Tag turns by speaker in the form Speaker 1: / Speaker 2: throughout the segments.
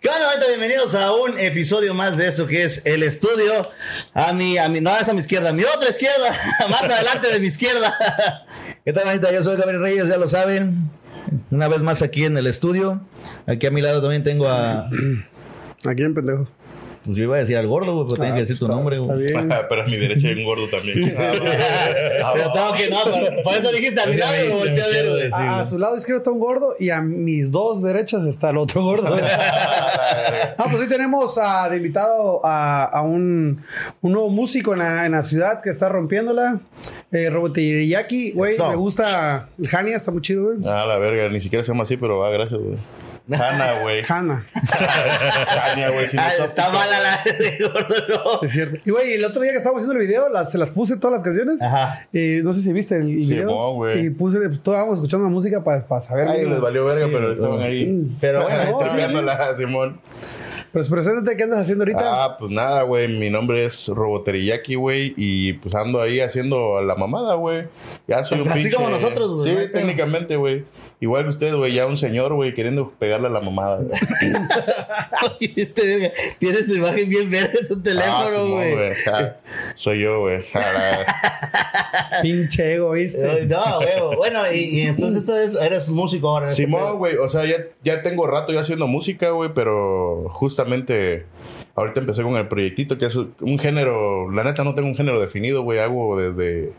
Speaker 1: ¿Qué onda, gente? Bienvenidos a un episodio más de esto que es el estudio. A mi, a mi, no es a mi izquierda, a mi otra izquierda, más adelante de mi izquierda.
Speaker 2: ¿Qué tal, gente? Yo soy Gabriel Reyes, ya lo saben. Una vez más aquí en el estudio. Aquí a mi lado también tengo a.
Speaker 3: ¿A quién, pendejo?
Speaker 2: Pues yo iba a decir al gordo, güey, pero tenía Pues que decir tu
Speaker 3: está-
Speaker 2: nombre,
Speaker 3: está
Speaker 2: güey.
Speaker 3: bien.
Speaker 4: Ah, Pero a mi derecha hay un gordo también. Ah, va. Ah,
Speaker 1: Pero
Speaker 4: va.
Speaker 1: tengo que no, por, por eso dijiste a mi lado y me volteé a ver, güey.
Speaker 3: A, a su lado izquierdo está un gordo y a mis dos derechas está el otro gordo. Ah, pues hoy tenemos ah, de invitado a, a un, un nuevo músico en la, en la ciudad que está rompiéndola. Eh, Robert Teriyaki, güey,
Speaker 1: Eso.
Speaker 3: me gusta el Hania, está muy chido, güey.
Speaker 4: Ah, la verga, ni siquiera se llama así, pero ah, gracias, güey. Hanna, güey.
Speaker 3: Hana,
Speaker 4: Hania, güey. si no
Speaker 1: Ah,
Speaker 4: está-
Speaker 1: Está mala la de gordo,
Speaker 3: es cierto. Y güey, el otro día que estábamos haciendo el video, las, se las puse todas las canciones.
Speaker 1: no. Ajá.
Speaker 3: Eh, no sé si viste el, el
Speaker 4: Sí,
Speaker 3: video.
Speaker 4: mo, güey.
Speaker 3: y puse, pues, estábamos escuchando la música para saber.
Speaker 4: Ay,
Speaker 3: bien,
Speaker 4: les valió verga, pero estaban ahí.
Speaker 1: Pero bueno,
Speaker 3: no, sí,
Speaker 4: Tripeándola, Simón.
Speaker 3: Pues preséntate, ¿qué andas haciendo ahorita?
Speaker 4: Ah, pues nada, güey. Mi nombre es Roboteriyaki, güey. Y pues ando ahí haciendo la mamada, güey. Ya soy un
Speaker 1: Así
Speaker 4: pinche-
Speaker 1: como nosotros, güey,
Speaker 4: Sí,
Speaker 1: no hay pedo.
Speaker 4: técnicamente, güey. Igual que usted, güey. Ya un señor, güey, queriendo pegarle a la mamada. güey.
Speaker 1: Oye, este verga, Tiene su imagen bien verde en su
Speaker 4: Ah,
Speaker 1: teléfono,
Speaker 4: Simón,
Speaker 1: güey.
Speaker 4: güey. Ah, Soy yo, güey. Ah,
Speaker 3: Pinche ego,
Speaker 1: Ay,
Speaker 3: ¿viste?
Speaker 1: No, huevo. Bueno, y, y entonces tú eres, eres músico ahora. en este
Speaker 4: Simón,
Speaker 1: pedo.
Speaker 4: güey, o sea, ya, ya tengo rato yo haciendo música, güey, pero justamente ahorita empecé con el proyectito, que es un género, la neta no tengo un género definido, güey, hago desde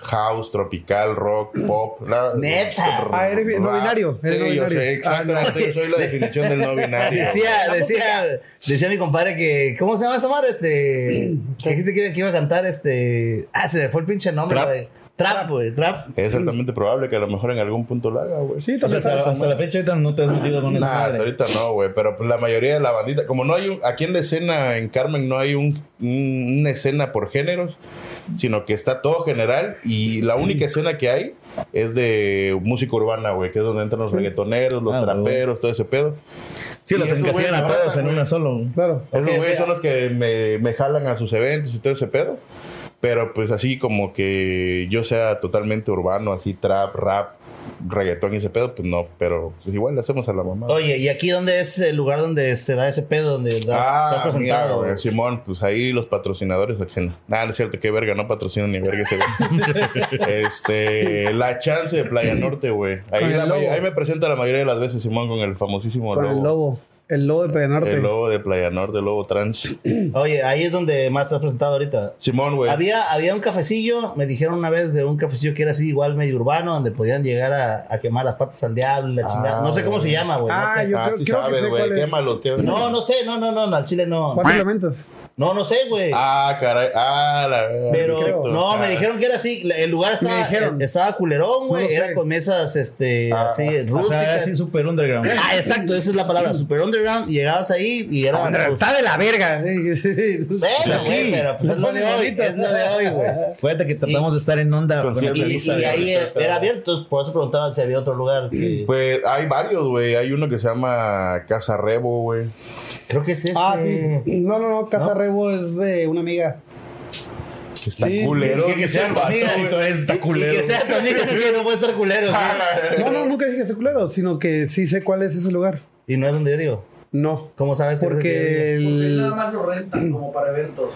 Speaker 4: house, tropical, rock, pop. la-
Speaker 1: Neta.
Speaker 3: Ah, eres bi- no
Speaker 4: rap.
Speaker 3: binario, eres
Speaker 4: sí,
Speaker 3: no
Speaker 4: yo
Speaker 3: binario.
Speaker 4: soy- exactamente, yo soy la definición del no binario.
Speaker 1: Decía, decía, decía mi compadre que, ¿cómo se llama esa madre? Este, que dijiste que, que iba a cantar este, ah, se me fue el pinche nombre,
Speaker 4: Trap.
Speaker 1: güey. Trap, güey, trap.
Speaker 4: Es altamente probable que a lo mejor en algún punto lo haga, güey.
Speaker 3: Sí,
Speaker 2: O sea,
Speaker 3: también
Speaker 2: hasta,
Speaker 3: sabes.
Speaker 2: hasta la fecha ahorita no te has metido con esa
Speaker 4: Nah, hasta
Speaker 2: madre.
Speaker 4: ahorita no, güey. Pero pues, la mayoría de la bandita, como no hay un, aquí en la escena, en Carmen, no hay un- un- una escena por géneros, sino que está todo general. Y la única escena que hay es de música urbana, güey, que es donde entran los reggaetoneros, los
Speaker 2: Ah, güey.
Speaker 4: traperos, todo ese pedo.
Speaker 2: Sí, los
Speaker 4: Y esos güeyes
Speaker 2: encasillan a
Speaker 4: me
Speaker 2: todos
Speaker 4: matan,
Speaker 2: en
Speaker 4: güey.
Speaker 2: una solo.
Speaker 3: Claro.
Speaker 4: Esos
Speaker 1: Ok,
Speaker 4: güeyes
Speaker 1: mira.
Speaker 4: son los que me, me jalan a sus eventos y todo ese pedo. Pero pues así como que yo sea totalmente urbano, así trap, rap, reggaetón y ese pedo, pues no. Pero pues, igual le hacemos a la mamá.
Speaker 1: Oye, ¿y aquí dónde es el lugar donde se da ese pedo, donde das, estás
Speaker 4: Ah, mira,
Speaker 1: presentado?
Speaker 4: güey,
Speaker 1: güey?
Speaker 4: Simón, pues ahí los patrocinadores. ¿a quién? Nah, no es cierto, qué verga, no patrocinan ni verga ese güey. este, la chance de Playa Norte, güey.
Speaker 3: Con
Speaker 4: Ahí,
Speaker 3: el
Speaker 4: la may-
Speaker 3: lobo.
Speaker 4: ahí me presenta la mayoría de las veces, Simón, con el famosísimo
Speaker 3: Con
Speaker 4: lobo.
Speaker 3: el lobo. El lobo de Peñanorte.
Speaker 4: El lobo de Playa Norte, el lobo trans.
Speaker 1: Oye, ahí es donde más estás presentado ahorita.
Speaker 4: Simón, güey.
Speaker 1: Había, había un cafecillo, me dijeron una vez de un cafecillo que era así igual medio urbano, donde podían llegar a, a quemar las patas al diablo, y la chingada. No sé cómo se llama, güey.
Speaker 3: Ah, yo
Speaker 4: Ah,
Speaker 3: creo,
Speaker 4: sí
Speaker 3: creo que
Speaker 4: sabes,
Speaker 3: sé
Speaker 4: güey.
Speaker 3: cuál es.
Speaker 4: Quémalo, qué-
Speaker 1: No, no sé, no, no, no, no, al chile no.
Speaker 3: ¿Cuántos elementos?
Speaker 1: No, no sé, güey.
Speaker 4: Ah, caray. Ah, la verga.
Speaker 1: Pero
Speaker 4: Perfecto.
Speaker 1: no,
Speaker 4: Ah.
Speaker 1: me dijeron que era así. la- El lugar estaba,
Speaker 3: Me dijeron.
Speaker 1: eh, estaba culerón, güey.
Speaker 3: No lo
Speaker 1: era
Speaker 3: sé.
Speaker 1: con mesas este,
Speaker 4: Ah,
Speaker 1: así
Speaker 2: O
Speaker 1: rústicas.
Speaker 2: sea, así super underground.
Speaker 1: Ah, exacto, esa es la palabra. Super underground. y Llegabas ahí y era. pues,
Speaker 3: Está de la verga. sí, sí, sí.
Speaker 1: bueno, güey,
Speaker 2: sí.
Speaker 1: pero pues, es lo de hoy. Es lo de hoy, güey.
Speaker 2: Fíjate que tratamos de estar en onda.
Speaker 4: Con
Speaker 2: con
Speaker 4: cierta
Speaker 2: el-
Speaker 1: Y,
Speaker 4: Organiza
Speaker 1: y
Speaker 4: bien,
Speaker 1: ahí
Speaker 4: perfecto.
Speaker 1: era abierto, entonces por eso preguntaba si había otro lugar. que-
Speaker 4: Pues hay varios, güey. Hay uno que se llama Casa Rebo, güey.
Speaker 1: creo que es ese.
Speaker 3: Ah, sí. No, no, no. Casa Rebo es de una amiga.
Speaker 4: Que está
Speaker 3: Sí,
Speaker 4: culero.
Speaker 1: Y que sea tu
Speaker 4: vato,
Speaker 1: amiga.
Speaker 4: güey. Ah,
Speaker 2: está
Speaker 1: Y-
Speaker 2: culero.
Speaker 1: Y que sea tu amiga, que no puede estar culero. güey.
Speaker 3: No, no, nunca dije que soy culero, sino que sí sé cuál es ese lugar.
Speaker 1: Y no es donde yo digo.
Speaker 3: No.
Speaker 1: ¿Cómo sabes? que no Este es donde yo digo?
Speaker 3: Porque
Speaker 5: Porque
Speaker 3: el.
Speaker 5: nada más lo rentan como para eventos.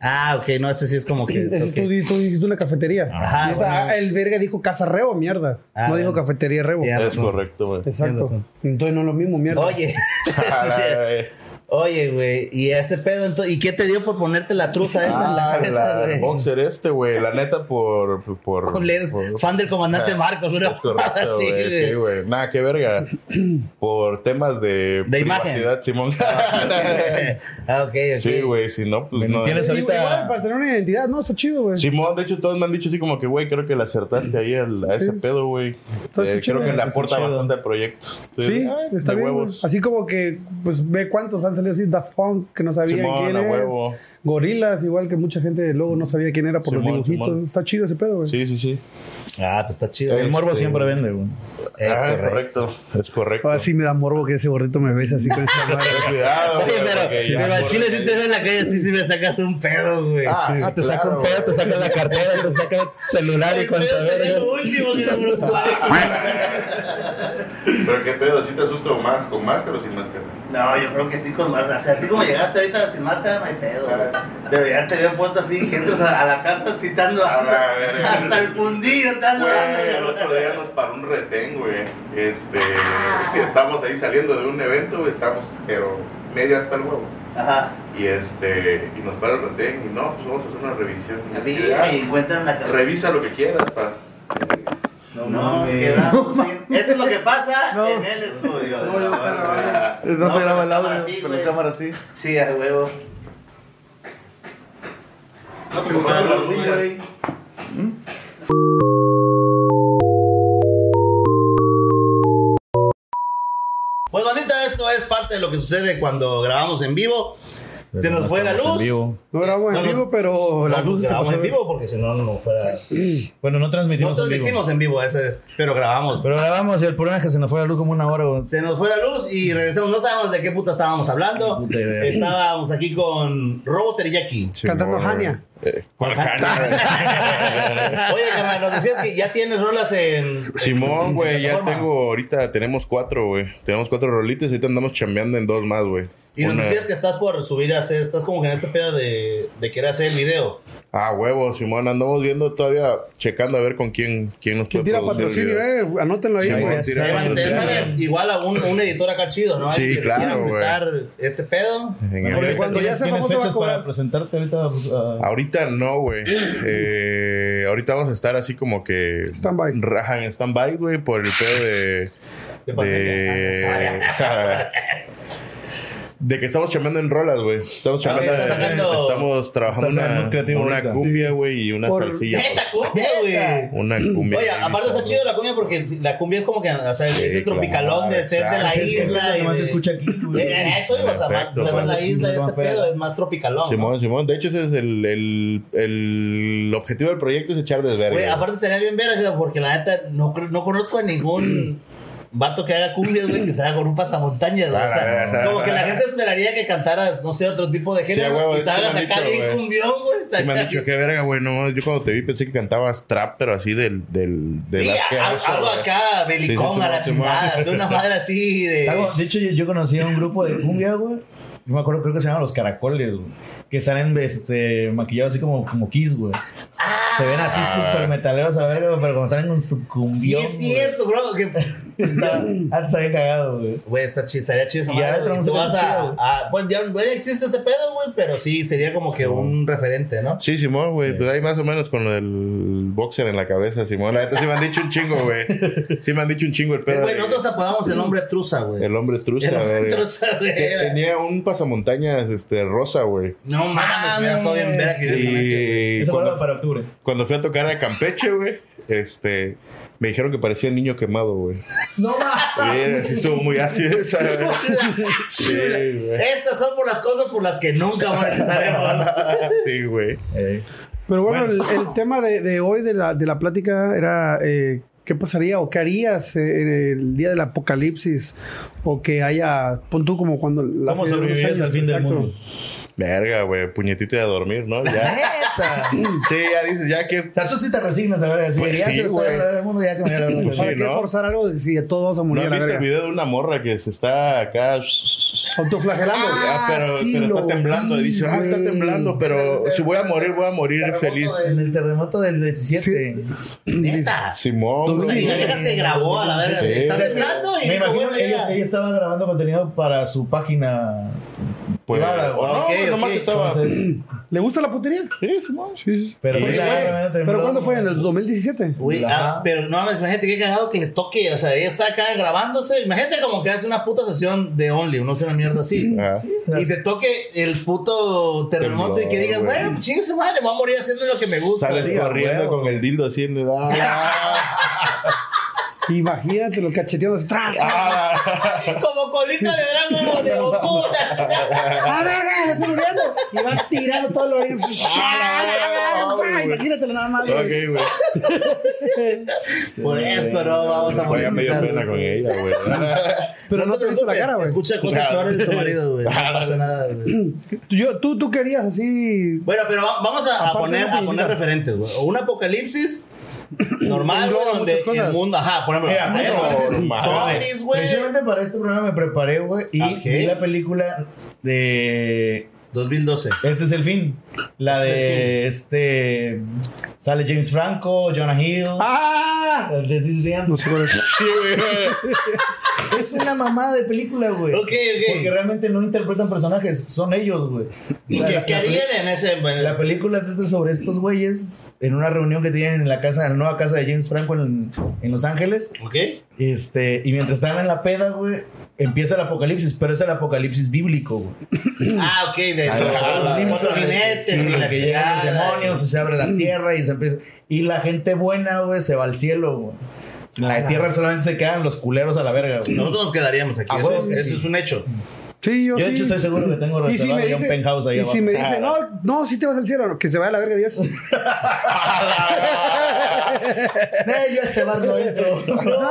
Speaker 1: Ah, ok, no, este sí es como que.
Speaker 3: Ese
Speaker 1: ok.
Speaker 3: Tú, di- tú dijiste una cafetería.
Speaker 1: Ajá,
Speaker 3: Y esta-
Speaker 1: bueno.
Speaker 3: ah, El verga dijo Casa Rebo, mierda.
Speaker 1: Ah,
Speaker 3: no dijo
Speaker 1: bueno.
Speaker 3: Cafetería Rebo.
Speaker 1: Ya.
Speaker 4: Es correcto, güey.
Speaker 3: Exacto.
Speaker 1: Tienes razón.
Speaker 3: Entonces no es lo mismo, mierda.
Speaker 1: Oye.
Speaker 4: Ah, la verga.
Speaker 1: Oye, güey, y este pedo, entonces, ¿y qué te dio por ponerte la truza esa en la
Speaker 4: Ah,
Speaker 1: cabeza,
Speaker 4: la- el
Speaker 1: güey?
Speaker 4: boxer este, güey. La neta, por. por,
Speaker 1: Culero,
Speaker 4: por-
Speaker 1: Fan del comandante Marcos, una
Speaker 4: Ah, Es correcto,
Speaker 1: mamada así,
Speaker 4: güey. Sí,
Speaker 1: güey.
Speaker 4: güey. Nada, qué verga. Por temas de.
Speaker 1: De imagen.
Speaker 4: privacidad, Simón.
Speaker 1: Ah, ok, ok.
Speaker 4: sí, güey. Si no, pues no.
Speaker 2: Tienes
Speaker 3: Sí, güey,
Speaker 2: ahorita-
Speaker 3: igual, para tener una identidad, no, está chido, güey.
Speaker 4: Simón, de hecho, todos me han dicho así como que, güey, creo que le acertaste ahí al- a ese pedo, güey.
Speaker 3: Está pues
Speaker 4: Eh,
Speaker 3: chido,
Speaker 4: creo que le
Speaker 2: está
Speaker 4: aporta
Speaker 2: chido.
Speaker 4: bastante al proyecto. Entonces,
Speaker 3: Sí,
Speaker 4: ay,
Speaker 3: está
Speaker 4: Este, de
Speaker 3: bien. güey.
Speaker 4: huevos.
Speaker 3: Así como que, pues ve cuántos han han salido así, Daft Punk, que no sabía
Speaker 4: Simón,
Speaker 3: quién
Speaker 4: a
Speaker 3: es.
Speaker 4: huevo.
Speaker 3: Gorilas, igual que mucha gente luego no sabía quién era por
Speaker 4: Simón,
Speaker 3: los dibujitos.
Speaker 4: Simón.
Speaker 3: Está chido ese pedo, güey.
Speaker 4: Sí, sí, sí.
Speaker 1: Ah, pues está chido.
Speaker 2: El morbo
Speaker 1: Este,
Speaker 2: siempre vende, güey.
Speaker 1: Es
Speaker 4: Ah,
Speaker 1: correcto.
Speaker 4: Es correcto.
Speaker 3: Ahora Ah, Pues sí me da morbo que ese gordito me bese así con esa madre.
Speaker 4: Ten Cuidado,
Speaker 1: Oye,
Speaker 4: güey,
Speaker 1: pero,
Speaker 4: porque ya
Speaker 1: pero al
Speaker 4: por-
Speaker 1: chile si te ves en la calle, sí, sí me sacas un pedo, güey.
Speaker 4: Ah,
Speaker 2: Ah, te saca
Speaker 4: claro,
Speaker 2: un pedo,
Speaker 4: güey.
Speaker 2: te saca la cartera, te saca el celular y
Speaker 1: El pedo
Speaker 2: cuánta
Speaker 1: sería
Speaker 2: verga.
Speaker 1: lo último que me preocupara.
Speaker 4: Pero qué pedo, si te asusto más con máscara o sin máscara.
Speaker 5: No, yo creo que sí con máscara. O sea, así como llegaste ahorita sin máscara, no hay pedo. güey. Deberían te habían puesto así, que entras a, a la casa citando
Speaker 4: A Ah, la verga.
Speaker 5: hasta el fundillo, te ando
Speaker 4: Güey, el
Speaker 5: dando.
Speaker 4: otro día nos paró un retén, güey. Este, estamos ahí saliendo de un evento, güey, estamos, pero medio hasta el huevo.
Speaker 5: Ajá.
Speaker 4: Y este, y nos paró el retén y no, pues vamos a hacer una revisión. Y
Speaker 5: Vi
Speaker 4: dije, "Ah,
Speaker 5: y encuentran la cabeza.
Speaker 4: Revisa lo que quieras, pa.
Speaker 5: No, nos quedamos sin. Esto es lo que pasa en el estudio. No, yo
Speaker 6: No se graba el audio,
Speaker 5: así,
Speaker 6: pero
Speaker 5: güey.
Speaker 6: la cámara sí.
Speaker 5: Sí, a huevo. No se comparan los güey.
Speaker 1: Pues, bandita, esto es parte de lo que sucede cuando grabamos en vivo. Se nos fue la
Speaker 2: Estamos
Speaker 1: luz.
Speaker 2: en vivo.
Speaker 3: No grabamos en
Speaker 1: No, no.
Speaker 3: vivo, pero la
Speaker 1: No,
Speaker 3: luz se
Speaker 1: grabamos
Speaker 3: pasó.
Speaker 1: en vivo porque si no, no fuera.
Speaker 2: Bueno, no
Speaker 1: No
Speaker 2: transmitimos. en vivo.
Speaker 1: transmitimos en vivo, ese es. Pero grabamos.
Speaker 2: Pero grabamos y el problema es que se nos fue la luz como una hora, güey.
Speaker 1: Se nos fue la luz y regresamos. No sabemos de qué puta estábamos hablando.
Speaker 2: Ni puta idea.
Speaker 1: Estábamos aquí con Robo Teriyaki.
Speaker 3: Cantando Hania.
Speaker 4: ¿Cuál
Speaker 1: Oye, carnal, nos decías que ya tienes rolas en.
Speaker 4: Simón, güey, ya
Speaker 1: plataforma.
Speaker 4: tengo ahorita, tenemos cuatro, güey. Tenemos cuatro rolitos y ahorita andamos chambeando en dos más, güey.
Speaker 1: Y nos
Speaker 4: Una-
Speaker 1: decías que estás por subir a hacer. Estás como que en este pedo de, de querer hacer el video.
Speaker 4: Ah, huevo, Simón, andamos viendo todavía, checando a ver con quién, quién nos
Speaker 3: Que
Speaker 4: puede
Speaker 3: tira
Speaker 4: producir el
Speaker 3: patrocinio,
Speaker 4: video.
Speaker 3: eh. Anótenlo ahí,
Speaker 4: Sí,
Speaker 3: güey.
Speaker 4: sí,
Speaker 1: Ahí
Speaker 4: sí,
Speaker 1: van,
Speaker 4: sí,
Speaker 1: te- está bien. Igual a un, un editor acá chido, ¿no?
Speaker 4: Sí,
Speaker 1: Alguien que se
Speaker 4: claro,
Speaker 1: quiera
Speaker 4: güey.
Speaker 1: invitar este pedo.
Speaker 4: En
Speaker 3: Porque
Speaker 4: efecto.
Speaker 3: cuando ya
Speaker 2: ¿Tienes,
Speaker 3: sea
Speaker 2: tienes
Speaker 3: famoso va a
Speaker 2: fechas
Speaker 3: cobrar.
Speaker 2: para presentarte ahorita? pues, ah,
Speaker 4: Ahorita no, güey. Eh, ahorita vamos a estar así como que.
Speaker 3: Stand-by.
Speaker 4: Rajan en stand-by, güey, por el pedo de.
Speaker 1: De
Speaker 4: De. de que estamos chamando en rolas, güey. Estamos chamando.
Speaker 1: Ok, estás haciendo-
Speaker 4: estamos trabajando
Speaker 2: Estás
Speaker 4: una,
Speaker 2: muy creativo
Speaker 4: una
Speaker 2: ahorita.
Speaker 4: cumbia, güey, y una
Speaker 3: Por-
Speaker 4: salsilla.
Speaker 1: ¡Neta cumbia, güey!
Speaker 4: Una cumbia.
Speaker 1: Oye, aparte está chido la cumbia porque la cumbia es como que, o sea, es
Speaker 4: Sí,
Speaker 1: ese tropicalón
Speaker 4: claro,
Speaker 1: de ser de la
Speaker 4: exacto.
Speaker 2: es que es lo
Speaker 1: isla.
Speaker 2: que
Speaker 1: y de-
Speaker 2: más se escucha aquí, güey.
Speaker 1: Eh, Eso, o sea, más,
Speaker 4: Perfecto,
Speaker 1: o sea,
Speaker 4: güey.
Speaker 1: la isla y este
Speaker 2: Más pedo.
Speaker 1: pedo es más tropicalón. ¿no?
Speaker 4: Simón, Simón. De hecho, ese es el, el, el objetivo del proyecto: es echar desvergue.
Speaker 1: Güey,
Speaker 4: güey.
Speaker 1: aparte sería bien verga porque la neta no, creo- no conozco a ningún vato que haga cumbias, güey, que se haga con un pasamontañas, güey. O
Speaker 4: Ah, la
Speaker 1: sea,
Speaker 4: verdad.
Speaker 1: como que la gente esperaría que cantaras, no sé, otro tipo de género
Speaker 4: a huevo,
Speaker 1: y
Speaker 4: eso me
Speaker 1: salgas
Speaker 4: han
Speaker 1: acá
Speaker 4: dicho,
Speaker 1: bien
Speaker 4: güey.
Speaker 1: cumbión, güey. está
Speaker 4: Sí me han
Speaker 1: acá.
Speaker 4: dicho, qué verga, güey. No, yo cuando te vi pensé que cantabas trap, pero así del. del de
Speaker 1: Sí,
Speaker 4: las que
Speaker 1: a-
Speaker 4: haces,
Speaker 1: algo
Speaker 4: güey.
Speaker 1: acá, belicón
Speaker 4: Sí, sí,
Speaker 1: a la
Speaker 4: sí, Simón.
Speaker 1: chingada, de una madre así de...
Speaker 2: Hago- de hecho, yo, yo conocí a un grupo de cumbia, güey. Yo me acuerdo, creo que se llaman Los Caracoles, güey. Que están en, este, maquillados así como, como Kiss, güey. Se ven así súper metaleros a la verga, güey, pero cuando salen con su
Speaker 1: Ah. Sí,
Speaker 2: cumbión,
Speaker 1: es cierto, bro, que...
Speaker 2: güey, está, antes había cagado, güey.
Speaker 1: Güey, está chido, estaría chido esa
Speaker 2: Y ya
Speaker 1: madre.
Speaker 2: la
Speaker 1: güey.
Speaker 2: otra
Speaker 1: Tú
Speaker 2: música
Speaker 1: vas a,
Speaker 2: chida,
Speaker 1: a- bueno, ya, ya existe ese pedo, güey, pero sí, sería como que un referente, ¿no?
Speaker 4: Sí, Simón, güey. Pues ahí más o menos con el boxer en la cabeza, Simón. La neta sí me han dicho un chingo, güey. Sí me han dicho un chingo el
Speaker 1: Eh,
Speaker 4: pedo.
Speaker 1: Güey,
Speaker 4: de-
Speaker 1: nosotros te apodamos el hombre truza, güey.
Speaker 4: El hombre truza,
Speaker 1: El hombre
Speaker 4: güey.
Speaker 1: truza, güey.
Speaker 4: Te- Tenía un pasamontañas este, rosa, güey.
Speaker 1: No mames, hubiera estado bien verga que vivieras con ese, güey.
Speaker 4: Y
Speaker 2: Eso fue
Speaker 4: cuando,
Speaker 2: para octubre.
Speaker 4: cuando fui a tocar a Campeche, güey, este, me dijeron que parecía el niño quemado, güey.
Speaker 2: No
Speaker 4: Y
Speaker 2: mames.
Speaker 4: era- sí estuvo muy ácido esa, güey. Sí, güey.
Speaker 1: Estas son por las cosas por las que nunca monetizaremos.
Speaker 4: Sí, güey.
Speaker 2: Eh,
Speaker 3: Pero bueno, el, el tema de, de hoy de la, de la plática era eh, qué pasaría o qué harías eh, en el día del apocalipsis o que haya, pon tú como cuando... la
Speaker 2: ¿Cómo
Speaker 3: serie de los
Speaker 2: sobrevivirías
Speaker 3: años,
Speaker 2: al fin del
Speaker 3: exacto.
Speaker 2: mundo?
Speaker 4: Verga, güey. Puñetito de a dormir, ¿no? Ya.
Speaker 2: ¡Neta!
Speaker 4: Sí, ya dices, ya que.
Speaker 2: O sea, tú sí te resignas a ver así.
Speaker 4: Pues
Speaker 2: ya
Speaker 4: sí,
Speaker 2: se lo está
Speaker 4: güey.
Speaker 2: de la verga el mundo, ya que me voy a la verga.
Speaker 4: Sí,
Speaker 3: ¿Para qué
Speaker 4: ¿no?
Speaker 3: forzar algo de- si todos vamos a
Speaker 4: ¿No
Speaker 3: morir a
Speaker 4: has
Speaker 3: la
Speaker 4: visto el
Speaker 3: verga?
Speaker 4: video de una morra que se está acá
Speaker 3: Autoflagelando.
Speaker 4: Ah, pero, pero está temblando. y dice, ah, está temblando, pero si voy a morir, voy a morir feliz.
Speaker 2: En el terremoto del 17.
Speaker 1: Neta.
Speaker 4: Simón,
Speaker 1: O sea,
Speaker 4: güey.
Speaker 1: y la vieja se grabó a la verga.
Speaker 4: Sí.
Speaker 1: Está
Speaker 4: O sea,
Speaker 1: mezclando y
Speaker 2: Me
Speaker 1: dijo,
Speaker 2: imagino
Speaker 1: güey,
Speaker 2: que ella,
Speaker 1: ya.
Speaker 2: ella estaba grabando contenido para su página.
Speaker 4: Pues,
Speaker 2: Claro,
Speaker 4: o no,
Speaker 1: ok,
Speaker 4: nomás
Speaker 1: ok,
Speaker 4: estaba.
Speaker 2: entonces,
Speaker 3: ¿Le gusta la putería?
Speaker 4: Sí, Simón.
Speaker 3: Sí, sí.
Speaker 2: pero
Speaker 1: Sí,
Speaker 2: sí, la
Speaker 1: güey.
Speaker 2: grabando,
Speaker 3: ¿Pero
Speaker 2: tembló,
Speaker 3: cuándo fue? ¿En
Speaker 2: güey.
Speaker 3: el 2017?
Speaker 1: Güey,
Speaker 2: Ajá.
Speaker 1: ah, pero no mames, imagínate qué cagado que le toque. O sea, ella está acá grabándose. Imagínate como que hace una puta sesión de Only, no sé, una mierda así.
Speaker 4: Ah.
Speaker 1: Y te toque el puto terremoto y que digas,
Speaker 4: Temblor,
Speaker 1: bueno, chingue su madre, voy a morir haciendo lo que me gusta.
Speaker 4: Sales
Speaker 2: Sí, a
Speaker 4: corriendo
Speaker 2: huevo.
Speaker 4: con el dildo así en el- ah,
Speaker 3: Imagínate los cacheteados. ¡Tra!
Speaker 1: Como colita de dragón de Goku.
Speaker 3: ¡Ah, verga! ¡Está muriendo! Y van tirando todo lo oriente. Ah, Imagínatelo nada más.
Speaker 4: Ok,
Speaker 3: güey.
Speaker 4: güey.
Speaker 1: Por esto no vamos a
Speaker 4: Voy a
Speaker 1: monetizar,
Speaker 4: medio pena
Speaker 1: güey.
Speaker 4: con ella, güey.
Speaker 3: Pero no te viste la
Speaker 1: preocupes,
Speaker 3: cara, güey.
Speaker 1: Escucha cosas
Speaker 4: Claro.
Speaker 1: peores de su marido, güey. No pasa nada, güey.
Speaker 3: Yo- Tú tú querías así.
Speaker 1: Bueno, pero va- vamos a, a
Speaker 3: Aparte,
Speaker 1: poner,
Speaker 3: no te
Speaker 1: a poner
Speaker 3: invitan.
Speaker 1: referentes, güey. O Un apocalipsis normal, güey,
Speaker 3: Engloba
Speaker 1: donde
Speaker 3: muchas cosas.
Speaker 1: el mundo. Ajá, por ejemplo,
Speaker 2: Mira,
Speaker 1: hay
Speaker 2: no,
Speaker 1: apocalipsis
Speaker 4: normal.
Speaker 1: zombies, güey.
Speaker 2: Precisamente para este programa me preparé, güey. Y
Speaker 1: Ah, ok.
Speaker 2: vi la película de.
Speaker 1: 2012.
Speaker 2: Este es el fin. La de este. Sale James Franco, Jonah Hill.
Speaker 3: ¡Ah!
Speaker 2: This is the end.
Speaker 3: No sé cuál es.
Speaker 4: Sí, güey.
Speaker 2: Es una mamada de película, güey.
Speaker 1: Ok, ok.
Speaker 2: Porque realmente no interpretan personajes, son ellos, güey.
Speaker 1: ¿Y
Speaker 2: O sea,
Speaker 1: qué-
Speaker 2: la-
Speaker 1: qué
Speaker 2: la peli-
Speaker 1: harían en ese? en-
Speaker 2: La película trata sobre estos güeyes en una reunión que tienen en la casa, en la nueva casa de James Franco en, en Los Ángeles.
Speaker 1: ¿Ok?
Speaker 2: Este, y mientras están en la peda, güey, empieza el apocalipsis, pero es el apocalipsis bíblico, güey.
Speaker 1: Ah, ok, de
Speaker 2: A la- a los
Speaker 1: los
Speaker 2: demonios,
Speaker 1: cuatro jinetes
Speaker 2: sí,
Speaker 1: y la
Speaker 2: que llegan los
Speaker 1: chingada.
Speaker 2: demonios, y se abre la tierra y se empieza. Y la gente buena, güey, se va al cielo, güey. En la tierra solamente se quedan los culeros a la verga, güey.
Speaker 1: Nosotros nos quedaríamos aquí.
Speaker 2: A
Speaker 1: Eso,
Speaker 2: huevo que
Speaker 1: eso
Speaker 2: Ah, sí.
Speaker 1: es un hecho.
Speaker 3: Sí, yo
Speaker 2: Yo, de
Speaker 3: sí.
Speaker 2: hecho, estoy seguro que tengo
Speaker 3: Y si
Speaker 2: reservado
Speaker 3: me
Speaker 2: ya un
Speaker 3: dice,
Speaker 2: penthouse ahí
Speaker 3: y
Speaker 2: abajo. Ah,
Speaker 3: si me dice, no, no, si te vas al cielo, que se vaya a la verga Dios.
Speaker 2: Eh, yo a ese bar no entro.
Speaker 3: No,
Speaker 1: mames,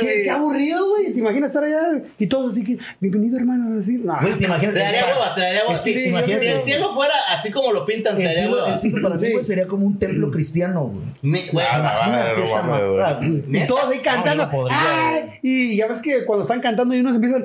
Speaker 3: qué, qué aburrido, güey. ¿Te imaginas estar allá? güey? Y todos así que, bienvenido, hermano. Así, no.
Speaker 2: Güey, ¿te imaginas?
Speaker 1: Te daría
Speaker 2: Es-
Speaker 1: hueva, te daría hueva.
Speaker 2: Es que,
Speaker 1: Sí,
Speaker 2: ¿te imaginas?
Speaker 1: Si el cielo fuera así como lo pintan, te
Speaker 2: El
Speaker 1: daría
Speaker 2: cielo,
Speaker 1: hueva.
Speaker 2: el cielo para mí,
Speaker 3: Sí.
Speaker 2: güey, sería como un templo cristiano, güey.
Speaker 1: Ni- güey,
Speaker 4: Ah, la
Speaker 2: Imagínate
Speaker 4: madre,
Speaker 2: esa
Speaker 4: no mames, güey.
Speaker 2: mamada, güey.
Speaker 3: Y todos ahí cantando.
Speaker 2: Ah, no podría,
Speaker 3: ¡ay!
Speaker 2: güey.
Speaker 3: y ya ves que cuando están cantando y unos empiezan.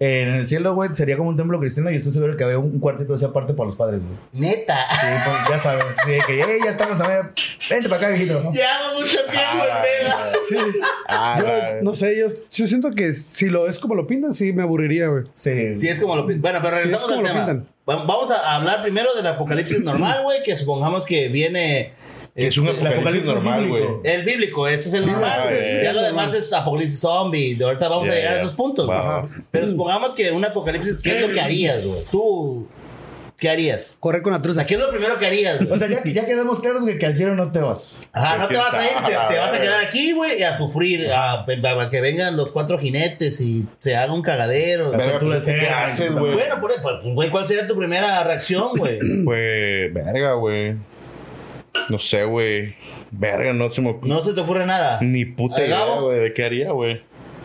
Speaker 2: eh, en el cielo, güey, sería como un templo cristiano y estoy seguro que había un un cuartito así aparte para los padres, güey.
Speaker 1: Neta.
Speaker 2: Sí, pues, ya sabes, sí, de que "Ey, ya estamos a ver, vente para acá, viejito. ¿no?
Speaker 1: Llevamos mucho tiempo en vela.
Speaker 3: Sí.
Speaker 4: Ah,
Speaker 3: Yo, no sé, yo, yo siento que si lo es como lo pintan, sí me aburriría, güey.
Speaker 2: Sí.
Speaker 1: Sí, es como lo pintan. Bueno, pero
Speaker 3: Sí, es
Speaker 1: regresamos
Speaker 3: como
Speaker 1: al
Speaker 3: lo
Speaker 1: tema.
Speaker 3: pintan.
Speaker 1: Va- Vamos a hablar primero del apocalipsis normal, güey, que supongamos que viene.
Speaker 4: Es un
Speaker 1: este,
Speaker 4: apocalipsis normal, güey.
Speaker 2: bíblico.
Speaker 1: El bíblico, ese es el normal.
Speaker 4: sí,
Speaker 1: güey.
Speaker 4: sí,
Speaker 1: ya
Speaker 4: sí,
Speaker 1: lo
Speaker 3: normal.
Speaker 1: demás es apocalipsis zombie. De ahorita vamos
Speaker 4: Ya,
Speaker 1: a llegar
Speaker 4: ya.
Speaker 1: a esos puntos. güey.
Speaker 4: Wow.
Speaker 1: Ajá. Pero supongamos que un apocalipsis, ¿qué es lo que harías, güey? Tú, ¿qué harías?
Speaker 3: Correr con la
Speaker 1: O sea,
Speaker 3: truza.
Speaker 1: ¿qué es lo primero que harías, güey?
Speaker 2: O sea, ya, ya quedamos claros güey, que al cielo no te vas.
Speaker 1: Ajá, no te vas a ir, te, te vas a
Speaker 4: Ah,
Speaker 1: quedar aquí, güey, y a sufrir, a, a que vengan los cuatro jinetes y se haga un cagadero.
Speaker 4: Verga,
Speaker 2: tortura
Speaker 4: pues, ¿qué
Speaker 2: sería-
Speaker 4: haces, güey?
Speaker 1: Bueno, por- por- pues, güey, ¿cuál sería tu primera reacción, güey?
Speaker 4: Pues, verga, güey. No sé, güey. Verga, no se me ocurre.
Speaker 1: No se te ocurre nada.
Speaker 4: Ni puta idea,
Speaker 1: Gabo?
Speaker 4: güey, de qué haría, güey.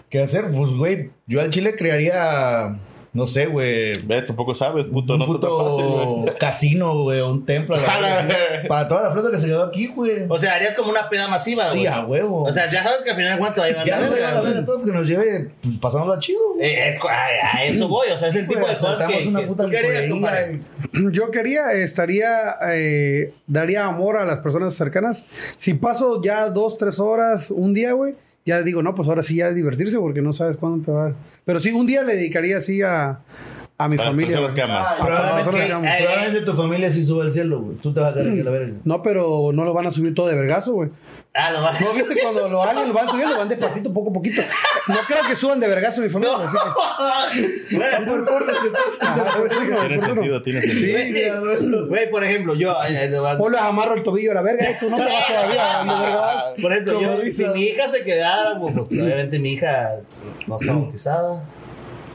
Speaker 2: ¿Qué hacer? Pues, güey, yo al chile crearía, no sé, güey,
Speaker 4: Ves, tampoco sabes, puto.
Speaker 2: un
Speaker 4: No está tan fácil,
Speaker 2: puto
Speaker 4: güey.
Speaker 2: casino, güey, o un templo. a la
Speaker 4: A la
Speaker 2: verga,
Speaker 4: verga.
Speaker 2: güey, para toda la flota que se quedó aquí, güey.
Speaker 1: O sea, harías como una peda masiva,
Speaker 2: Sí,
Speaker 1: güey.
Speaker 2: a huevo.
Speaker 1: O sea, ya sabes que al final cuánto va a llevar
Speaker 2: ya
Speaker 1: la
Speaker 2: nos
Speaker 1: verga,
Speaker 2: lleva la
Speaker 1: güey.
Speaker 2: verga todo que nos lleve pues, pasándola chido, güey.
Speaker 1: Eh, es cu- a, a eso voy, o sea, es el tipo de
Speaker 2: Güey,
Speaker 1: cosas
Speaker 2: asaltamos
Speaker 1: que,
Speaker 2: una
Speaker 1: que
Speaker 2: puta
Speaker 1: tú querías,
Speaker 2: licorería,
Speaker 1: compadre.
Speaker 2: güey.
Speaker 3: Yo quería, estaría, eh, daría amor a las personas cercanas. Si paso ya dos, tres horas, un día, güey, ya digo, no, pues ahora sí ya divertirse porque no sabes cuándo te va. Pero sí, un día le dedicaría así a, a mi
Speaker 4: Para las
Speaker 3: familia.
Speaker 4: personas que
Speaker 3: güey.
Speaker 4: aman.
Speaker 2: Probablemente,
Speaker 1: Ah, ok.
Speaker 2: probablemente tu familia sí sube al cielo, güey. Tú te vas a quedar aquí a la verga.
Speaker 3: No, pero no lo van a subir todo de vergazo, güey.
Speaker 1: Ah, lo vas a
Speaker 3: No, viste, cuando lo alguien lo van subiendo, van despacito, poco a poquito. No creo que suban de vergazo mi familia. así que-
Speaker 1: Bueno,
Speaker 3: Ajá, por turno,
Speaker 4: Tiene
Speaker 3: por turno.
Speaker 4: sentido, tiene sentido.
Speaker 1: güey, Güey, por ejemplo, yo. eh, eh, te va-
Speaker 3: O les amarro el tobillo a la verga, y tú no te vas todavía dando vergas.
Speaker 1: Por ejemplo,
Speaker 2: Como
Speaker 1: yo,
Speaker 2: dice-
Speaker 1: si mi hija se quedara, pues, pues, obviamente mi hija no está bautizada.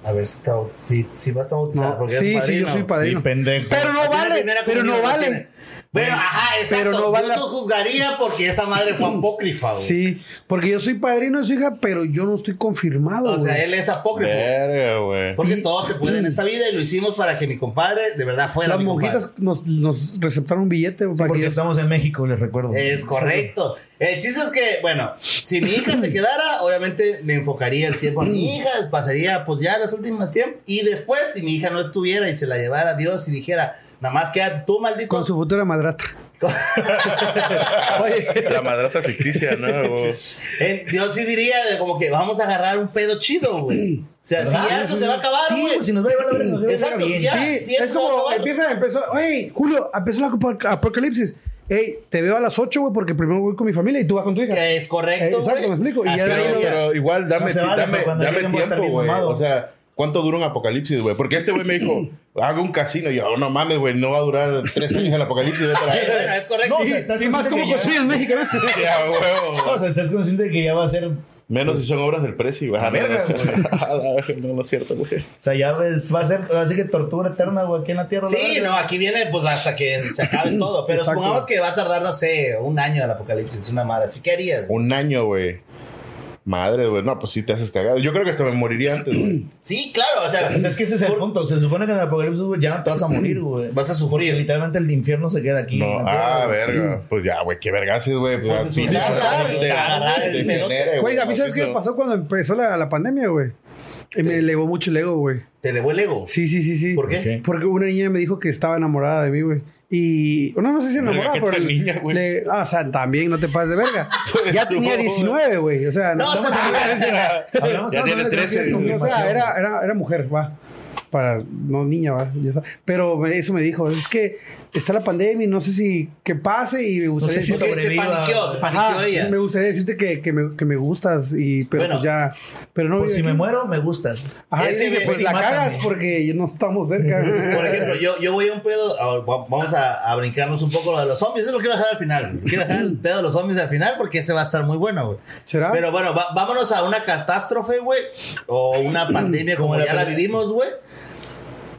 Speaker 1: A ver si, está, baut- si, si va a estar bautizada.
Speaker 3: No,
Speaker 1: porque es
Speaker 3: sí, sí,
Speaker 1: padrino.
Speaker 3: yo soy padrino.
Speaker 2: pendejo.
Speaker 3: Pero no
Speaker 1: Tiene
Speaker 3: vale,
Speaker 1: primera
Speaker 3: pero
Speaker 1: comunión,
Speaker 3: no
Speaker 1: tiene-
Speaker 3: vale.
Speaker 1: Bueno, ajá, exacto.
Speaker 3: Pero no vale
Speaker 1: Yo
Speaker 3: la-
Speaker 1: no juzgaría porque esa madre fue apócrifa, güey.
Speaker 3: Sí, porque yo soy padrino de su hija, pero yo no estoy confirmado.
Speaker 1: O sea,
Speaker 3: güey.
Speaker 1: él es apócrifo.
Speaker 4: Verga, güey.
Speaker 1: Porque todo se puede en esta vida y lo hicimos para que mi compadre de verdad fuera
Speaker 3: Las
Speaker 1: mi compadre.
Speaker 3: monjitas nos, nos receptaron un billete para que
Speaker 2: porque
Speaker 3: yo-
Speaker 2: estamos en México, les recuerdo.
Speaker 1: Es correcto. El chiste es que, bueno, si mi hija se quedara, obviamente me enfocaría el tiempo a mi hija, pasaría pues ya las últimas tiempos. Y después, si mi hija no estuviera y se la llevara a Dios y dijera, nada más queda tú, maldito.
Speaker 3: con su futura madrastra.
Speaker 4: La madrastra ficticia, ¿no? güey?
Speaker 1: Eh, Dios sí diría de como que vamos a agarrar un pedo chido, güey. O sea, si ya esto se va a acabar,
Speaker 2: Sí,
Speaker 1: güey.
Speaker 2: güey, si nos va a llevar la verga, nos va a llevar
Speaker 1: Exacto,
Speaker 2: bien.
Speaker 1: si ya-
Speaker 3: Sí,
Speaker 1: si eso
Speaker 3: es
Speaker 1: va a
Speaker 3: como
Speaker 1: acabar-
Speaker 3: empieza, empezó, oye, Julio, empezó el apoca- apocalipsis. hey, te veo a las 8, güey, porque primero voy con mi familia y tú vas con tu hija.
Speaker 1: Que es correcto.
Speaker 3: Exacto,
Speaker 1: güey.
Speaker 3: me explico. Y
Speaker 1: Así
Speaker 3: ya de ahí
Speaker 1: debería.
Speaker 4: Pero, pero igual, dame,
Speaker 2: No se vale,
Speaker 4: dame,
Speaker 2: pero cuando
Speaker 4: dame
Speaker 2: llegue, voy a estar
Speaker 4: tiempo,
Speaker 2: bien
Speaker 4: güey.
Speaker 2: mamado.
Speaker 4: O sea, ¿cuánto dura un apocalipsis, güey? Porque este güey me dijo, hago un casino. Y yo, "Oh, no mames, güey, no va a durar tres años el apocalipsis. vete a la
Speaker 1: Sí,
Speaker 4: verga.
Speaker 1: bueno, es correcto.
Speaker 2: No,
Speaker 1: Sí.
Speaker 2: o sea, estás
Speaker 3: Y más
Speaker 2: consciente
Speaker 3: como
Speaker 2: que ya-
Speaker 3: construyen en México.
Speaker 4: Ya, güey.
Speaker 2: O sea, estás consciente de que ya va a ser. O
Speaker 4: Menos si son obras del precio, güey. A la
Speaker 2: verga, güey.
Speaker 4: A la verga, no, no es cierto, güey.
Speaker 2: sea, ya ves, va a ser. Así que tortura eterna, güey, aquí en la tierra.
Speaker 1: Sí, no, aquí viene pues hasta que se acabe todo. Pero
Speaker 3: Exacto.
Speaker 1: supongamos que va a tardar, no sé, un año el apocalipsis, una madre. ¿Sí qué harías?
Speaker 4: Un año, güey. Madre, güey. No, pues sí te haces cagado. Yo creo que hasta me moriría antes, güey.
Speaker 1: Sí, claro, o sea,
Speaker 2: Pues es que ese es el punto. Se supone que en el apocalipsis, güey, ya no te vas a morir, güey.
Speaker 1: vas a sufrir.
Speaker 2: Literalmente el infierno se queda aquí.
Speaker 4: No,
Speaker 2: en la tierra,
Speaker 4: ah,
Speaker 2: güey.
Speaker 4: verga. Pues ya, güey, qué vergases, güey. Pues,
Speaker 1: Pues,
Speaker 4: así
Speaker 1: pues,
Speaker 4: disfrutar,
Speaker 1: claro,
Speaker 4: te-
Speaker 1: agarrar el
Speaker 4: te
Speaker 1: pedote.
Speaker 4: genera,
Speaker 3: Güey, a mí
Speaker 4: no,
Speaker 3: sabes
Speaker 4: sí,
Speaker 3: qué
Speaker 4: no.
Speaker 3: me pasó cuando empezó la, la pandemia, güey. Y me elevó mucho el ego, güey.
Speaker 1: Te elevó el ego.
Speaker 3: Sí, sí, sí, sí.
Speaker 1: ¿Por qué?
Speaker 2: Ok.
Speaker 3: Porque una niña me dijo que estaba enamorada de mí, güey. Y no, no sé si enamorada,
Speaker 4: ¿qué
Speaker 3: pero
Speaker 4: tal
Speaker 3: le-
Speaker 4: niña, güey? Pues
Speaker 3: le- ah, o sea, también no te pases de verga. ya tenía
Speaker 4: no,
Speaker 3: 19, güey. O sea,
Speaker 1: No,
Speaker 3: estamos
Speaker 1: se
Speaker 3: hablando de-
Speaker 2: Hablamos-
Speaker 4: Ya
Speaker 2: no,
Speaker 4: tiene
Speaker 2: no, no, no,
Speaker 4: 13.
Speaker 2: es
Speaker 3: o sea,
Speaker 2: confirmación.
Speaker 3: era, era, era mujer, va. Para, no, niña, va. Ya está. Pero me- eso me dijo, es que está la pandemia y no sé si que pase y me gustaría
Speaker 2: sé si
Speaker 1: Porque se
Speaker 2: sobreviva.
Speaker 1: paniqueó, se paniqueó
Speaker 3: Ajá,
Speaker 1: ella.
Speaker 3: me gustaría decirte que, que me, que me gustas y pero
Speaker 1: Bueno.
Speaker 3: pues ya, pero no
Speaker 2: Por
Speaker 3: vive
Speaker 4: Pues
Speaker 2: pues, si me
Speaker 3: aquí.
Speaker 2: muero, me gustas.
Speaker 3: Ajá,
Speaker 1: Es
Speaker 3: y
Speaker 1: que
Speaker 3: dije,
Speaker 1: me-
Speaker 3: pues la
Speaker 2: mátame.
Speaker 3: cagas porque no estamos cerca.
Speaker 1: Por ejemplo, yo, yo voy a un pedo. ahora va- Vamos a, a brincarnos un poco lo de los zombies. Eso lo quiero dejar al final. güey. Quiero dejar el pedo de los zombies al final porque este va a estar muy bueno, güey.
Speaker 3: ¿Será?
Speaker 1: Pero bueno, va- vámonos a una catástrofe, güey. O una pandemia como,
Speaker 2: Como la
Speaker 1: ya la
Speaker 2: peli-
Speaker 1: vivimos, güey.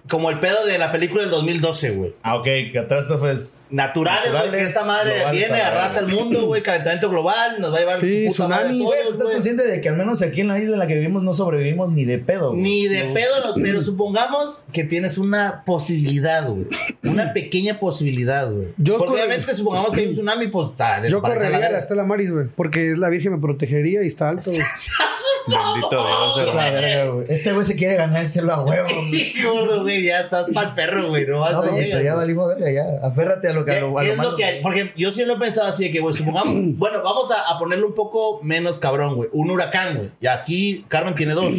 Speaker 1: Como el pedo de la película del 2012, güey.
Speaker 2: Ah, ok, pues, catástrofes.
Speaker 1: Naturales, güey. Que
Speaker 2: Naturales,
Speaker 1: esta madre
Speaker 2: globales,
Speaker 1: viene,
Speaker 2: a la
Speaker 1: arrasa el
Speaker 2: verga.
Speaker 1: mundo, güey. Calentamiento global, nos va a llevar
Speaker 3: Sí,
Speaker 1: su puta madre. a
Speaker 3: tsunamis.
Speaker 1: todos,
Speaker 2: ¿Estás
Speaker 1: güey.
Speaker 2: consciente de que al menos aquí en la isla en la que vivimos no sobrevivimos ni de pedo? güey?
Speaker 1: Ni de pedo, no, pero supongamos que tienes una posibilidad, güey. Una pequeña posibilidad, güey.
Speaker 3: Yo
Speaker 1: Porque
Speaker 3: corre-
Speaker 1: obviamente supongamos que hay un tsunami, pues tal.
Speaker 3: yo correría a la Estela Maris, güey, porque es la Virgen me protegería y está alto. güey.
Speaker 4: Bendito Dios,
Speaker 2: La
Speaker 4: hermano.
Speaker 2: verga, güey. Este güey se quiere ganar el cielo a huevo. güey.
Speaker 1: Gordo, güey, ya estás pa'l perro, güey. No vas
Speaker 2: No,
Speaker 1: a
Speaker 2: güey,
Speaker 1: llegar.
Speaker 2: ya valimos verga, ya. Aférrate a lo que
Speaker 1: ¿Qué,
Speaker 2: a lo, a
Speaker 1: qué
Speaker 2: lo
Speaker 1: es
Speaker 2: malo,
Speaker 1: lo que hay? Porque yo sí lo he pensado así de que, güey, supongamos, bueno, vamos a, a ponerle un poco menos cabrón, güey. Un huracán, güey. Y aquí Carmen tiene dos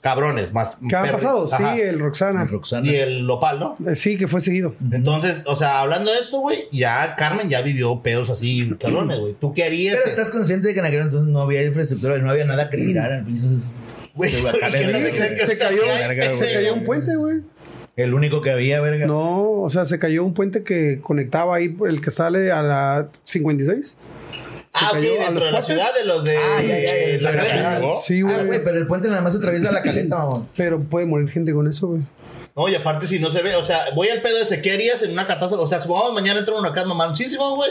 Speaker 1: cabrones más.
Speaker 3: ¿Qué ha
Speaker 1: perros.
Speaker 3: pasado?
Speaker 1: Ajá.
Speaker 3: Sí, eh. el Roxana.
Speaker 2: güey. Roxana.
Speaker 1: Y el Lopal, ¿no?
Speaker 3: Eh, Sí, que fue seguido.
Speaker 1: Entonces, o sea, hablando de esto, güey, ya Carmen ya vivió pedos así, cabrones, güey. ¿Tú qué harías?
Speaker 2: Pero estás consciente de que en aquel entonces no había infraestructura y no había nada que tirar. entonces,
Speaker 1: Güey,
Speaker 2: de huracanes,
Speaker 1: ¿qué
Speaker 2: verga,
Speaker 1: dices?
Speaker 2: güey.
Speaker 3: Se cayó,
Speaker 1: Verga,
Speaker 3: se
Speaker 1: güey.
Speaker 3: cayó un puente, güey.
Speaker 2: El único que había, verga.
Speaker 3: No, o sea, se cayó un puente que conectaba ahí el que sale a la 56.
Speaker 1: ah, ok,
Speaker 3: cayó a
Speaker 1: dentro
Speaker 3: los
Speaker 1: de la
Speaker 3: cuates.
Speaker 1: ciudad, de los de
Speaker 2: Ah, ya, ya, ya,
Speaker 1: la
Speaker 2: ya,
Speaker 1: caleta.
Speaker 2: ya.
Speaker 4: ¿Llegó?
Speaker 3: Sí,
Speaker 2: Ah,
Speaker 3: güey.
Speaker 2: güey, pero el puente nada más atraviesa la caleta, mamón.
Speaker 3: pero puede morir gente con eso, güey.
Speaker 1: No, y aparte si no se ve, o sea, voy al pedo ese, ¿qué harías en una catástrofe? O sea, supongamos mañana entra un huracán mamoncísimo, güey.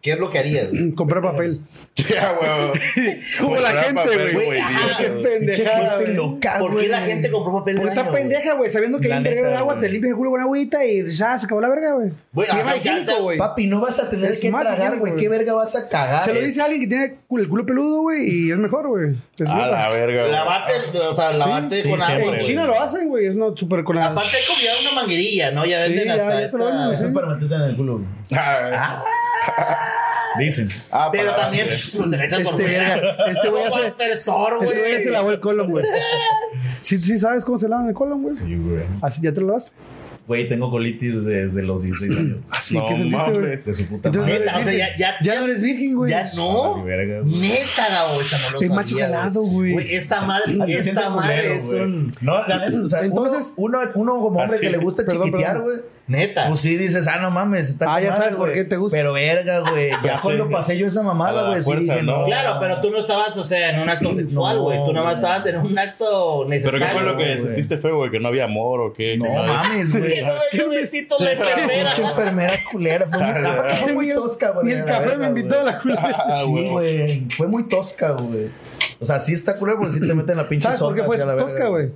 Speaker 1: ¿Qué es lo que harías? güey?
Speaker 3: Comprar papel.
Speaker 4: Ya, Pues güey.
Speaker 3: Como la
Speaker 4: Comprar
Speaker 3: gente,
Speaker 4: papel,
Speaker 3: güey.
Speaker 1: güey, tío.
Speaker 3: Ah, Qué pendejada,
Speaker 2: Pinche
Speaker 3: güey.
Speaker 2: gente loca,
Speaker 1: ¿Por qué
Speaker 2: güey.
Speaker 1: la gente compró papel de
Speaker 3: Por
Speaker 1: baño?
Speaker 3: esta
Speaker 1: güey?
Speaker 3: pendeja, güey, sabiendo que
Speaker 2: La
Speaker 3: hay un verguero de
Speaker 2: neta,
Speaker 3: agua,
Speaker 2: güey.
Speaker 3: te limpias el culo con agüita y ya se acabó la verga, güey.
Speaker 1: Güey,
Speaker 3: Qué
Speaker 1: o sea, ya
Speaker 3: higiénico,
Speaker 1: sea-
Speaker 3: güey.
Speaker 2: Papi, no vas a tener
Speaker 3: Es
Speaker 2: que
Speaker 3: más
Speaker 2: tragar,
Speaker 3: higiénico,
Speaker 2: güey.
Speaker 3: güey.
Speaker 2: ¿Qué verga vas a cagar?
Speaker 3: Se lo
Speaker 2: eh?
Speaker 3: dice alguien que tiene cu- el culo peludo, güey, y es mejor, güey. Es
Speaker 4: A la
Speaker 3: neta.
Speaker 4: verga, güey.
Speaker 1: Lavarte, o sea, lavarte
Speaker 2: sí,
Speaker 1: con agua.
Speaker 3: Ah,
Speaker 2: siempre, güey.
Speaker 3: En
Speaker 1: güey.
Speaker 3: China lo hacen, güey. Es no súper con la.
Speaker 1: Aparte como ya una manguerilla, ¿no? Ya venden
Speaker 3: ya,
Speaker 1: hasta
Speaker 3: ya te lo
Speaker 1: esta-
Speaker 3: venden,
Speaker 2: Ah, Eso es para meterte en el culo, güey.
Speaker 4: Ah,
Speaker 2: Dicen.
Speaker 4: ah,
Speaker 1: Pero
Speaker 4: para
Speaker 1: también,
Speaker 4: adelante.
Speaker 1: pues, te la echan por
Speaker 3: Este
Speaker 1: fuera.
Speaker 3: verga, este güey
Speaker 1: Como
Speaker 3: hace-
Speaker 1: aspersor, güey.
Speaker 3: Ese güey se lavó el colon, güey. Sí, sí, sabes cómo se lavan el colon, güey.
Speaker 2: Sí, güey.
Speaker 3: Así ya te lo lavaste.
Speaker 2: Güey, tengo colitis desde los 16 años.
Speaker 3: Así
Speaker 4: No
Speaker 3: que sentiste, güey.
Speaker 4: mames.
Speaker 2: De su puta
Speaker 3: Entonces,
Speaker 2: madre.
Speaker 1: Neta, o sea, ya, ya,
Speaker 3: Ya no eres virgen, güey.
Speaker 1: Ya no.
Speaker 2: Ah, verga, güey.
Speaker 1: Neta, Gabo, esta no lo
Speaker 3: Es
Speaker 1: sabía,
Speaker 3: macho jalado, güey.
Speaker 1: Esta madre,
Speaker 2: Ah, se siente
Speaker 1: esta madre
Speaker 2: culero,
Speaker 1: es
Speaker 2: güey.
Speaker 1: un.
Speaker 2: No, la neta, o sea,
Speaker 3: Entonces-
Speaker 2: Entonces, uno, uno como hombre
Speaker 4: Así.
Speaker 2: que le gusta
Speaker 3: Perdón,
Speaker 2: chiquitear,
Speaker 3: perdón.
Speaker 2: güey.
Speaker 1: Neta.
Speaker 2: Pues sí, dices, ah, no mames, está
Speaker 3: Ah,
Speaker 2: con
Speaker 3: ya
Speaker 2: madre,
Speaker 3: sabes por
Speaker 2: güey.
Speaker 3: qué te gusta.
Speaker 2: Pero verga, güey.
Speaker 4: Pues
Speaker 2: Ya
Speaker 4: sí.
Speaker 2: cuando pasé yo esa
Speaker 4: A
Speaker 2: mamada,
Speaker 4: la
Speaker 2: güey, sí
Speaker 4: fuerza,
Speaker 2: dije,
Speaker 4: ¿no?
Speaker 2: no.
Speaker 1: claro, pero tú no estabas, o sea, en un acto sexual, güey. tú nada más estabas en un acto
Speaker 4: ¿Pero
Speaker 1: necesario.
Speaker 4: qué fue lo que
Speaker 2: güey.
Speaker 4: sentiste feo, güey? ¿Que no había amor o qué?
Speaker 2: No mames,
Speaker 1: güey.
Speaker 2: güey.
Speaker 1: Que no me dio besito la enfermera.
Speaker 2: Pinche enfermera culera. Fue muy, aparte fue muy tosca, güey.
Speaker 3: Y el
Speaker 2: la
Speaker 3: café
Speaker 2: verga,
Speaker 3: me invitó
Speaker 2: güey.
Speaker 3: a la culpa.
Speaker 4: Ah,
Speaker 2: Sí,
Speaker 4: güey.
Speaker 2: güey. Fue muy tosca, güey. O sea, sí está culero porque sí te meten la pinche
Speaker 3: ¿Sabes por qué
Speaker 2: sopa
Speaker 3: fue
Speaker 2: hacia la verga,
Speaker 3: tosca, güey?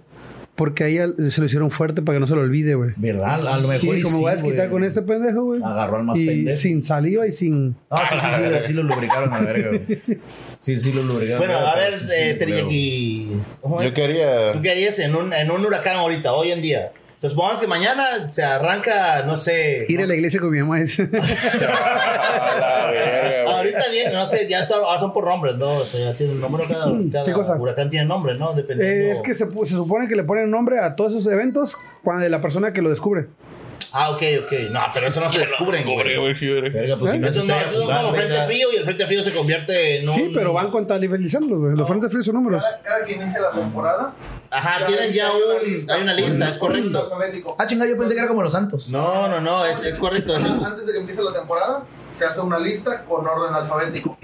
Speaker 3: Porque ahí al- se lo hicieron fuerte para que no se lo olvide, güey.
Speaker 2: ¿Verdad? A lo mejor.
Speaker 3: Y
Speaker 2: y
Speaker 3: como
Speaker 2: sí,
Speaker 3: voy a desquitar
Speaker 2: güey.
Speaker 3: con este pendejo, güey.
Speaker 2: Agarró al más
Speaker 3: y
Speaker 2: pendejo.
Speaker 3: Sin saliva y sin.
Speaker 2: Ah, sí, sí, sí, sí, sí lo lubricaron a la verga, güey. Sí, sí lo lubricaron.
Speaker 1: Bueno,
Speaker 2: la
Speaker 1: a ver,
Speaker 2: verga, pero sí, sí,
Speaker 1: eh,
Speaker 2: lo
Speaker 1: Teriyaki. ¿cómo
Speaker 4: Yo
Speaker 1: es?
Speaker 4: quería...
Speaker 1: ¿Tú qué harías en un, en un huracán ahorita, hoy en día? O sea, supongamos que mañana se arranca, no sé.
Speaker 3: Ir a la iglesia con mi mamá. es-
Speaker 4: A la verga, güey.
Speaker 1: Ahorita bien, no sé, ya son, ah, son por nombres, ¿no? O sea, ya tiene un número cada, cada
Speaker 3: ¿Qué cosa?
Speaker 1: huracán tiene nombre, ¿no? Dependiendo.
Speaker 3: Eh, es que se, pu- se supone que le ponen nombre a todos esos eventos cuando de la persona que lo descubre.
Speaker 1: Ah, ok, ok. No, pero eso no se descubren,
Speaker 4: Pobre,
Speaker 1: güey.
Speaker 4: güey, Jibre.
Speaker 2: Verga, pues si no
Speaker 1: ¿Eh? Eso no, eso es como frente frío y el frente frío se convierte en un.
Speaker 3: Sí, pero van contabilizándolos, güey. Los frentes fríos son números.
Speaker 6: Cada, cada que inicia la temporada.
Speaker 1: Ajá, tienen Pues, ah, ya un. Hay una lista, es correcto.
Speaker 6: alfabético.
Speaker 2: Ah, chingada, yo pensé que era como los santos.
Speaker 1: No, no, no, es, es correcto. es-
Speaker 6: Antes de que empiece la temporada, se hace una lista con orden alfabético.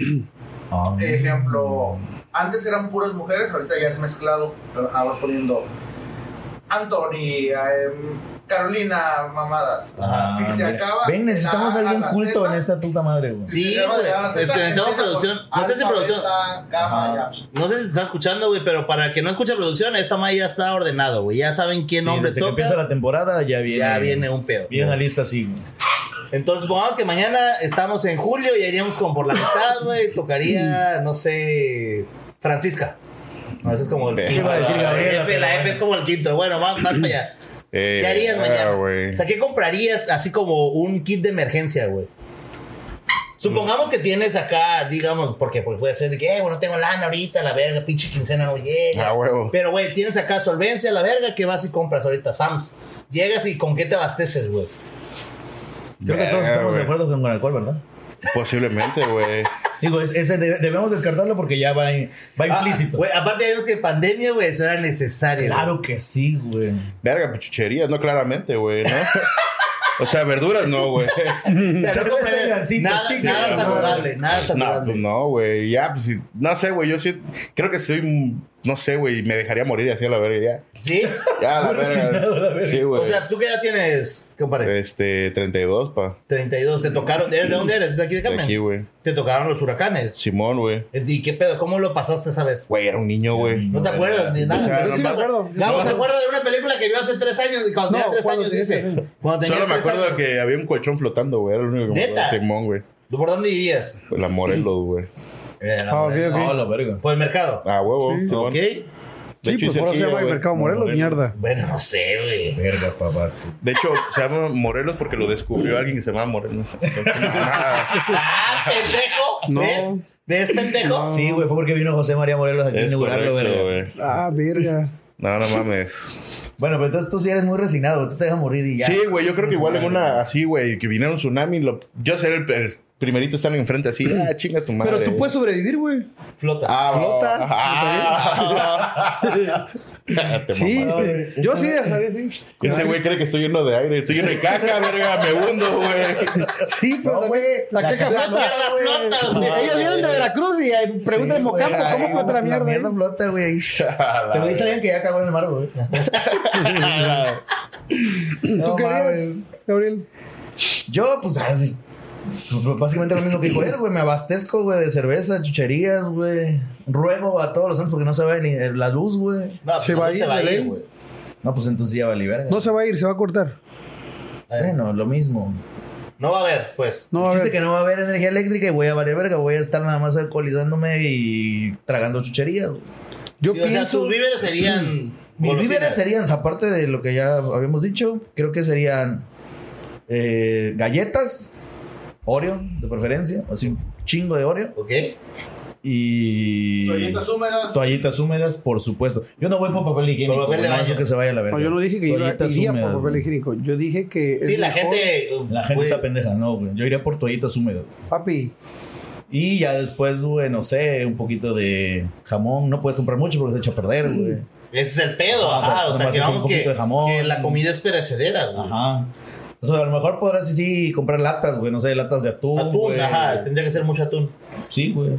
Speaker 2: Ah.
Speaker 6: Ejemplo, antes eran puras mujeres, ahorita ya es mezclado. pero Ahora vas poniendo Anthony, em, Carolina, mamadas.
Speaker 2: Ah,
Speaker 6: si se
Speaker 2: mira.
Speaker 6: acaba.
Speaker 2: Ven, necesitamos
Speaker 6: de
Speaker 2: a
Speaker 6: la A
Speaker 2: alguien
Speaker 6: la
Speaker 2: culto
Speaker 6: Z,
Speaker 2: en este- esta puta madre, güey.
Speaker 1: Sí,
Speaker 6: si se acaba de
Speaker 1: güey.
Speaker 6: la A la Z,
Speaker 1: Necesitamos
Speaker 6: empieza con
Speaker 1: producción. No sé si
Speaker 6: alfa,
Speaker 1: producción.
Speaker 6: beta, gamma,
Speaker 2: Ajá.
Speaker 6: ya.
Speaker 1: No sé si te está escuchando, güey, pero para el que no escucha producción, esta madre ya está ordenado, güey. Ya saben quién
Speaker 2: Sí,
Speaker 1: nombre
Speaker 2: desde que empieza
Speaker 1: toca.
Speaker 2: la temporada ya viene.
Speaker 1: Ya viene un pedo.
Speaker 2: Viene la lista así, güey.
Speaker 1: Entonces, pongamos que mañana estamos en julio y iríamos como por la mitad, güey. Tocaría, no sé, Francisca. No, ese es como el
Speaker 4: Iba a
Speaker 1: quinto.
Speaker 2: decir Gabriela,
Speaker 1: la, F, la
Speaker 2: pero
Speaker 1: F es como el quinto. Bueno, más, más para allá.
Speaker 4: Eh,
Speaker 1: ¿Qué harías
Speaker 4: ah,
Speaker 1: mañana?
Speaker 4: güey.
Speaker 1: O sea, ¿qué comprarías así como un kit de emergencia, güey? Supongamos que tienes acá, digamos, porque pues puede ser de que, eh, güey, no tengo lana ahorita, la verga, pinche quincena no llega.
Speaker 4: Ah, huevo.
Speaker 1: Pero, güey, tienes acá solvencia, la verga, que vas y compras ahorita Sams. Llegas y con qué te abasteces, güey.
Speaker 2: Creo que todos
Speaker 4: Verga,
Speaker 2: estamos de
Speaker 4: güey.
Speaker 2: acuerdo con el alcohol, ¿verdad?
Speaker 4: Posiblemente, güey.
Speaker 2: Digo, es- ese de- debemos descartarlo porque ya va, in- va
Speaker 1: Ah,
Speaker 2: implícito.
Speaker 1: güey, aparte, ya vimos que en pandemia, güey, eso era necesario.
Speaker 2: claro que sí, güey.
Speaker 4: Verga, pichucherías, no claramente, güey, ¿no? O sea, verduras no, güey.
Speaker 1: güey.
Speaker 2: Cerveza
Speaker 1: Pero no comer-
Speaker 2: y gancitos,
Speaker 1: nada,
Speaker 2: chicas.
Speaker 1: nada saludable, nada
Speaker 4: No,
Speaker 1: saludable.
Speaker 4: pues no, güey. Ya, pues sí. No sé, güey. Yo sí. Creo que soy. un- No sé, güey. Me dejaría morir así a la verga.
Speaker 1: ¿Sí?
Speaker 4: Ya. Ya, a la
Speaker 2: Puro resignado a la
Speaker 4: verga.
Speaker 2: verga.
Speaker 4: Sí, güey.
Speaker 1: O sea, ¿tú qué edad tienes, compadre?
Speaker 4: Este, 32, pa.
Speaker 1: 32, te tocaron. ¿Eres de dónde eres? ¿De aquí de
Speaker 4: De
Speaker 1: Carmen?
Speaker 4: aquí, güey.
Speaker 1: Te tocaron los huracanes.
Speaker 4: Simón, güey.
Speaker 1: ¿Y qué pedo? ¿Cómo lo pasaste esa vez?
Speaker 4: Güey, era un niño, güey.
Speaker 1: No te acuerdas ni nada.
Speaker 4: O sea,
Speaker 1: pero
Speaker 4: no
Speaker 1: sí me
Speaker 4: pasa-
Speaker 1: acuerdo. Gabo se acuerda de una película que vio hace tres años y cuando
Speaker 3: No,
Speaker 1: tenía tres
Speaker 3: cuando
Speaker 1: años
Speaker 3: tenía tres
Speaker 1: dice.
Speaker 3: años.
Speaker 1: Cuando tenía
Speaker 4: Solo me
Speaker 1: tres
Speaker 4: acuerdo
Speaker 1: años.
Speaker 4: que había un colchón flotando, güey. Era lo único que me
Speaker 1: ¿Neta?
Speaker 4: acuerdo. Simón, güey. Pues
Speaker 1: ¿Tú ¿Por dónde vivías? Eh,
Speaker 4: La Morelos, güey.
Speaker 3: Ah, ok, ok.
Speaker 2: No, la verga.
Speaker 1: Por el mercado.
Speaker 4: Ah, huevo.
Speaker 3: Sí.
Speaker 4: Simón.
Speaker 1: ok.
Speaker 4: De
Speaker 3: Sí,
Speaker 4: hecho,
Speaker 3: pues
Speaker 4: hice
Speaker 3: por eso
Speaker 4: aquí,
Speaker 3: se llama
Speaker 4: güey,
Speaker 3: Mercado Morelos, mierda.
Speaker 1: Bueno, no sé, güey.
Speaker 2: Verga, papá.
Speaker 4: De hecho, se llama Morelos porque lo descubrió alguien que se llama Morelos.
Speaker 1: ¡Ah, pendejo!
Speaker 3: No.
Speaker 1: ¿Ves? ¿Ves, pendejo?
Speaker 2: Sí, güey, fue porque vino José María Morelos aquí a
Speaker 4: Es
Speaker 2: inaugurarlo,
Speaker 4: correcto,
Speaker 2: verga.
Speaker 4: güey.
Speaker 3: Ah, verga.
Speaker 4: No, no mames.
Speaker 2: Bueno, pero entonces tú sí eres muy resignado, güey. tú te dejas morir y ya.
Speaker 4: Sí, güey, yo creo que igual en una así, güey, que viniera un tsunami, lo- yo seré el, el primerito estar enfrente así, ah, chinga tu madre.
Speaker 3: Pero tú puedes sobrevivir, güey.
Speaker 1: Flota.
Speaker 4: Ah,
Speaker 3: flotas,
Speaker 4: ah, ah. Te
Speaker 3: Sí,
Speaker 4: mamaste.
Speaker 3: güey. yo sí dejaría sí.
Speaker 4: Ese güey cree que estoy lleno de aire, estoy lleno de caca, verga, me hundo, güey.
Speaker 3: Sí, pero
Speaker 2: No,
Speaker 3: la-
Speaker 2: güey.
Speaker 3: La
Speaker 2: La
Speaker 3: caja
Speaker 2: caja
Speaker 3: flota.
Speaker 1: ¡Mierda, flota, güey!
Speaker 3: Ellos vienen de Veracruz y ahí preguntan en Mocampo
Speaker 2: güey,
Speaker 3: cómo
Speaker 2: ay,
Speaker 3: flota la mierda.
Speaker 2: La mierda flota, güey. Pero dice alguien que ya cagó en el mar, güey.
Speaker 3: ¿Tú
Speaker 2: No
Speaker 3: qué
Speaker 2: mames.
Speaker 3: harías, Gabriel?
Speaker 2: Yo, pues, ah, sí. Pues, básicamente lo mismo que dijo él, güey. Me abastezco, güey, de cerveza, chucherías, güey. Ruego a todos los santos porque no se va ni la luz, güey.
Speaker 1: No,
Speaker 3: Se
Speaker 1: no
Speaker 3: va a ir,
Speaker 1: se va a ir,
Speaker 3: Belén.
Speaker 1: güey.
Speaker 2: No, pues entonces ya vale, verga.
Speaker 3: No se va a ir, se va a cortar.
Speaker 2: Bueno, lo mismo.
Speaker 1: No va a haber, pues.
Speaker 3: No,
Speaker 2: el
Speaker 3: a
Speaker 2: chiste
Speaker 3: ver.
Speaker 2: que no va a haber energía eléctrica y voy a valer verga. Voy a estar nada más alcoholizándome y tragando chucherías, güey.
Speaker 3: Yo
Speaker 1: Sí, o sea,
Speaker 3: pienso.
Speaker 1: sus víveres serían.
Speaker 2: Mis
Speaker 1: golosinas.
Speaker 2: víveres serían, aparte de lo que ya habíamos dicho, creo que serían eh, galletas, Oreo, de preferencia, así un chingo de Oreo.
Speaker 1: Ok.
Speaker 2: Y.
Speaker 6: Toallitas húmedas.
Speaker 2: Toallitas húmedas, por supuesto. Yo no voy por papel higiénico.
Speaker 1: Por papel de
Speaker 2: no,
Speaker 1: baño.
Speaker 2: eso que se vaya a la verga.
Speaker 3: No, yo no dije que iba,
Speaker 2: Toallitas
Speaker 3: iría por
Speaker 2: húmedas,
Speaker 3: papel
Speaker 2: güey.
Speaker 3: higiénico. Yo dije que. es
Speaker 1: Sí, la
Speaker 3: mejor.
Speaker 1: gente.
Speaker 2: La gente
Speaker 1: güey,
Speaker 2: está pendeja, no, güey. Yo iría por toallitas húmedas.
Speaker 3: Papi,
Speaker 2: Y ya después, güey, no sé, un poquito de jamón. No puedes comprar mucho porque se echa a perder, güey.
Speaker 1: Ese es el pedo,
Speaker 2: Ah,
Speaker 1: ajá.
Speaker 2: o sea,
Speaker 1: O sea,
Speaker 2: nomás
Speaker 1: que
Speaker 2: es un
Speaker 1: vamos que,
Speaker 2: poquito de jamón.
Speaker 1: que la comida es perecedera, güey.
Speaker 2: Ajá. O sea, a lo mejor podrás sí, sí comprar latas, güey. No sé, latas de atún.
Speaker 1: Atún,
Speaker 2: güey.
Speaker 1: ajá. Tendría que ser mucho atún.
Speaker 2: Sí, güey.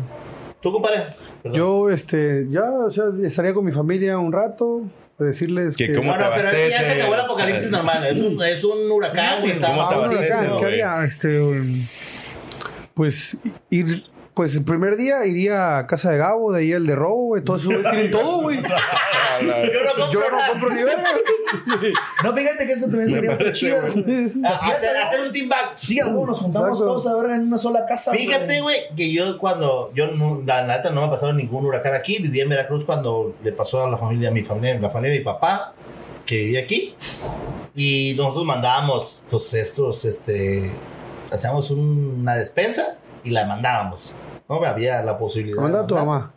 Speaker 1: ¿Tú, compadre? Perdón.
Speaker 3: yo, este, ya, o sea, estaría con mi familia un rato. a Decirles
Speaker 4: Que
Speaker 3: que.
Speaker 4: cómo-
Speaker 1: Ah, No, no, pero es que ya se acabó el
Speaker 4: Abasteces.
Speaker 1: apocalipsis normal. Es un, es un huracán, güey. Está
Speaker 4: ¿Cómo te
Speaker 3: Ah, bueno,
Speaker 4: abasteces,
Speaker 3: acá,
Speaker 4: güey?
Speaker 3: ¿qué haría? Este, um, pues ir. Pues el primer día iría a casa de Gabo, de ahí el de Robo, güey. Todos esos güeyes tienen todo, güey.
Speaker 1: Yo no
Speaker 3: Yo
Speaker 1: compro
Speaker 3: no
Speaker 1: nada.
Speaker 3: compro ni verga.
Speaker 2: No, fíjate que eso también sería muy chido, güey. O sea,
Speaker 1: Ah,
Speaker 2: si ya
Speaker 1: hacer,
Speaker 2: se-
Speaker 1: hacer un team back.
Speaker 2: Sí, a huevo, nos juntamos
Speaker 3: Exacto.
Speaker 2: todos a verga en una sola casa.
Speaker 1: Fíjate, güey, que yo cuando. Yo, no, la neta, no me ha pasado ningún huracán aquí. Viví en Veracruz cuando le pasó a la familia, a mi familia, la familia de mi papá, que vivía aquí. Y nosotros mandábamos, pues, estos, este. Hacíamos una despensa y la mandábamos. No había la posibilidad. de
Speaker 3: Manda a tu
Speaker 1: mandar.
Speaker 3: mamá.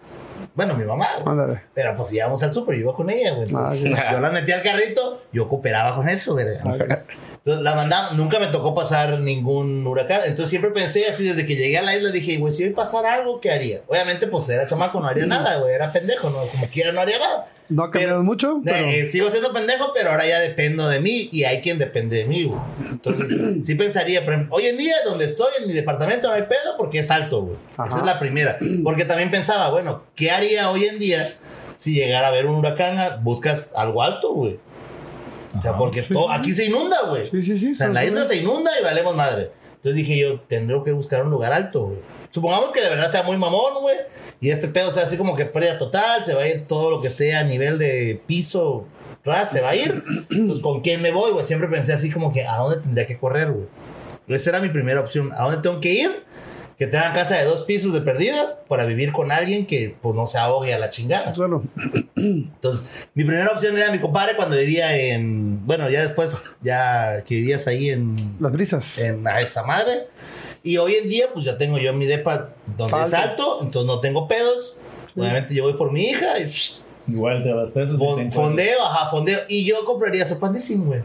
Speaker 1: Bueno, mi mamá. güey.
Speaker 3: Ándale.
Speaker 1: Pero pues íbamos al súper, yo iba con ella, güey. Entonces,
Speaker 3: Ah,
Speaker 1: Yo la metí al carrito, yo cooperaba con eso, güey. Entonces, la mandamos, nunca me tocó pasar ningún huracán. Entonces siempre pensé así, desde que llegué a la isla dije, güey, si hoy pasara algo, ¿qué haría? Obviamente, pues era chamaco, no haría nada, güey, era pendejo, no, como quiera no haría nada.
Speaker 3: No ha cambiado
Speaker 1: Pero-
Speaker 3: mucho, pero
Speaker 1: Eh, sigo siendo pendejo, pero ahora ya dependo de mí y hay quien depende de mí, güey. Entonces, sí pensaría, por ejemplo, hoy en día donde estoy, en mi departamento, no hay pedo porque es alto, güey. Esa
Speaker 3: Ajá.
Speaker 1: es la primera. Porque también pensaba, bueno, ¿qué haría hoy en día si llegara a haber un huracán? Ah, Buscas algo alto, güey. O sea, porque todo, aquí se inunda, güey.
Speaker 3: Sí, sí, sí,
Speaker 1: O sea, en la
Speaker 3: sí.
Speaker 1: isla se inunda y valemos madre. Entonces dije yo, tendré que buscar un lugar alto, güey. Supongamos que de verdad sea muy mamón, güey. Y este pedo sea así como que pérdida total, se va a ir todo lo que esté a nivel de piso, ras, se va a ir. Pues con quién me voy, güey. Siempre pensé así como que a dónde tendría que correr, güey. Esa era mi primera opción. ¿A dónde tengo que ir? Que tenga casa de dos pisos de perdida para vivir con alguien que pues no se ahogue a la chingada.
Speaker 3: solo.
Speaker 1: Entonces, mi primera opción era mi compadre cuando vivía en. Bueno, ya después, ya que vivías ahí en.
Speaker 3: Las brisas.
Speaker 1: en a esa madre. Y hoy en día, pues ya tengo yo mi depa donde es
Speaker 3: Alto.
Speaker 1: alto, entonces no tengo pedos. Obviamente yo voy por mi hija y psh,
Speaker 2: Igual te abasteces. y
Speaker 1: fon-
Speaker 2: te encuentras.
Speaker 1: fondeo, ajá, fondeo. Y yo compraría sopandísimo, güey.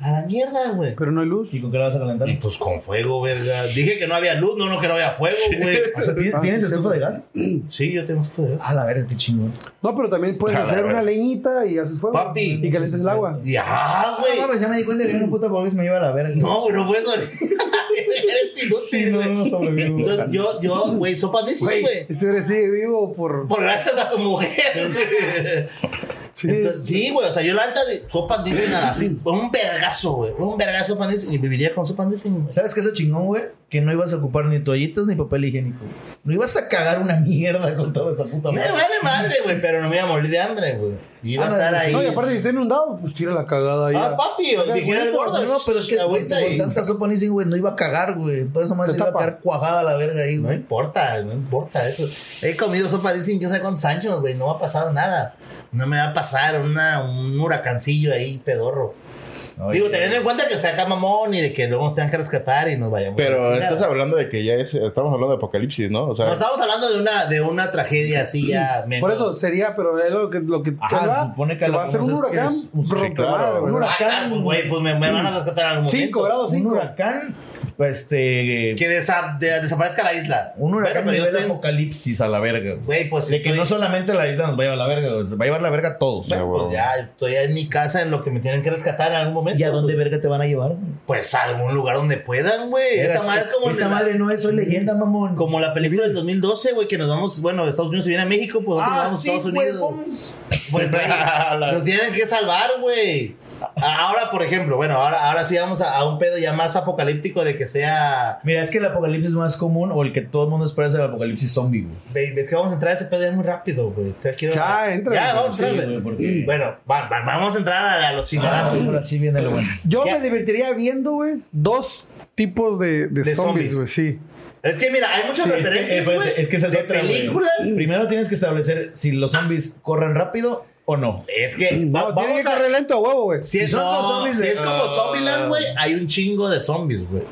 Speaker 1: A la mierda, güey.
Speaker 3: pero no hay luz.
Speaker 2: ¿Y con qué la vas a calentar?
Speaker 1: Y pues con fuego, verga. Dije que no había luz, no, no, que no había fuego, güey.
Speaker 2: O sea, ¿tienes,
Speaker 3: Ah,
Speaker 2: ¿tienes
Speaker 3: sí,
Speaker 2: estufa de gas?
Speaker 1: Sí, yo tengo fuego.
Speaker 2: A la verga, qué chingón.
Speaker 3: No, pero también puedes
Speaker 4: A la
Speaker 3: hacer
Speaker 4: verga.
Speaker 3: una leñita y haces fuego.
Speaker 1: Papi.
Speaker 3: Y calientes el agua.
Speaker 1: Ya,
Speaker 2: No
Speaker 1: güey.
Speaker 2: mames, ya me di cuenta que era un puto porque se me lleva a la verga.
Speaker 1: No, güey, no puedes sobrevivir. Eres
Speaker 2: sí,
Speaker 1: inútil,
Speaker 2: no,
Speaker 1: güey.
Speaker 2: no sobrevivo.
Speaker 1: Entonces, yo, yo, güey, sopa de
Speaker 3: Güey,
Speaker 1: güey.
Speaker 3: este hombre sigue vivo por.
Speaker 1: Por gracias a su mujer, güey.
Speaker 3: Sí.
Speaker 1: Entonces, sí, güey, o sea, yo la alta de sopa Disney así, un vergazo, güey, un vergazo pan Disney, y viviría con sopa Disney, güey.
Speaker 2: ¿Sabes qué es lo chingón, güey? Que no ibas a ocupar ni toallitas ni papel higiénico. güey. No ibas a cagar una mierda con toda esa puta
Speaker 1: Me
Speaker 2: madre.
Speaker 1: vale madre, güey, pero no me iba a morir de hambre, güey. Y Iba a
Speaker 2: Ah, no,
Speaker 1: estar
Speaker 2: no,
Speaker 1: ahí.
Speaker 3: no, y aparte, si está inundado, pues tira la cagada ahí.
Speaker 1: Ah, papi, yo
Speaker 2: Güey,
Speaker 1: dijera el
Speaker 2: no,
Speaker 1: gordo.
Speaker 2: No, pero es que güey,
Speaker 1: ahorita
Speaker 2: con
Speaker 1: y-
Speaker 2: tanta sopa ni sin, güey, no iba a cagar, güey. Toda esa madre
Speaker 3: Te
Speaker 2: se iba a
Speaker 3: tapa.
Speaker 2: quedar cuajada la verga ahí,
Speaker 1: No
Speaker 2: güey.
Speaker 1: importa, no importa eso. He comido sopa Disney, yo sé con Sancho, güey, no me ha pasado nada. No me va a pasar una, un huracancillo ahí, pedorro. Digo, teniendo en cuenta que sea acá mamón y de que luego nos tengan que rescatar y nos vayamos. a la
Speaker 4: Pero
Speaker 1: chingada.
Speaker 4: estás hablando de que ya es. Estamos hablando de apocalipsis, ¿no? O sea,
Speaker 1: No estamos hablando de una, de una tragedia así ya.
Speaker 3: Por
Speaker 1: menos-
Speaker 3: eso sería, pero es lo que. Lo que
Speaker 2: Ajá,
Speaker 3: ¿verdad?
Speaker 2: Ah, se supone que
Speaker 3: va
Speaker 2: lo
Speaker 3: a ser un
Speaker 2: conoces que
Speaker 3: huracán.
Speaker 2: es un- sí,
Speaker 3: rompe
Speaker 4: claro,
Speaker 3: madre,
Speaker 4: un
Speaker 3: ¿verdad?
Speaker 2: huracán.
Speaker 1: Ah, claro, pues, güey, pues me, me van a rescatar en algún
Speaker 3: Cinco
Speaker 1: momento.
Speaker 3: grados,
Speaker 2: Un
Speaker 3: cinco.
Speaker 2: huracán, pues, este.
Speaker 1: Que desa- de- desaparezca la isla.
Speaker 2: Un huracán
Speaker 1: Bueno, pero yo
Speaker 2: nivel
Speaker 1: estoy-
Speaker 2: apocalipsis a la verga, güey.
Speaker 1: Güey, pues
Speaker 2: De que
Speaker 1: estoy-
Speaker 2: no solamente la isla nos va a llevar la verga, güey, se va a llevar la verga a todos.
Speaker 1: bueno,
Speaker 4: Ya,
Speaker 1: pues
Speaker 4: huevo.
Speaker 1: ya estoy en mi casa en lo que me tienen que rescatar en algún momento.
Speaker 2: ¿Y a dónde
Speaker 1: güey.
Speaker 2: verga te van a llevar? güey?
Speaker 1: Pues a algún lugar donde puedan, güey. Esta madre es como
Speaker 2: Esta
Speaker 1: la-
Speaker 2: madre no es soy leyenda, mamón.
Speaker 1: Como la película del 2012, güey, que nos vamos, bueno, de Estados Unidos se viene a México, pues
Speaker 3: Ah,
Speaker 1: nosotros nos vamos a Estados Unidos. Pues, güey, nos tienen que salvar, güey. Ahora, por ejemplo, bueno, ahora, ahora sí vamos a, a un pedo ya más apocalíptico de que sea.
Speaker 2: Mira, es que el apocalipsis más común o el que todo el mundo espera es el apocalipsis zombie, güey.
Speaker 1: Ve- ves que vamos a entrar a ese pedo ya muy rápido, güey. Te quiero-
Speaker 3: Ya, entra.
Speaker 1: Ya, vamos
Speaker 2: Sí,
Speaker 1: a entrarle.
Speaker 2: güey, porque-
Speaker 1: Bueno, va- va- vamos a entrar a, a los chingados.
Speaker 2: Ahora sí viene lo bueno.
Speaker 3: Yo
Speaker 1: Ya.
Speaker 3: me divertiría viendo, güey, dos tipos de, de
Speaker 1: De zombies.
Speaker 3: zombies, güey, sí.
Speaker 1: Es que mira, hay muchos
Speaker 2: Sí, es, que, eh,
Speaker 1: referentes,
Speaker 2: pues,
Speaker 1: güey.
Speaker 2: es que esa es
Speaker 1: de
Speaker 2: otra, güey.
Speaker 1: películas.
Speaker 2: Primero tienes que establecer si los zombies corren rápido o no.
Speaker 1: Es que va-
Speaker 3: No, tiene
Speaker 1: vamos
Speaker 3: que
Speaker 1: a
Speaker 3: correr lento, huevo, güey.
Speaker 1: Si es,
Speaker 2: son
Speaker 1: no,
Speaker 2: los zombies
Speaker 1: si
Speaker 2: de-
Speaker 1: es como Zombieland, güey, hay un chingo de zombies, güey.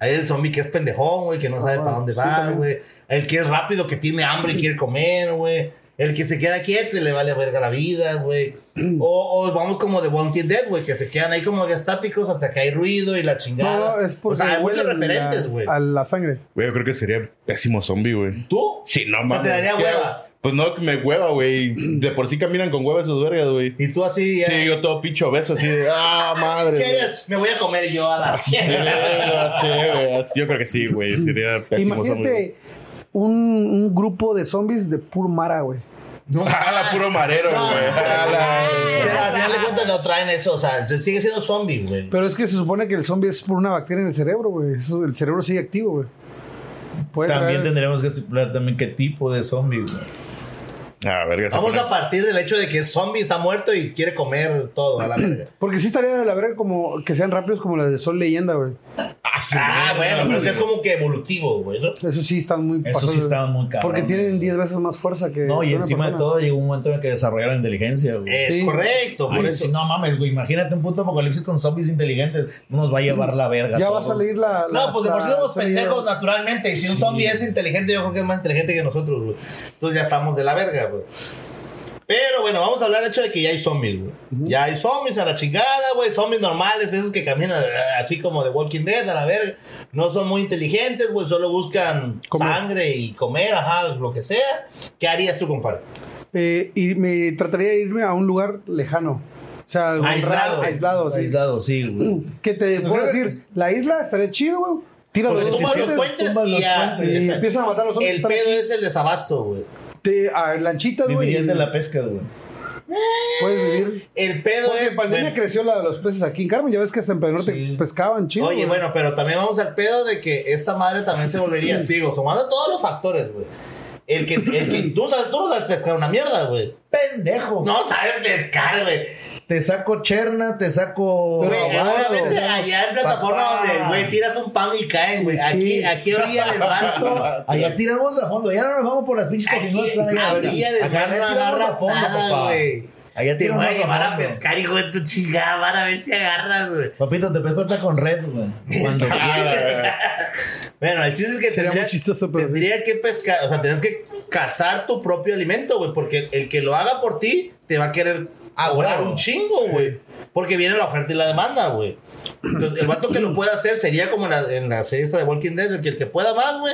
Speaker 1: Hay el zombie que es pendejón, güey, que no sabe para dónde va,
Speaker 3: también.
Speaker 1: güey. El que es rápido, que tiene hambre y quiere comer, güey. El que se queda quieto y le vale verga la vida, güey. O, o vamos como de Walking Dead, güey, que se quedan ahí como estáticos hasta que hay ruido y la
Speaker 3: No,
Speaker 1: chingada.
Speaker 3: no, es porque
Speaker 1: o sea, hay muchos
Speaker 3: huelen
Speaker 1: referentes,
Speaker 3: la-
Speaker 1: güey.
Speaker 3: A la sangre.
Speaker 4: güey, yo creo que sería pésimo zombie, güey.
Speaker 1: ¿Tú?
Speaker 4: Sí, no
Speaker 1: O sea,
Speaker 4: mames.
Speaker 1: te daría
Speaker 4: ¿qué
Speaker 1: hueva.
Speaker 4: hago? Pues no, que me hueva, güey. De por sí caminan con hueva esos vergas, güey.
Speaker 1: Y tú así... eh,
Speaker 4: Sí, yo todo picho beso así de. ¡Ah, madre!
Speaker 1: ¿qué
Speaker 4: güey".
Speaker 1: harías? Me voy a comer yo a la...
Speaker 4: Sí, güey, así, Yo creo que sí, güey. Sería pésimo zombie. güey.
Speaker 3: Imagínate un, un grupo de zombies de pur mara, güey.
Speaker 1: No,
Speaker 4: A la puro marero,
Speaker 1: No,
Speaker 4: güey. A
Speaker 1: Pero
Speaker 4: la-
Speaker 1: al final de cuentas no traen eso, o sea, se sigue siendo zombie, güey.
Speaker 3: Pero es que se supone que el zombie es por una bacteria en el cerebro, güey. Eso- El cerebro sigue activo, güey. Puede
Speaker 2: También
Speaker 3: traer-
Speaker 2: tendremos que estipular también qué tipo de zombie, güey.
Speaker 4: Ah, verga, se
Speaker 1: Vamos
Speaker 4: pone-
Speaker 1: a partir del hecho de que es zombie, está muerto y quiere comer todo a la verga.
Speaker 3: Porque sí estaría de la verga como que sean rápidos como las de Sol Leyenda, güey.
Speaker 1: Ah, bueno, pero es como que evolutivo, güey. ¿no?
Speaker 3: Eso sí están muy
Speaker 2: Eso
Speaker 3: pasados
Speaker 2: sí
Speaker 3: de-
Speaker 2: estaban muy cabrón,
Speaker 3: Porque tienen
Speaker 2: güey.
Speaker 3: 10 veces más fuerza que.
Speaker 2: No, y
Speaker 3: una
Speaker 2: encima de
Speaker 3: persona.
Speaker 2: todo llegó un momento en el que desarrollaron inteligencia, güey.
Speaker 1: Es
Speaker 3: Sí.
Speaker 1: correcto, por
Speaker 2: Ay,
Speaker 1: eso.
Speaker 2: si no mames, güey, imagínate un puto apocalipsis con zombies inteligentes. Nos va a llevar la verga.
Speaker 3: Ya
Speaker 2: todo.
Speaker 3: va a salir la. la-
Speaker 1: No, pues de por sí
Speaker 3: la-
Speaker 1: somos
Speaker 3: la-
Speaker 1: pendejos naturalmente. Y si un zombie es inteligente, yo creo que es más inteligente que nosotros, güey. Entonces ya estamos de la verga, güey. Pero bueno, vamos a hablar del hecho de que ya hay zombies, güey. Ya hay zombies a la chingada, güey. Zombies normales, de esos que caminan eh, así como de Walking Dead, a la verga. No son muy inteligentes, güey. Solo buscan
Speaker 3: Comer.
Speaker 1: sangre y comer, ajá, lo que sea. ¿Qué harías tú, compadre?
Speaker 3: Eh, y me trataría de irme a un lugar lejano. O sea, algún
Speaker 1: Aislado.
Speaker 3: ra- aislado, sí. Pues,
Speaker 2: Aislado, sí, güey.
Speaker 3: Que te puedo
Speaker 1: pues,
Speaker 3: decir, la isla estaría chido, güey. Tira los
Speaker 1: Tumbas
Speaker 3: puentes,
Speaker 1: los puentes
Speaker 3: tumbas
Speaker 1: y
Speaker 3: los
Speaker 1: ya.
Speaker 3: puentes. Y empiezan a matar a los hombres.
Speaker 1: El pedo es el desabasto, güey.
Speaker 3: Te, a lanchitas, güey.
Speaker 2: Vivirías de la pesca, güey.
Speaker 3: Puedes vivir.
Speaker 1: El pedo
Speaker 3: Porque
Speaker 1: es.
Speaker 3: en pandemia
Speaker 1: bueno,
Speaker 3: creció la de los peces aquí en Carmen. Ya ves que hasta en Playa Norte
Speaker 2: Sí.
Speaker 3: pescaban chido.
Speaker 1: Oye,
Speaker 3: güey.
Speaker 1: bueno, pero también vamos al pedo de que esta madre también se volvería, digo, tomando todos los factores, güey. El que, el que tú, sabes, tú no sabes pescar una mierda, güey.
Speaker 2: Pendejo.
Speaker 1: No sabes pescar, güey.
Speaker 2: Te saco cherna, te saco.
Speaker 1: Güey,
Speaker 2: Pero,
Speaker 1: Obviamente, allá en plataforma
Speaker 2: Papá.
Speaker 1: donde, güey, tiras un pan y caen, güey.
Speaker 3: Sí.
Speaker 1: Aquí, aquí orilla del barco.
Speaker 2: Allá tiramos a fondo, ya no nos vamos por las pinches
Speaker 1: Aquí,
Speaker 2: coquinudas que están allá.
Speaker 1: a orilla del
Speaker 2: Acá
Speaker 1: mar no
Speaker 2: ya tiramos
Speaker 1: agarra
Speaker 2: a fondo,
Speaker 1: nada,
Speaker 2: papá.
Speaker 1: güey.
Speaker 2: Allá
Speaker 1: Te
Speaker 2: tiramos
Speaker 1: voy a
Speaker 2: a
Speaker 1: llevar a
Speaker 2: fondo.
Speaker 1: pescar, hijo de tu chingada, van a ver si agarras, güey.
Speaker 2: Papito, te pesco hasta con red, güey. Cuando quieras.
Speaker 1: Bueno, el chiste es que
Speaker 3: Sería
Speaker 1: tendría,
Speaker 3: muy chistoso, pero sí.
Speaker 1: tendría que pescar, o sea, tendrías que cazar tu propio alimento, güey, porque el que lo haga por ti te va a querer
Speaker 3: Ah,
Speaker 1: ahorrar un chingo, güey, porque viene la oferta y la demanda, güey. Entonces, el vato que lo pueda hacer sería como en la, en la serie esta de Walking Dead, el que el que pueda más, güey,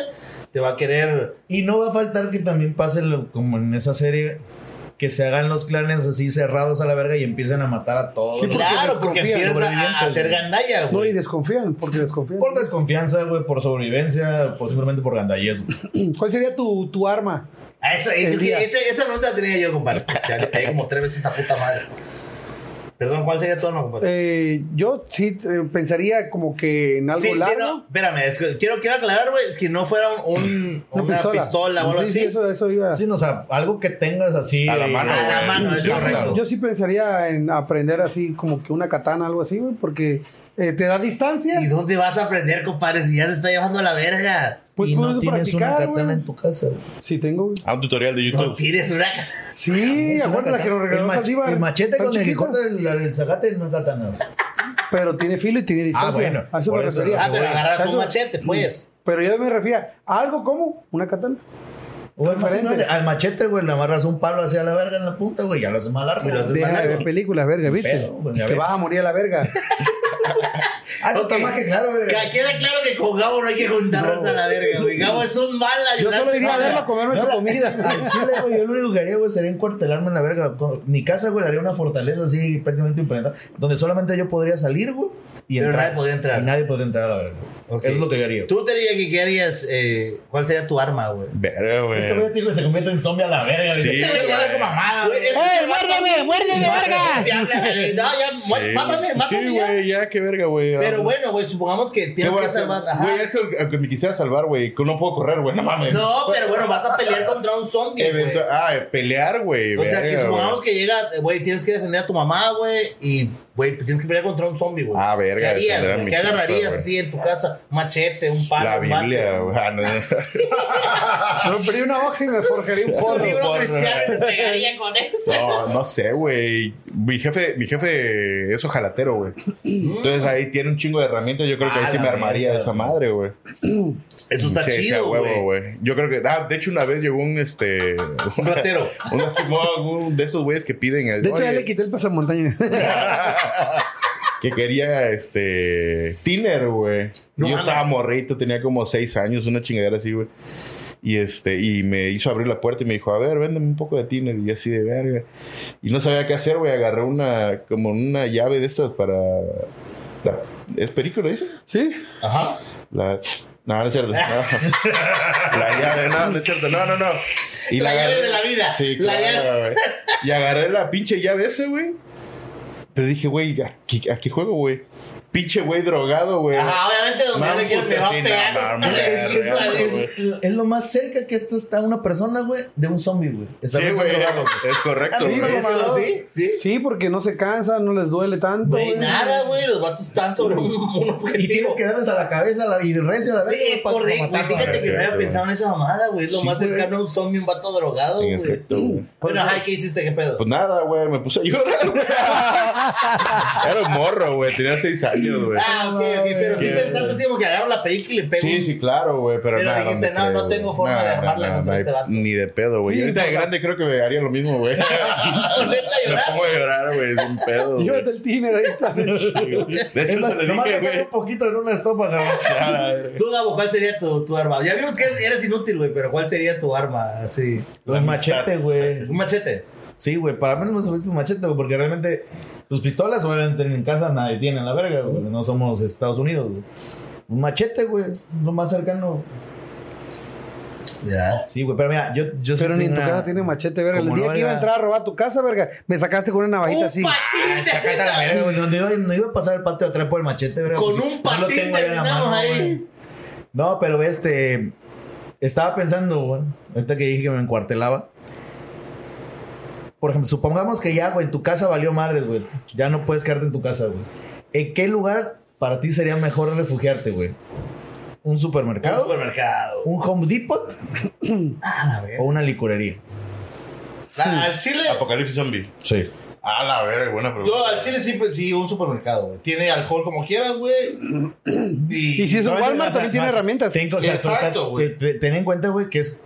Speaker 1: te va a querer
Speaker 2: Y no va a faltar que también pase lo- como en esa serie. Que se hagan los clanes así cerrados a la verga y empiecen a matar a todos.
Speaker 3: Sí,
Speaker 2: los-
Speaker 3: porque
Speaker 1: claro, porque
Speaker 3: desconfían,
Speaker 1: empiezas a- a,
Speaker 2: sobrevivientes,
Speaker 1: hacer
Speaker 2: güey.
Speaker 1: gandalla,
Speaker 3: No, y
Speaker 1: güey.
Speaker 3: desconfían, porque desconfían.
Speaker 2: Por desconfianza, güey, por sobrevivencia, por simplemente por gandallez, güey.
Speaker 3: ¿Cuál sería tu, tu arma?
Speaker 1: A Eso, eso-
Speaker 3: Tendría.
Speaker 1: ese- esa pregunta la tenía yo, compadre. Ya le pegué como tres veces esta puta madre. Perdón, ¿cuál sería tu arma, compadre?
Speaker 3: Eh, yo sí eh, pensaría como que en algo
Speaker 1: Sí, sí,
Speaker 3: largo.
Speaker 1: no, espérame, es que quiero, quiero aclarar, güey, es que no fuera un, un-
Speaker 3: Una, pistola.
Speaker 1: o algo
Speaker 3: sí,
Speaker 1: así.
Speaker 3: sí, eso, eso iba.
Speaker 2: Sí, no, o sea, algo que tengas así.
Speaker 4: A la
Speaker 2: eh,
Speaker 4: mano,
Speaker 1: a la
Speaker 4: güey.
Speaker 1: mano, es
Speaker 4: Sí,
Speaker 1: correcto.
Speaker 4: claro.
Speaker 3: Yo sí pensaría en aprender así como que una katana, algo así, güey, porque eh, te da distancia.
Speaker 1: ¿Y dónde vas a aprender, compadre, si ya se está llevando a la verga?
Speaker 3: Pues
Speaker 2: y
Speaker 3: puedes
Speaker 2: no tienes
Speaker 3: practicar,
Speaker 2: una katana
Speaker 3: güey.
Speaker 2: en tu casa, güey.
Speaker 3: Sí, tengo, güey.
Speaker 4: A Ah, un tutorial de
Speaker 1: No
Speaker 4: YouTube.
Speaker 1: tires una...
Speaker 3: Sí,
Speaker 2: Es una
Speaker 3: aguanta la que
Speaker 2: katana.
Speaker 3: nos regaló
Speaker 2: El mach-
Speaker 3: Saldívar.
Speaker 2: El machete
Speaker 3: Está
Speaker 2: con el que
Speaker 3: chiquita,
Speaker 2: corta el, el zacate no es katana. güey.
Speaker 3: Pero tiene filo y tiene distancia.
Speaker 2: bueno,
Speaker 3: A eso
Speaker 2: por
Speaker 3: me
Speaker 2: eso
Speaker 3: refería.
Speaker 1: Ah, pero agarrar
Speaker 3: Eso-
Speaker 1: un machete, pues.
Speaker 3: Pero yo me refería a algo como una katana.
Speaker 2: O el más
Speaker 3: Diferente.
Speaker 2: grande, al machete, güey, le amarras un palo hacia la verga en la punta, güey, ya lo haces mal arma.
Speaker 1: Pero
Speaker 2: güey.
Speaker 1: es
Speaker 3: Deja de
Speaker 1: barato.
Speaker 3: ver películas, verga, ¿viste?
Speaker 2: Pedo, güey, ya
Speaker 3: Te
Speaker 2: ves.
Speaker 3: vas a morir a la verga.
Speaker 2: Ah, eso
Speaker 1: Ok.
Speaker 2: está más que claro, güey.
Speaker 1: Que Queda claro que con Gabo no hay que juntarnos a la verga, güey. Gabo es un mal
Speaker 3: Yo
Speaker 1: ayudante.
Speaker 3: solo iría a verlo a comerme
Speaker 2: No,
Speaker 3: su
Speaker 2: la-
Speaker 3: comida.
Speaker 2: Al chile, güey, yo lo único que haría, güey, sería encuartelarme en la verga. Con- Mi casa, güey, le haría una fortaleza así prácticamente impenetrable, donde solamente yo podría salir, güey, y
Speaker 1: Pero
Speaker 2: entrar.
Speaker 1: nadie podría entrar.
Speaker 2: Y nadie podría entrar a la verga.
Speaker 1: Ok.
Speaker 2: Eso es lo que yo haría.
Speaker 1: Tú te dirías que querías, eh, ¿cuál sería tu arma, güey?
Speaker 4: Verga, güey.
Speaker 2: Este güey te digo que se convierte en zombie a la verga.
Speaker 4: Sí,
Speaker 2: dice, "Este güey,
Speaker 1: güey.
Speaker 2: vale, mamada, güey".
Speaker 1: ¡Eh, muérdeme, muérdeme, verga! No, ya,
Speaker 4: Sí,
Speaker 1: mátame,
Speaker 4: güey.
Speaker 1: mátame
Speaker 4: Sí,
Speaker 1: ya.
Speaker 4: güey, ya, qué verga, güey. Ah,
Speaker 1: Pero bueno, güey, supongamos que
Speaker 4: ¿Qué
Speaker 1: tienes
Speaker 4: voy a
Speaker 1: que
Speaker 4: hacer?
Speaker 1: salvar... Ajá.
Speaker 4: Güey, es que que me quisiera salvar, güey. Que no puedo correr, güey, no mames.
Speaker 1: No, pero bueno, vas a pelear contra un zombie, güey.
Speaker 4: Eventu- Ah, eh, pelear, güey.
Speaker 1: O sea, que
Speaker 4: verga,
Speaker 1: supongamos
Speaker 4: güey.
Speaker 1: que llega, eh, güey, tienes que defender a tu mamá, güey, y, güey, te tienes que pelear contra un zombie, güey.
Speaker 4: Ah, verga,
Speaker 1: ¿Qué harías,
Speaker 4: defender a
Speaker 1: güey?
Speaker 4: mi
Speaker 1: ¿Qué
Speaker 4: jefa,
Speaker 1: agarrarías
Speaker 4: güey.
Speaker 1: así en tu casa? Un machete, un palo,
Speaker 4: La
Speaker 1: un bate,
Speaker 4: Biblia,
Speaker 1: güey.
Speaker 4: güey. Ah, no, no.
Speaker 3: Yo pedí una hoja y me forjaría un
Speaker 1: Un
Speaker 3: porro.
Speaker 1: libro
Speaker 4: porro,
Speaker 1: cristiano te pegaría con eso.
Speaker 4: No, no sé, güey. Mi jefe, mi jefe es ojalatero, güey. Entonces ahí tiene un chingo de herramientas. Yo creo que
Speaker 1: Ah,
Speaker 4: ahí sí
Speaker 1: la
Speaker 4: me armaría
Speaker 2: mierda.
Speaker 4: esa madre, güey.
Speaker 1: Eso está
Speaker 4: Sí, sí, a
Speaker 1: chido,
Speaker 4: huevo,
Speaker 1: güey.
Speaker 4: güey. Yo creo que, ah, de hecho, una vez llegó un este.
Speaker 1: Un ratero.
Speaker 4: Un, no, un de estos güeyes que piden. el-
Speaker 3: De hecho, ya
Speaker 4: "Oye,
Speaker 3: le quité el pasamontaña.
Speaker 4: que quería este Tiner, güey.
Speaker 1: No
Speaker 4: yo
Speaker 1: mames.
Speaker 4: estaba morrito, tenía como seis años, una chingadera así, güey. Y este, y me hizo abrir la puerta y me dijo, a ver, véndeme un poco de Tiner. Y yo así de verga. Y no sabía qué hacer, güey. Agarré una, como una llave de estas para. la- ¿Es perico, lo dice?
Speaker 3: ¿Sí?
Speaker 1: Ajá.
Speaker 4: La. No, no es cierto. No. la llave, no, no es cierto. No, no, no. Y
Speaker 1: La llave de la vida.
Speaker 4: Sí,
Speaker 1: La
Speaker 4: claro,
Speaker 1: llave.
Speaker 4: güey. Y agarré la pinche llave ese, güey. Pero dije, güey, ¿a qué, a qué juego, güey? Pinche güey drogado, güey.
Speaker 1: Ajá, obviamente donde
Speaker 4: Mam,
Speaker 1: yo le quiero me va a
Speaker 4: puta, sí, no,
Speaker 1: pegar.
Speaker 4: mam,
Speaker 2: Es, es-
Speaker 4: verga,
Speaker 2: es-
Speaker 4: güey.
Speaker 2: es lo más cerca que esto está una persona, güey, de un zombie, güey. Está
Speaker 4: Sí,
Speaker 2: bien
Speaker 4: güey.
Speaker 2: controlado, güey.
Speaker 4: Es correcto,
Speaker 2: Ah, sí,
Speaker 4: güey.
Speaker 2: no, no, no.
Speaker 1: ¿Sí? ¿Sí?
Speaker 3: Sí, porque no se cansan, no les duele tanto.
Speaker 1: Güey,
Speaker 3: güey.
Speaker 1: nada, güey. Los vatos están sobre un, un objetivo.
Speaker 2: Y tienes que darles a la cabeza la, y recio a la
Speaker 1: Sí,
Speaker 2: verga,
Speaker 1: es
Speaker 2: pa- pa
Speaker 1: correcto.
Speaker 2: matarlo a la
Speaker 1: Fíjate
Speaker 2: verga.
Speaker 1: que no había
Speaker 4: güey.
Speaker 1: pensado en esa mamada, güey. Es lo
Speaker 4: Sí,
Speaker 1: más
Speaker 4: güey.
Speaker 1: cercano a un zombie, un vato drogado,
Speaker 4: En
Speaker 1: güey.
Speaker 4: efecto, güey.
Speaker 1: Bueno, ajá, ¿qué hiciste? ¿Qué pedo?
Speaker 4: Pues nada, güey, me puse a llorar. güey. Era un morro, güey, tenía seis años. años, güey.
Speaker 1: Ah, ok, ok, pero sí
Speaker 4: Qué-
Speaker 1: pensaste así como que agarro la pelica y le pego.
Speaker 4: Sí, sí, claro, güey, pero,
Speaker 1: Pero
Speaker 4: nada,
Speaker 1: dijiste,
Speaker 4: me
Speaker 1: no, no
Speaker 4: creo,
Speaker 1: tengo
Speaker 4: güey.
Speaker 1: forma de
Speaker 4: Nada,
Speaker 1: armarla
Speaker 4: nada,
Speaker 1: contra
Speaker 4: no
Speaker 1: este
Speaker 4: hay-
Speaker 1: vato.
Speaker 4: Ni de pedo, güey.
Speaker 3: Sí,
Speaker 4: Y ahorita de grande creo que me haría lo mismo, güey. me
Speaker 1: llorar.
Speaker 4: pongo a llorar, güey, sin pedo. güey.
Speaker 3: Llévate el tíner, ahí está.
Speaker 4: De hecho, se lo
Speaker 2: Nomás
Speaker 4: dije,
Speaker 2: déjame
Speaker 4: güey.
Speaker 2: un poquito en una estopa, cabrón.
Speaker 1: Tú, Gabo, ¿cuál sería tu, tu arma? Ya vimos que eres inútil, güey, pero ¿cuál sería tu arma? Así.
Speaker 2: Un machete, güey.
Speaker 1: Un machete.
Speaker 2: Sí, güey, para mí no es un machete, güey, porque realmente tus pistolas, obviamente, en casa nadie tiene la verga, güey. No somos Estados Unidos, güey. Un machete, güey, lo más cercano.
Speaker 1: Ya.
Speaker 2: Sí, güey, pero mira, yo, yo sí
Speaker 3: Pero ni en tu
Speaker 2: tenía-
Speaker 3: casa tiene machete, verga. El
Speaker 2: Como
Speaker 3: día
Speaker 2: no,
Speaker 3: que iba a
Speaker 2: verga.
Speaker 3: entrar a robar tu casa, verga, me sacaste con una navajita así.
Speaker 1: Un patín de
Speaker 2: Sácate a la verga, güey. No, no iba, no iba a pasar el patio atrás por el machete, verga.
Speaker 1: Con
Speaker 2: pues,
Speaker 1: un
Speaker 2: no lo
Speaker 1: patín
Speaker 2: tengo ahí en la
Speaker 1: terminamos
Speaker 2: mano,
Speaker 1: ahí.
Speaker 2: güey. No, pero este. Estaba pensando, güey. Ahorita que dije que me encuartelaba. Por ejemplo, supongamos que ya, güey, en tu casa valió madres, güey. Ya no puedes quedarte en tu casa, güey. ¿En qué lugar para ti sería mejor refugiarte, güey? ¿Un
Speaker 1: Un Ah,
Speaker 2: supermercado?
Speaker 1: supermercado.
Speaker 2: ¿Un Home Depot? ¿O una licorería?
Speaker 1: La- Ah, al chile.
Speaker 4: Apocalipsis zombie.
Speaker 2: Sí.
Speaker 4: A la verga, buena pregunta.
Speaker 1: Yo al chile siempre sí, un supermercado, güey. Tiene alcohol como quieras, güey.
Speaker 3: Y si es un
Speaker 2: No,
Speaker 3: Walmart,
Speaker 2: o sea,
Speaker 3: también tiene
Speaker 2: más-
Speaker 3: herramientas.
Speaker 2: ten- o sea,
Speaker 1: Exacto,
Speaker 2: o sea,
Speaker 1: güey.
Speaker 2: te- te- Ten en cuenta, güey, que es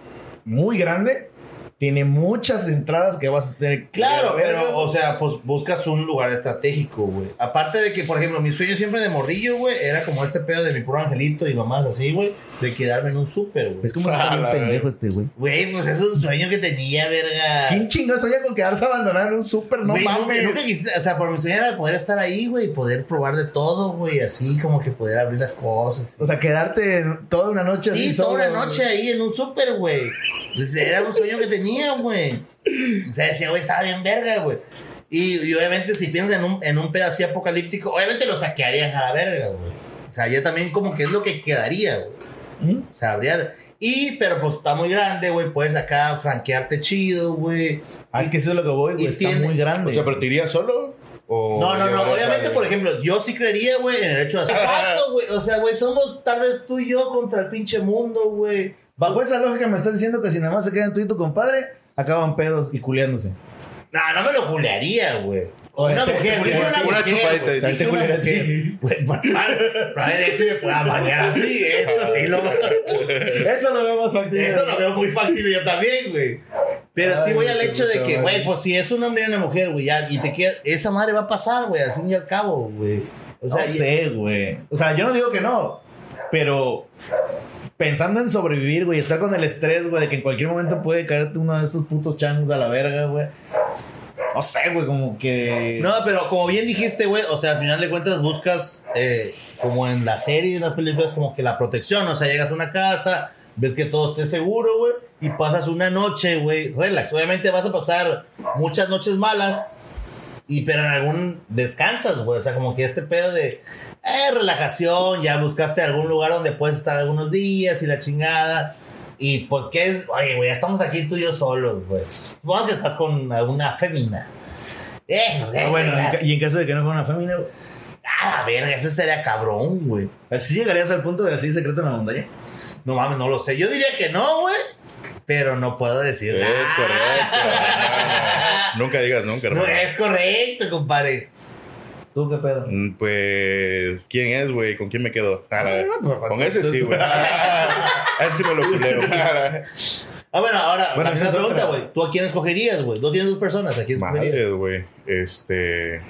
Speaker 2: muy grande. Tiene muchas entradas que vas a tener.
Speaker 1: Claro,
Speaker 2: que-
Speaker 1: pero, o sea, pues buscas un lugar estratégico, güey. Aparte de que, por ejemplo, mi sueño siempre de morrillo, güey, era como este pedo de mi puro angelito y mamás así, güey, de quedarme en un súper, güey.
Speaker 2: Es como si
Speaker 4: Ah,
Speaker 2: fuera un
Speaker 4: la
Speaker 2: pendejo
Speaker 4: verga.
Speaker 2: este, güey.
Speaker 1: Güey, pues es un sueño que tenía, verga.
Speaker 2: ¿Quién chingas soña con quedarse abandonado en un súper? No
Speaker 1: Güey,
Speaker 2: mames.
Speaker 1: Nunca, nunca quise- o sea, por mi sueño era poder estar ahí, güey, y poder probar de todo, güey, así como que poder abrir las cosas.
Speaker 2: O sea, quedarte toda una noche así.
Speaker 1: Sí, toda una
Speaker 2: solo,
Speaker 1: noche ahí en un súper, güey. Pues, Era un sueño que tenía, güey. O sea, decía, güey, estaba bien verga, güey. Y, y obviamente, si piensas en un, en un pedo así apocalíptico, obviamente lo saquearían a la verga, güey. O sea, ya también como que es lo que quedaría, güey.
Speaker 2: ¿Mm?
Speaker 1: O sea, habría... Y, pero pues está muy grande, güey. Puedes acá franquearte chido, güey.
Speaker 2: Ah, es que eso es lo que voy,
Speaker 1: Y
Speaker 2: güey. Está
Speaker 1: tiene-
Speaker 2: muy grande.
Speaker 4: O sea, pero te irías solo. O
Speaker 1: No, no, no.
Speaker 4: llevarías
Speaker 1: Obviamente,
Speaker 4: a-
Speaker 1: por ejemplo, yo sí creería, güey, en el hecho de hacer Exacto, güey. O sea, güey, somos tal vez tú y yo contra el pinche mundo, güey.
Speaker 2: Bajo esa lógica me estás diciendo que si nada más se quedan tú y tu compadre, acaban pedos y culeándose.
Speaker 1: No, no me lo culearía, güey.
Speaker 2: Oye,
Speaker 1: Una
Speaker 2: te-
Speaker 1: mujer,
Speaker 2: te-
Speaker 1: dije
Speaker 2: te-
Speaker 1: una
Speaker 4: una
Speaker 1: mujer,
Speaker 4: chupadita,
Speaker 1: güey.
Speaker 4: o sea,
Speaker 2: te
Speaker 1: Dije una
Speaker 2: culearía a ti.
Speaker 1: mujer. Güey, probable- Probablemente me pueda banear a mí, eso sí lo
Speaker 2: Eso lo veo más factible.
Speaker 1: Eso lo veo muy factible yo también, güey. Pero sí
Speaker 2: Ay,
Speaker 1: voy al
Speaker 2: qué
Speaker 1: hecho de
Speaker 2: puta
Speaker 1: que,
Speaker 2: madre.
Speaker 1: güey, pues si es un hombre y una mujer, güey, ya, y te queda, esa madre va a pasar, güey, al fin y al cabo, güey. O sea,
Speaker 2: no
Speaker 1: y-
Speaker 2: sé, güey. O sea, yo no digo que no, pero pensando en sobrevivir, güey, estar con el estrés, güey, de que en cualquier momento puede caerte uno de esos putos changos a la verga, güey. No sé, güey, como que.
Speaker 1: No, pero como bien dijiste, güey, o sea, al final de cuentas buscas, eh, como en las series, en las películas, como que la protección, o sea, llegas a una casa, ves que todo esté seguro, güey, y pasas una noche, güey, relax. Obviamente vas a pasar muchas noches malas, y pero en algún descansas, güey, o sea, como que este pedo de eh, relajación, ya buscaste algún lugar donde puedes estar algunos días y la chingada. Y pues, ¿qué es? Oye, güey, ya estamos aquí tú y yo solos, güey. Supongo que estás con alguna fémina. Eh, pues, eh,
Speaker 2: Ah, bueno,
Speaker 1: güey,
Speaker 2: en ca- y en caso de que no fuera una fémina, güey,
Speaker 1: a la verga, eso estaría cabrón, güey.
Speaker 2: así llegarías al punto de así secreto en la montaña.
Speaker 1: No mames, no lo sé. Yo diría que no, güey. Pero no puedo decir
Speaker 4: Es
Speaker 1: nada.
Speaker 4: correcto. No, no, no. Nunca digas nunca,
Speaker 1: No
Speaker 4: hermano.
Speaker 1: es correcto, compadre.
Speaker 2: ¿Tú qué pedo?
Speaker 4: Mm, Pues, ¿quién es, güey? ¿Con quién me quedo? Ah, la verga.
Speaker 2: pues,
Speaker 4: Con ese sí, güey. Ese sí me lo culeo.
Speaker 1: Ah, bueno, ahora,
Speaker 2: Bueno,
Speaker 1: la
Speaker 2: esa
Speaker 1: misma
Speaker 2: es
Speaker 1: pregunta,
Speaker 2: otra.
Speaker 1: güey. ¿Tú a quién escogerías, güey? Tú tienes dos personas, ¿a quién escogerías?
Speaker 4: Madres, güey. Este.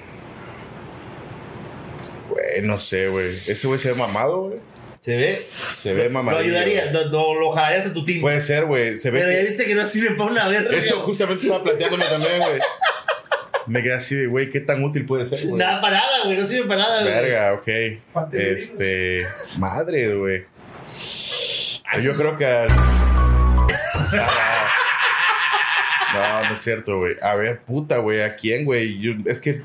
Speaker 4: Güey, no sé, güey. Ese güey se ve mamado, güey.
Speaker 1: ¿Se ve?
Speaker 4: Se ve
Speaker 1: Lo
Speaker 4: mamadillo.
Speaker 1: ayudaría, lo, lo, lo jalarías a tu team.
Speaker 4: Puede ser, güey. Se ve.
Speaker 1: pero
Speaker 4: que-
Speaker 1: ya viste que no sirve para una verga.
Speaker 4: Eso justamente estaba planteándome también, güey. Me quedé así de, güey, ¿qué tan útil puede ser? güey?
Speaker 1: Nada para nada, güey. No sirve para nada, güey.
Speaker 4: Verga, ok. Este. Madre, güey. Yo creo que. al- No, no es cierto, güey. A ver, puta, güey. ¿A quién, güey? Yo- Es que.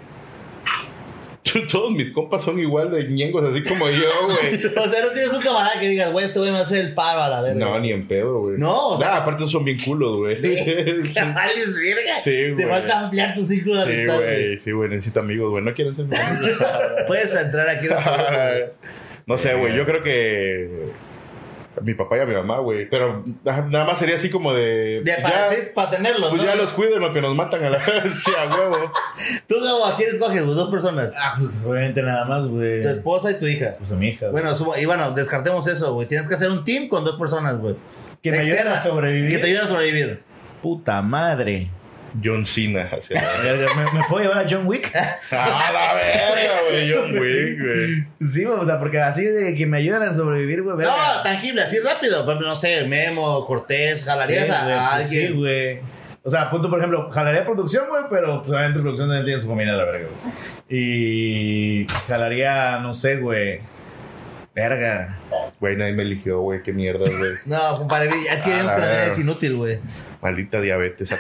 Speaker 4: Todos mis compas son igual de ñengos, así como yo, güey.
Speaker 1: O sea, no tienes un camarada que digas, güey, este güey me hace el paro a la verga.
Speaker 4: No, ni en pedo, güey.
Speaker 1: No, o sea-
Speaker 4: Nah, aparte son bien culos, güey. Sí,
Speaker 1: Vales, verga.
Speaker 4: Sí,
Speaker 1: Te
Speaker 4: güey.
Speaker 1: falta ampliar tu círculo de amistad, güey.
Speaker 4: güey. Sí, güey. Necesito amigos, güey. No quiero ser mi amigo.
Speaker 1: Puedes entrar aquí. en el-
Speaker 4: no sé, güey. Yo creo que. mi papá y a mi mamá, güey. Pero na- nada más sería así como de.
Speaker 1: De para, sí, para tenerlos,
Speaker 4: pues
Speaker 1: ¿no?
Speaker 4: ya los cuiden lo que nos matan a la sí, a huevo.
Speaker 1: Tú, Gabo, ¿a quién escoges, güey? Dos personas.
Speaker 2: Ah, pues obviamente nada más, güey.
Speaker 1: Tu esposa y tu hija.
Speaker 2: Pues a mi hija. güey.
Speaker 1: Bueno, subo- y bueno, descartemos eso, güey. Tienes que hacer un team con dos personas, güey.
Speaker 2: Que me ayuden
Speaker 1: Externas,
Speaker 2: a sobrevivir.
Speaker 1: Que te ayuden a sobrevivir.
Speaker 2: Puta madre.
Speaker 4: John Cena. hacia la-
Speaker 2: Verga, ¿Me, me puedo llevar a John Wick?
Speaker 4: a la verga, güey. John Wick, güey.
Speaker 2: Sí, güey, o sea, porque así de que me ayudan a sobrevivir, güey. verga.
Speaker 1: No, tangible, así rápido. Por ejemplo, no sé, Memo, Cortés,
Speaker 2: Sí,
Speaker 1: jalarías a,
Speaker 2: güey,
Speaker 1: a
Speaker 2: pues sí,
Speaker 1: alguien.
Speaker 2: güey. O sea, punto, por ejemplo, jalaría producción, güey, pero pues, obviamente producción también tiene su familia, la verga, güey. Y jalaría, no sé, güey. Verga.
Speaker 4: Güey, nadie me eligió, güey. Qué mierda, güey.
Speaker 1: no, compadre, es que
Speaker 4: A
Speaker 1: vemos
Speaker 4: la
Speaker 1: que también
Speaker 4: verga.
Speaker 1: es inútil, güey.
Speaker 4: Maldita diabetes.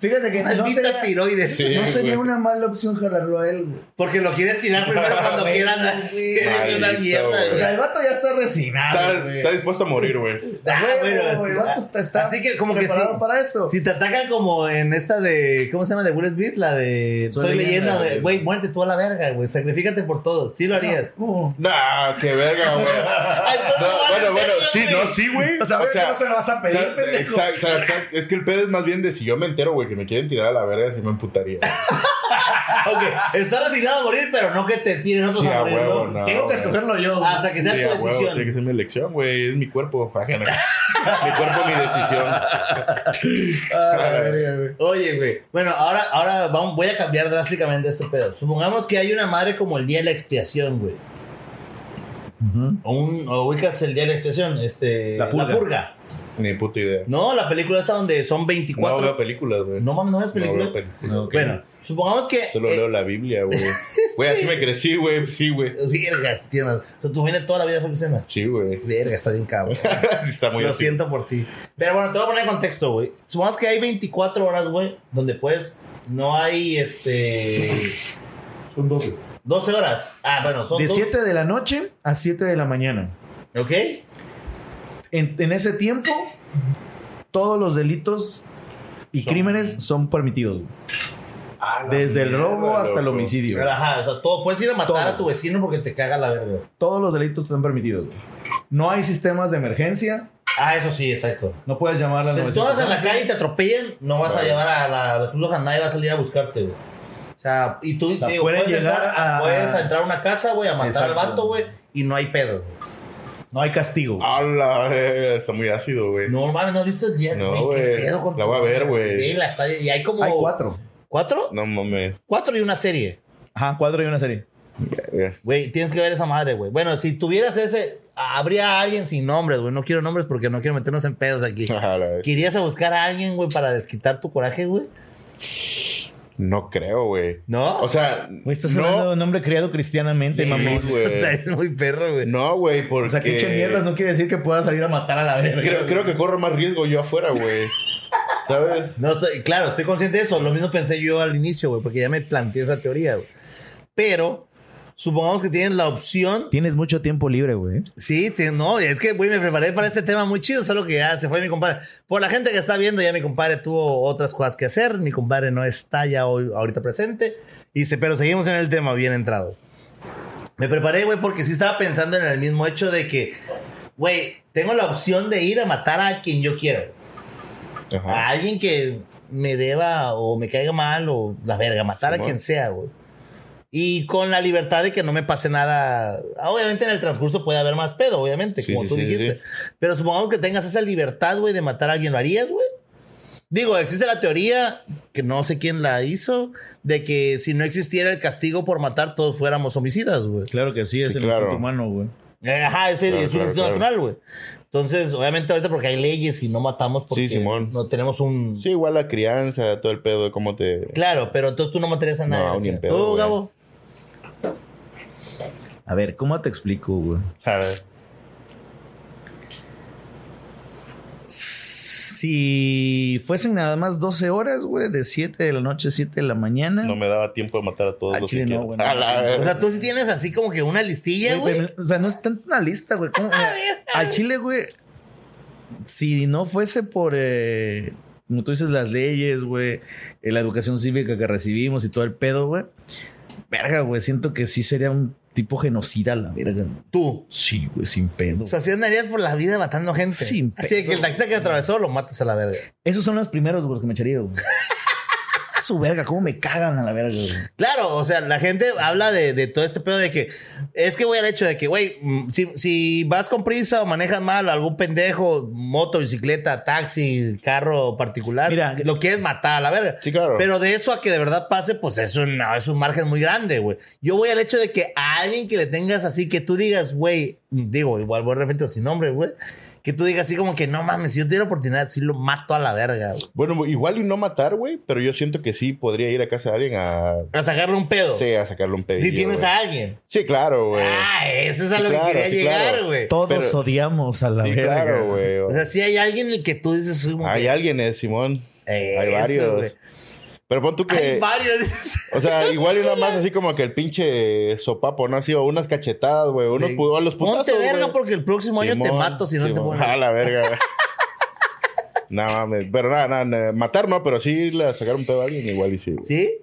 Speaker 2: Fíjate que no
Speaker 1: Maldita
Speaker 2: sería,
Speaker 1: tiroides.
Speaker 4: Sí.
Speaker 2: no sería
Speaker 4: güey.
Speaker 2: una mala opción jalarlo a él, güey.
Speaker 1: Porque lo quieres tirar primero cuando
Speaker 2: Güey,
Speaker 1: quieran. Eres una
Speaker 4: Maldito,
Speaker 1: mierda,
Speaker 4: güey.
Speaker 2: O
Speaker 1: güey.
Speaker 2: sea, el vato ya está resinado,
Speaker 4: está,
Speaker 2: güey.
Speaker 4: está dispuesto a morir, güey.
Speaker 1: Ah,
Speaker 2: Güey,
Speaker 1: bueno,
Speaker 2: güey,
Speaker 1: sí.
Speaker 2: el vato está, está
Speaker 1: Así que como que
Speaker 2: preparado
Speaker 1: sí.
Speaker 2: para eso.
Speaker 1: Si te atacan como en esta de. ¿Cómo se llama? De Will Smith, la de. Soy,
Speaker 2: Soy
Speaker 1: leyenda,
Speaker 2: leyenda,
Speaker 1: de. Güey, muerte tú a la verga, güey. Sacrifícate por todo. Sí lo harías.
Speaker 2: ¿Cómo?
Speaker 4: Nah, qué verga, güey.
Speaker 1: Ah, entonces
Speaker 4: No,
Speaker 1: no vale
Speaker 4: bueno, bueno,
Speaker 1: verga,
Speaker 4: sí,
Speaker 1: güey.
Speaker 4: no, sí, güey.
Speaker 2: O sea, obviamente no se lo vas a pedir,
Speaker 4: exacto,
Speaker 2: pendejo.
Speaker 4: exacto, exacto. Es que el pedo es más bien de si yo me entero, güey, que me quieren tirar a la verga, si me emputaría.
Speaker 1: Ah, Ok, está resignado a morir, pero no que te tiren otros
Speaker 4: Sí,
Speaker 1: a
Speaker 4: a
Speaker 1: morir,
Speaker 4: huevo,
Speaker 1: ¿no?
Speaker 4: no.
Speaker 2: Tengo que
Speaker 4: güey.
Speaker 2: escogerlo yo, güey.
Speaker 1: Hasta que sea
Speaker 4: Sí, a
Speaker 1: tu
Speaker 4: huevo,
Speaker 1: decisión.
Speaker 4: tiene que ser mi elección, güey. Es mi cuerpo. ajá, no. mi cuerpo, mi decisión.
Speaker 1: Oye, güey. Bueno, ahora, ahora vamos, voy a cambiar drásticamente este pedo. Supongamos que hay una madre como el día de la expiación, güey. O un, o ubicas el día de la expiación, este.
Speaker 2: La purga.
Speaker 4: Ni puta idea.
Speaker 1: No, la película está donde son
Speaker 4: No
Speaker 1: 24.
Speaker 4: veo películas, güey.
Speaker 1: No mames, no es
Speaker 4: No veo
Speaker 1: película.
Speaker 4: películas.
Speaker 2: No, ok.
Speaker 1: Bueno, supongamos que.
Speaker 4: Solo
Speaker 1: eh,
Speaker 4: leo la Biblia, güey. Güey, así me crecí, güey. Sí, güey.
Speaker 1: Vergas, tienes. razón. O sea, tu familia toda la vida fue cristiana.
Speaker 4: Sí, güey.
Speaker 1: Verga, está bien cabrón.
Speaker 4: Sí, está muy
Speaker 1: Lo
Speaker 4: así.
Speaker 1: siento por ti. Pero bueno, te voy a poner en contexto, güey. Supongamos que hay 24 horas, güey, donde pues no hay este.
Speaker 4: Son 12.
Speaker 1: 12 horas. Ah, bueno, son
Speaker 2: De
Speaker 1: 12.
Speaker 2: 7 de la noche a 7 de la mañana.
Speaker 1: ¿Ok?
Speaker 2: En, en ese tiempo, todos los delitos y crímenes son permitidos. güey. Desde el
Speaker 4: mierda,
Speaker 2: robo hasta el
Speaker 4: loco.
Speaker 2: homicidio.
Speaker 1: Pero, ajá, o sea, todo. Puedes ir a matar
Speaker 2: Todo.
Speaker 1: a tu vecino porque te caga la verga.
Speaker 2: Todos los delitos están permitidos. güey. No hay sistemas de emergencia.
Speaker 1: Ah, eso sí, exacto.
Speaker 2: No puedes llamar a las
Speaker 1: Si Pues todas
Speaker 2: 911.
Speaker 1: en la calle y te atropellan, no vas a llevar a la la Cruz Lojana, nadie va a salir a buscarte, güey. O sea, y tú
Speaker 2: sea,
Speaker 1: digo,
Speaker 2: pueden
Speaker 1: puedes,
Speaker 2: llegar
Speaker 1: entrar,
Speaker 2: a-
Speaker 1: puedes entrar a una casa, güey, a matar al
Speaker 2: Exacto.
Speaker 1: vato, güey, y no hay pedo. güey.
Speaker 2: No hay castigo. güey.
Speaker 4: A la verga, Está muy ácido, güey.
Speaker 1: No mames, no has visto el día.
Speaker 4: No,
Speaker 1: ¿Qué
Speaker 4: güey.
Speaker 1: pedo con
Speaker 4: La
Speaker 1: tu-
Speaker 4: voy a ver, güey.
Speaker 1: Vela, está- Y hay como.
Speaker 2: Hay cuatro.
Speaker 1: ¿Cuatro?
Speaker 4: No mames.
Speaker 1: Cuatro y una serie.
Speaker 2: Ajá, cuatro y una serie.
Speaker 4: Verga.
Speaker 1: Güey, tienes que ver esa madre, güey. Bueno, si tuvieras ese, habría alguien sin nombres, güey. No quiero nombres porque no quiero meternos en pedos aquí.
Speaker 4: A la verga.
Speaker 1: ¿Querías a buscar a alguien, güey, para desquitar tu coraje, güey?
Speaker 4: No creo, güey.
Speaker 1: ¿No?
Speaker 4: O sea,
Speaker 2: Güey, estás hablando de
Speaker 4: no,
Speaker 2: un hombre criado cristianamente,
Speaker 4: Sí,
Speaker 2: mamón.
Speaker 4: güey.
Speaker 1: Está muy perro, güey.
Speaker 4: no, güey, porque
Speaker 2: O sea, que eche mierdas no quiere decir que pueda salir a matar a la verga.
Speaker 4: creo, creo que corro más riesgo yo afuera, güey. ¿Sabes?
Speaker 1: No estoy- claro, estoy consciente de eso. Lo mismo pensé yo al inicio, güey, porque ya me planteé esa teoría, güey. Pero supongamos que tienen la opción.
Speaker 2: Tienes mucho tiempo libre, güey.
Speaker 1: Sí, te- no, es que, güey, me preparé para este tema muy chido, solo que ya se fue mi compadre. Por la gente que está viendo, ya mi compadre tuvo otras cosas que hacer. Mi compadre no está ya hoy, ahorita presente. Y se- pero seguimos en el tema, bien entrados. Me preparé, güey, porque sí estaba pensando en el mismo hecho de que, güey, tengo la opción de ir a matar a quien yo quiera.
Speaker 4: Ajá.
Speaker 1: A alguien que me deba o me caiga mal o la verga, matar a
Speaker 4: Simón.
Speaker 1: quien sea, güey. Y con la libertad de que no me pase nada. ah, Obviamente en el transcurso puede haber más pedo, obviamente,
Speaker 4: Sí,
Speaker 1: como
Speaker 4: sí,
Speaker 1: tú
Speaker 4: sí,
Speaker 1: dijiste. Pero supongamos que tengas esa libertad, güey, de matar a alguien, ¿lo harías, güey? Digo, existe la teoría, que no sé quién la hizo, de que si no existiera el castigo por matar, todos fuéramos homicidas, güey.
Speaker 2: Claro que sí, es
Speaker 4: Sí,
Speaker 2: el
Speaker 4: claro.
Speaker 2: instinto humano, güey.
Speaker 1: Eh, Ajá, ese
Speaker 4: Claro,
Speaker 1: es un
Speaker 4: claro,
Speaker 1: instinto
Speaker 4: claro.
Speaker 1: natural, güey. Entonces, obviamente ahorita porque hay leyes y no matamos porque
Speaker 4: Simón.
Speaker 1: no tenemos un,
Speaker 4: Sí, igual la crianza, todo el pedo, cómo te.
Speaker 1: Claro, pero entonces tú no matarías a nadie.
Speaker 4: No, ni en
Speaker 1: ¿sí?
Speaker 4: pedo,
Speaker 1: Tú,
Speaker 4: güey.
Speaker 1: Gabo.
Speaker 2: A ver, ¿cómo te explico, güey?
Speaker 4: ¿Sabes?
Speaker 2: Si fuesen nada más 12 horas, güey, de 7 de la noche a 7 de la mañana.
Speaker 4: No me daba tiempo de matar a todos
Speaker 2: Ah,
Speaker 4: los
Speaker 2: chile,
Speaker 4: que
Speaker 2: no,
Speaker 4: quiero.
Speaker 2: güey, no.
Speaker 4: A la
Speaker 1: O
Speaker 4: verga.
Speaker 1: sea, tú sí tienes así como que una listilla,
Speaker 2: Güey,
Speaker 1: güey.
Speaker 2: pero, o sea, no es tanto una lista, güey. ¿Cómo? Al Chile, güey, si no fuese por, eh, como tú dices, las leyes, güey, eh, la educación cívica que recibimos y todo el pedo, güey, Verga, güey. Siento que sí sería un tipo genocida, la verga.
Speaker 1: Tú.
Speaker 2: Sí, güey, sin pedo.
Speaker 1: O sea, si andarías por la vida matando gente.
Speaker 2: Sin
Speaker 1: Así de que el taxista que atravesó lo matas a la verga.
Speaker 2: Esos son los primeros, güey, los que me echaría, güey. A Su verga, cómo me cagan a la verga, güey.
Speaker 1: Claro, o sea, la gente habla de, de todo este pedo de que es que, güey, al hecho de que, güey, mm, si, si vas con prisa o manejas mal a algún pendejo, moto, bicicleta, taxi, carro particular,
Speaker 2: Mira,
Speaker 1: lo quieres matar a la verga.
Speaker 4: Sí, claro.
Speaker 1: Pero de eso a que de verdad pase, pues es un, es un margen muy grande, güey. Yo voy al hecho de que a alguien que le tengas así, que tú digas, güey, digo, igual voy a repetir sin nombre, güey. Que tú digas así como que no mames, si yo tengo la oportunidad, sí lo mato a la verga, güey.
Speaker 4: Bueno, igual y no matar, güey, pero yo siento que sí podría ir a casa de alguien a.
Speaker 1: Para sacarle un pedo.
Speaker 4: Sí, a sacarle un pedillo.
Speaker 1: si tienes
Speaker 4: güey.
Speaker 1: a alguien.
Speaker 4: Sí, claro, güey.
Speaker 1: Ah, eso es a
Speaker 4: Sí,
Speaker 1: lo
Speaker 4: claro,
Speaker 1: que quería
Speaker 4: sí,
Speaker 1: llegar,
Speaker 4: claro.
Speaker 1: güey.
Speaker 2: Todos
Speaker 4: Pero-
Speaker 2: odiamos a la
Speaker 4: Sí,
Speaker 2: verga.
Speaker 4: claro, güey.
Speaker 1: O sea, si hay alguien en el que tú dices, soy
Speaker 4: Hay alguien, eh, Simón. hay varios. Pero pon tú que.
Speaker 1: Hay varios.
Speaker 4: O sea, igual y nada más así como que el pinche sopapo, ¿no? Así, o unas cachetadas, güey. Unos
Speaker 1: Sí.
Speaker 4: pudo a los putazos,
Speaker 1: Ponte verga
Speaker 4: güey.
Speaker 1: porque el próximo año te
Speaker 4: Simón,
Speaker 1: mato si no te
Speaker 4: Simón.
Speaker 1: pones.
Speaker 4: A la verga, güey. No mames, pero nada, nada, nada, matar no, pero sí la sacar un pedo a alguien igual y sí. güey.
Speaker 1: ¿Sí?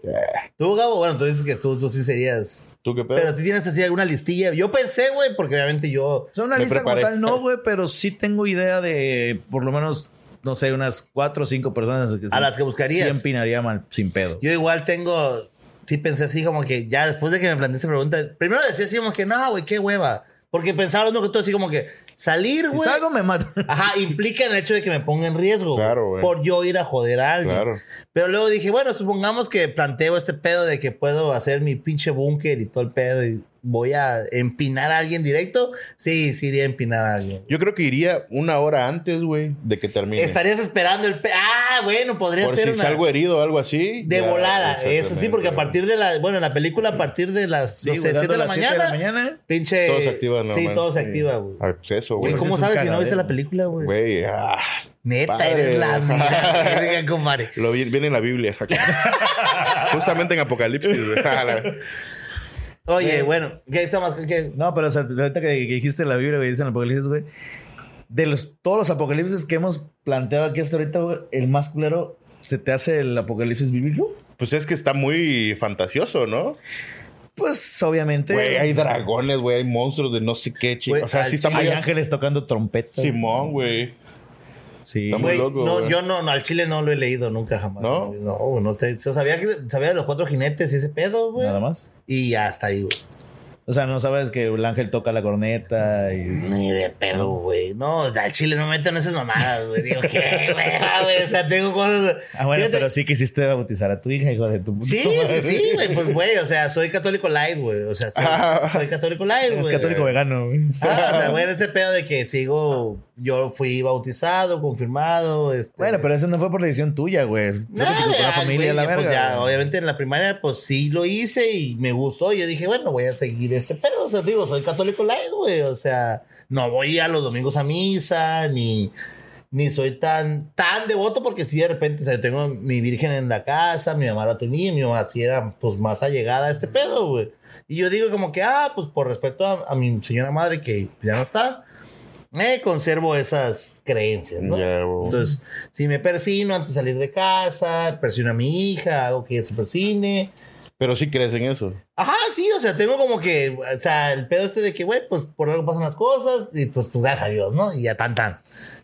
Speaker 1: Tú, Gabo, bueno, entonces que tú, tú sí serías.
Speaker 4: ¿Tú qué pedo?
Speaker 1: Pero tú tienes así alguna listilla. Yo pensé, güey, porque obviamente yo.
Speaker 2: Son una
Speaker 4: Me
Speaker 2: lista
Speaker 4: preparé.
Speaker 2: como tal, no, güey, pero sí tengo idea de por lo menos, no sé, unas cuatro o cinco personas que
Speaker 1: A las que buscarías.
Speaker 2: Sí empinaría mal, sin pedo.
Speaker 1: Yo igual tengo. Sí pensé así como que ya después de que me planteé esa pregunta. Primero decía así como que no, güey, qué hueva. Porque pensaba lo mismo que tú, así como que salir,
Speaker 2: si
Speaker 1: güey.
Speaker 2: salgo, me mato.
Speaker 1: Ajá, implica el hecho de que me ponga en riesgo. güey,
Speaker 4: Claro, güey.
Speaker 1: Por yo ir a joder a alguien.
Speaker 4: Claro.
Speaker 1: Pero luego dije, bueno, supongamos que planteo este pedo de que puedo hacer mi pinche búnker y todo el pedo y voy a empinar a alguien directo. Sí, sí iría a empinar a alguien.
Speaker 4: Yo creo que iría una hora antes, güey, de que termine.
Speaker 1: Estarías esperando el... pe- ah, bueno, podría
Speaker 4: Por
Speaker 1: ser
Speaker 4: si
Speaker 1: una...
Speaker 4: salgo herido o algo así.
Speaker 1: De
Speaker 4: ya,
Speaker 1: volada, eso sí, porque a
Speaker 4: exactamente.
Speaker 1: partir de la... Bueno, en la película a partir de las,
Speaker 2: Sí,
Speaker 1: no
Speaker 2: güey,
Speaker 1: sé,
Speaker 2: dando
Speaker 1: 7 de la
Speaker 2: las siete
Speaker 1: mañana...
Speaker 2: de la mañana.
Speaker 1: Pinche...
Speaker 4: Todo se activa, ¿no?
Speaker 1: Sí,
Speaker 4: man?
Speaker 1: todo se activa, güey.
Speaker 4: Acceso,
Speaker 1: Güey,
Speaker 4: Ah, güey.
Speaker 2: Pues
Speaker 1: ¿cómo
Speaker 2: es un
Speaker 1: sabes si no
Speaker 2: cagadero.
Speaker 1: viste la película, güey?
Speaker 4: Güey, ah,
Speaker 1: Neta,
Speaker 4: padre,
Speaker 1: eres la
Speaker 4: güey.
Speaker 1: mira, verga, compadre.
Speaker 4: lo vi- viene en la Biblia. Justamente en Apocalipsis, güey. A la-
Speaker 1: Oye, bueno, ¿qué está más? ¿Qué?
Speaker 2: No, pero o sea, ahorita que, que dijiste la Biblia, güey, dicen el apocalipsis, güey. De los, todos los apocalipsis que hemos planteado aquí hasta ahorita, güey, el más culero, ¿se te hace el apocalipsis bíblico?
Speaker 4: Pues es que está muy fantasioso, ¿no?
Speaker 2: Pues obviamente.
Speaker 4: Güey, hay dragones, güey, hay monstruos de no sé qué, chico.
Speaker 1: Güey,
Speaker 4: O sea,
Speaker 1: al
Speaker 4: sí está
Speaker 1: chile
Speaker 4: muy
Speaker 2: Hay ángeles tocando trompeta.
Speaker 4: Simón, güey.
Speaker 2: Sí.
Speaker 4: Está muy
Speaker 1: Güey,
Speaker 4: loco,
Speaker 1: no,
Speaker 4: güey.
Speaker 1: yo no, no, al Chile no lo he leído nunca jamás.
Speaker 4: ¿No?
Speaker 1: güey. No, no te, yo sabía, que, sabía de los cuatro jinetes y ese pedo, güey.
Speaker 2: Nada más.
Speaker 1: Y ya está ahí, güey.
Speaker 2: O sea, no sabes que el ángel toca la corneta y.
Speaker 4: Mm.
Speaker 1: Ni de pedo, güey. No, al Chile no me meto en esas mamadas, güey. Digo, ¿qué, güey? Ah, güey, O sea, tengo cosas.
Speaker 2: Ah, bueno,
Speaker 1: Fíjate-
Speaker 2: pero sí quisiste bautizar a tu hija, hijo de tu puta
Speaker 1: Sí, sí,
Speaker 2: madre.
Speaker 1: sí, güey. Pues, güey, o sea, soy católico light, güey. O sea, soy,
Speaker 4: Ah.
Speaker 1: soy católico light, güey.
Speaker 2: Es católico vegano, güey.
Speaker 1: Ah, o sea, güey, este pedo de que sigo. Yo fui bautizado, confirmado. Este,
Speaker 2: Bueno, pero eso no fue por decisión tuya, güey. Creo que te
Speaker 1: Nada,
Speaker 2: tocó la
Speaker 1: ay,
Speaker 2: familia,
Speaker 1: güey,
Speaker 2: la
Speaker 1: ya, pues,
Speaker 2: verga.
Speaker 1: ya, obviamente en la primaria, pues sí lo hice y me gustó. Yo dije, bueno, voy a seguir este pedo. O sea, digo, soy católico light, güey. O sea, no voy a los domingos a misa, ni, ni soy tan, tan devoto, porque si de repente, o sea, tengo mi virgen en la casa, mi mamá la tenía, mi mamá sí era, pues, más allegada a este pedo, güey. Y yo digo, como que, ah, pues por respeto a, a mi señora madre, que ya no está. Eh, conservo esas creencias, ¿no?
Speaker 4: Ya, güey.
Speaker 1: Entonces, si me persino antes de salir de casa, persino a mi hija, hago que ella se persine.
Speaker 4: Pero sí crees en eso.
Speaker 1: Ajá, sí, o sea, tengo como que, o sea, el pedo este de que, güey, pues por algo pasan las cosas y pues, pues gracias a Dios, ¿no? Y ya tan tan.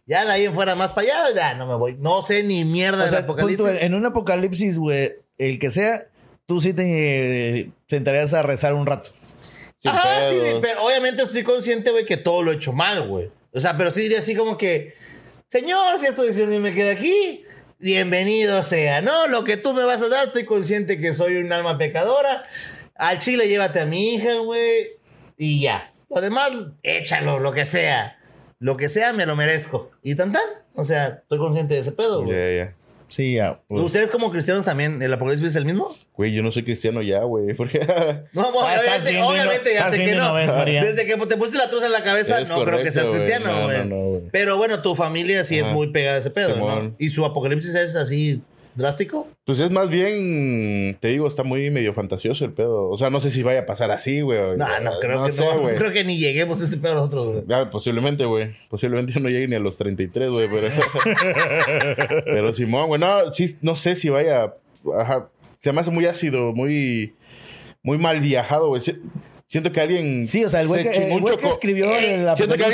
Speaker 1: Ya de ahí en fuera más para allá, ya no me voy. No sé ni mierda
Speaker 2: O
Speaker 1: del
Speaker 2: sea,
Speaker 1: apocalipsis.
Speaker 2: punto, en un apocalipsis, güey, el que sea, tú sí te eh, sentarías a rezar un rato.
Speaker 4: Sin
Speaker 1: Ajá, Ah, sí,
Speaker 4: pedos.
Speaker 1: de- pero obviamente estoy consciente, güey, que todo lo he hecho mal, güey. O sea, pero sí diría así como que, señor, si estoy diciendo y me quedo aquí, bienvenido sea, ¿no? Lo que tú me vas a dar, estoy consciente que soy un alma pecadora. Al chile llévate a mi hija, güey, y ya. Lo demás, échalo, lo que sea. Lo que sea, me lo merezco. Y tan tan. O sea, estoy consciente de ese pedo, güey.
Speaker 4: Ya, ya.
Speaker 2: Sí, ya. pues.
Speaker 1: ¿Ustedes como cristianos también, el apocalipsis es el mismo?
Speaker 4: Güey, yo no soy cristiano ya, güey. Porque
Speaker 1: No, bueno,
Speaker 2: Ah,
Speaker 1: obviamente,
Speaker 2: estás viendo y no-
Speaker 1: obviamente ya
Speaker 2: estás
Speaker 1: sé que
Speaker 2: viendo y
Speaker 1: no.
Speaker 2: no ves, María.
Speaker 1: Desde que te pusiste la truza en la cabeza,
Speaker 4: Es
Speaker 1: no creo que seas
Speaker 4: correcto, güey.
Speaker 1: cristiano,
Speaker 4: No,
Speaker 1: güey.
Speaker 4: no, no, güey.
Speaker 1: Pero bueno, tu familia sí es
Speaker 4: Ajá.
Speaker 1: muy pegada a ese pedo, ¿no?
Speaker 4: Simón.
Speaker 1: ¿Y su apocalipsis es así drástico?
Speaker 4: Pues es más bien, te digo, está muy medio fantasioso el pedo. O sea, no sé si vaya a pasar así, güey.
Speaker 1: No, no, creo que
Speaker 4: Pues, sé,
Speaker 1: no.
Speaker 4: güey.
Speaker 1: Creo que ni lleguemos a ese pedo nosotros, güey.
Speaker 4: Ah, posiblemente, güey. Posiblemente yo no llegue ni a los 33, güey. Pero, pero Simón, güey. No, sí, no sé si vaya. Ajá. Se me hace muy ácido, muy. muy mal viajado, güey. Si- Siento que alguien.
Speaker 2: Sí, o sea, el güey
Speaker 4: se
Speaker 2: que- el
Speaker 4: chingó un
Speaker 2: güey que
Speaker 4: choco-
Speaker 2: escribió el
Speaker 4: Siento que alguien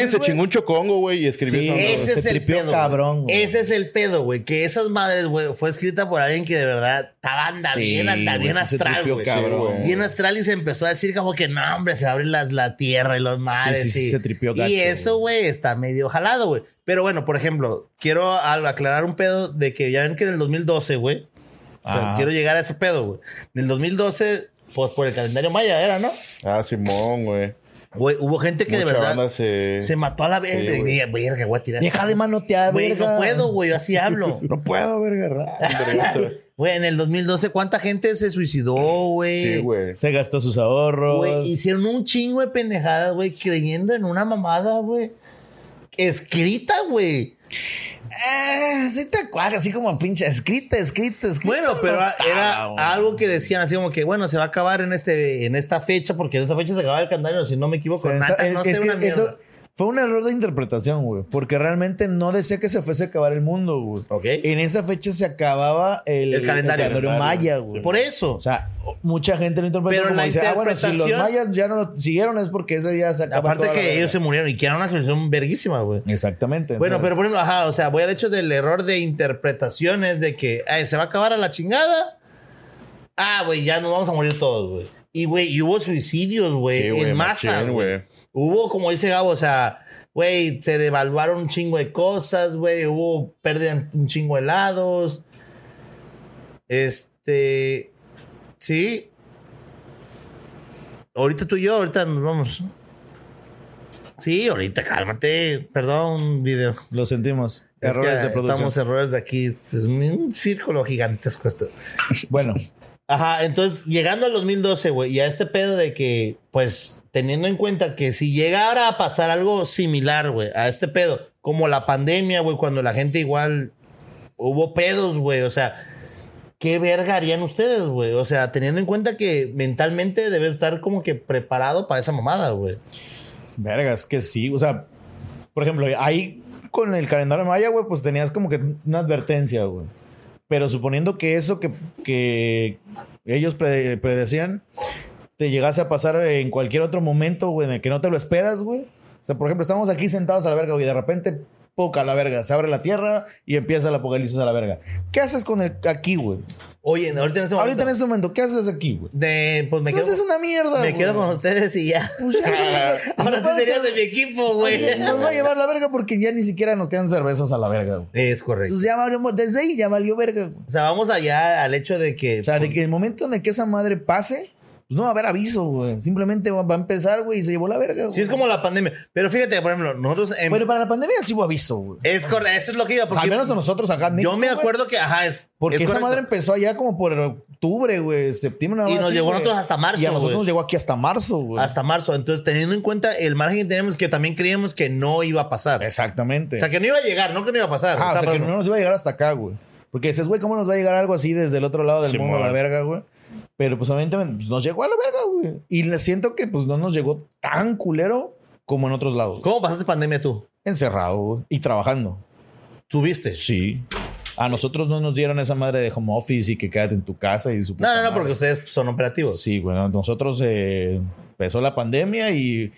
Speaker 2: apocalipsis,
Speaker 4: se
Speaker 2: güey.
Speaker 4: chingó un chocongo, güey, y escribió
Speaker 2: Sí.
Speaker 4: eso, güey.
Speaker 2: se
Speaker 1: Ese es el
Speaker 2: tripió
Speaker 1: pedo.
Speaker 2: cabrón,
Speaker 1: güey.
Speaker 2: güey.
Speaker 1: Ese es el pedo, güey. Que esas madres, güey, fue escrita por alguien que de verdad estaba anda
Speaker 2: Sí,
Speaker 1: bien, anda
Speaker 2: güey,
Speaker 1: bien
Speaker 2: sí se
Speaker 1: astral,
Speaker 4: tripió
Speaker 1: güey.
Speaker 4: cabrón,
Speaker 1: Sí, güey. Bien astral y se empezó a decir como que no, hombre, se abre la, la tierra y los mares.
Speaker 2: Sí, sí, sí,
Speaker 1: y-
Speaker 2: se tripió gacho,
Speaker 1: Y eso, güey, está medio jalado, güey. Pero bueno, por ejemplo, quiero al- aclarar un pedo de que ya ven que en el 2012, güey. O sea,
Speaker 2: Ajá.
Speaker 1: quiero llegar a ese pedo, güey. En el 2012, pues por el calendario maya era, ¿no?
Speaker 4: Ah, Simón, güey.
Speaker 1: Güey, hubo gente que
Speaker 4: Mucha
Speaker 1: de verdad
Speaker 4: banda se-
Speaker 1: se mató a la vez.
Speaker 4: Sí,
Speaker 1: y
Speaker 4: güey.
Speaker 1: dije, verga, voy a tirar.
Speaker 2: Deja de manotear,
Speaker 1: Güey,
Speaker 2: verga.
Speaker 1: no puedo, güey, yo así hablo.
Speaker 4: No puedo, verga. raro.
Speaker 1: Güey, en el 2012, ¿cuánta gente se suicidó, güey?
Speaker 4: Sí, güey.
Speaker 2: Se gastó sus ahorros.
Speaker 1: Güey, hicieron un chingo de pendejadas, güey, creyendo en una mamada, güey. Escrita, güey.
Speaker 2: Ah, sí te cuaja, así como pinche escrita, escrita, escrita.
Speaker 1: Bueno, pero
Speaker 2: no
Speaker 1: a-
Speaker 2: estaba,
Speaker 1: era
Speaker 2: güey.
Speaker 1: algo que decían así como que, bueno, se va a acabar en este en esta fecha, porque en esta fecha se acababa el calendario, si no me equivoco.
Speaker 2: Se-
Speaker 1: nata,
Speaker 2: es-
Speaker 1: no
Speaker 2: es
Speaker 1: sé
Speaker 2: que
Speaker 1: una mierda.
Speaker 2: eso fue un error de interpretación, güey. Porque realmente no decía que se fuese a acabar el mundo, güey.
Speaker 1: Ok.
Speaker 2: En esa fecha se acababa el,
Speaker 1: El calendario.
Speaker 2: maya, güey.
Speaker 1: Por eso.
Speaker 2: O sea, o- mucha gente lo interpretó
Speaker 1: Pero
Speaker 2: como
Speaker 1: la
Speaker 2: dice, ah, bueno, si los
Speaker 1: interpretación-
Speaker 2: mayas ya no lo siguieron es porque ese día se acabó.
Speaker 1: Aparte que ellos se murieron y quedaron una solución verguísima, güey.
Speaker 2: Exactamente.
Speaker 1: Bueno, pero
Speaker 2: entonces-
Speaker 1: por ejemplo, ajá, o sea, voy al hecho del error de interpretaciones de que "Ay, se va a acabar a la chingada. Ah, güey, ya nos vamos a morir todos, güey. Y, güey, y hubo suicidios, güey,
Speaker 4: Sí,
Speaker 1: en
Speaker 4: güey,
Speaker 1: masa.
Speaker 4: machín,
Speaker 1: güey.
Speaker 4: güey.
Speaker 1: Hubo, como dice Gabo, o sea, güey, se devaluaron un chingo de cosas, güey, hubo pérdida un chingo de helados. Este. Sí. Ahorita tú y yo, ahorita nos vamos. Sí, ahorita cálmate. Perdón, video.
Speaker 2: Lo sentimos.
Speaker 1: Es que
Speaker 2: Errores de producción.
Speaker 1: Estamos errores de aquí. Es un círculo gigantesco esto.
Speaker 2: Bueno,
Speaker 1: Ajá, entonces, llegando al 2012, güey, y a este pedo de que, pues, teniendo en cuenta que si llegara a pasar algo similar, güey, a este pedo, como la pandemia, güey, cuando la gente igual hubo pedos, güey, o sea, ¿qué verga harían ustedes, güey? O sea, teniendo en cuenta que mentalmente debes estar como que preparado para esa mamada, güey.
Speaker 2: vergas, que sí. O sea, por ejemplo, ahí con el calendario maya, güey, pues tenías como que una advertencia, güey. Pero suponiendo que eso que, que ellos pre- predecían te llegase a pasar en cualquier otro momento, güey, en el que no te lo esperas, güey. O sea, por ejemplo, estamos aquí sentados a la verga, güey, y de repente, poca la verga, se abre la tierra y empieza el apocalipsis a la verga. ¿Qué haces con el aquí, güey?
Speaker 1: Oye, ahorita en este momento.
Speaker 2: Ahorita en este momento, ¿qué haces aquí, güey?
Speaker 1: de, pues me
Speaker 2: Pues
Speaker 1: quedo,
Speaker 2: es una mierda,
Speaker 1: me
Speaker 2: güey.
Speaker 1: quedo con ustedes y ya.
Speaker 2: Pues ya, chica.
Speaker 1: Ahora sí
Speaker 2: Nos
Speaker 1: serías
Speaker 2: vas
Speaker 1: de
Speaker 2: a-
Speaker 1: mi equipo, güey.
Speaker 2: Nos va a llevar la verga porque ya ni siquiera nos quedan cervezas a la verga, güey.
Speaker 1: Es correcto.
Speaker 2: Entonces ya valió- desde ahí ya valió verga, güey.
Speaker 1: O sea, vamos allá al hecho de que. pues,
Speaker 2: O sea, de que el momento en el que esa madre pase, pues no va a haber aviso, güey. Simplemente va, va a empezar, güey, y se llevó la verga, güey.
Speaker 1: Sí, es como la pandemia. Pero fíjate, por ejemplo, nosotros. en-
Speaker 2: Pero para la pandemia sí hubo aviso, güey.
Speaker 1: es correcto, eso es lo que iba.
Speaker 2: O sea,
Speaker 1: Porque
Speaker 2: al menos nosotros acá en México,
Speaker 1: yo me
Speaker 2: güey.
Speaker 1: acuerdo que, ajá, es.
Speaker 2: Porque
Speaker 1: es
Speaker 2: esa
Speaker 1: correcto.
Speaker 2: madre empezó allá como por octubre, güey, septiembre. nada
Speaker 1: Y
Speaker 2: más
Speaker 1: nos
Speaker 2: así,
Speaker 1: llegó a
Speaker 2: güey.
Speaker 1: nosotros hasta marzo,
Speaker 2: Y a nosotros
Speaker 1: güey.
Speaker 2: nos llegó aquí hasta marzo, güey.
Speaker 1: Hasta marzo. Entonces, teniendo en cuenta el margen que teníamos, que también creíamos que no iba a pasar.
Speaker 2: Exactamente.
Speaker 1: O sea, que no iba a llegar, no que no iba a pasar.
Speaker 2: Ah, o sea,
Speaker 1: Estaba-
Speaker 2: que no nos iba a llegar hasta acá, güey. Porque dices, güey, ¿cómo nos va a llegar algo así desde el otro lado del
Speaker 4: Simón.
Speaker 2: mundo a la verga, güey? Pero pues evidentemente pues, nos llegó a la verga, güey. Y le siento que pues no nos llegó tan culero como en otros lados. güey.
Speaker 1: ¿Cómo pasaste pandemia tú?
Speaker 2: Encerrado, güey. Y trabajando.
Speaker 1: ¿Tuviste?
Speaker 2: Sí. A nosotros no nos dieron esa madre de home office y que quédate en tu casa y su puta
Speaker 1: No, no, no,
Speaker 2: madre.
Speaker 1: porque ustedes son operativos.
Speaker 2: Sí, bueno, nosotros eh, empezó la pandemia y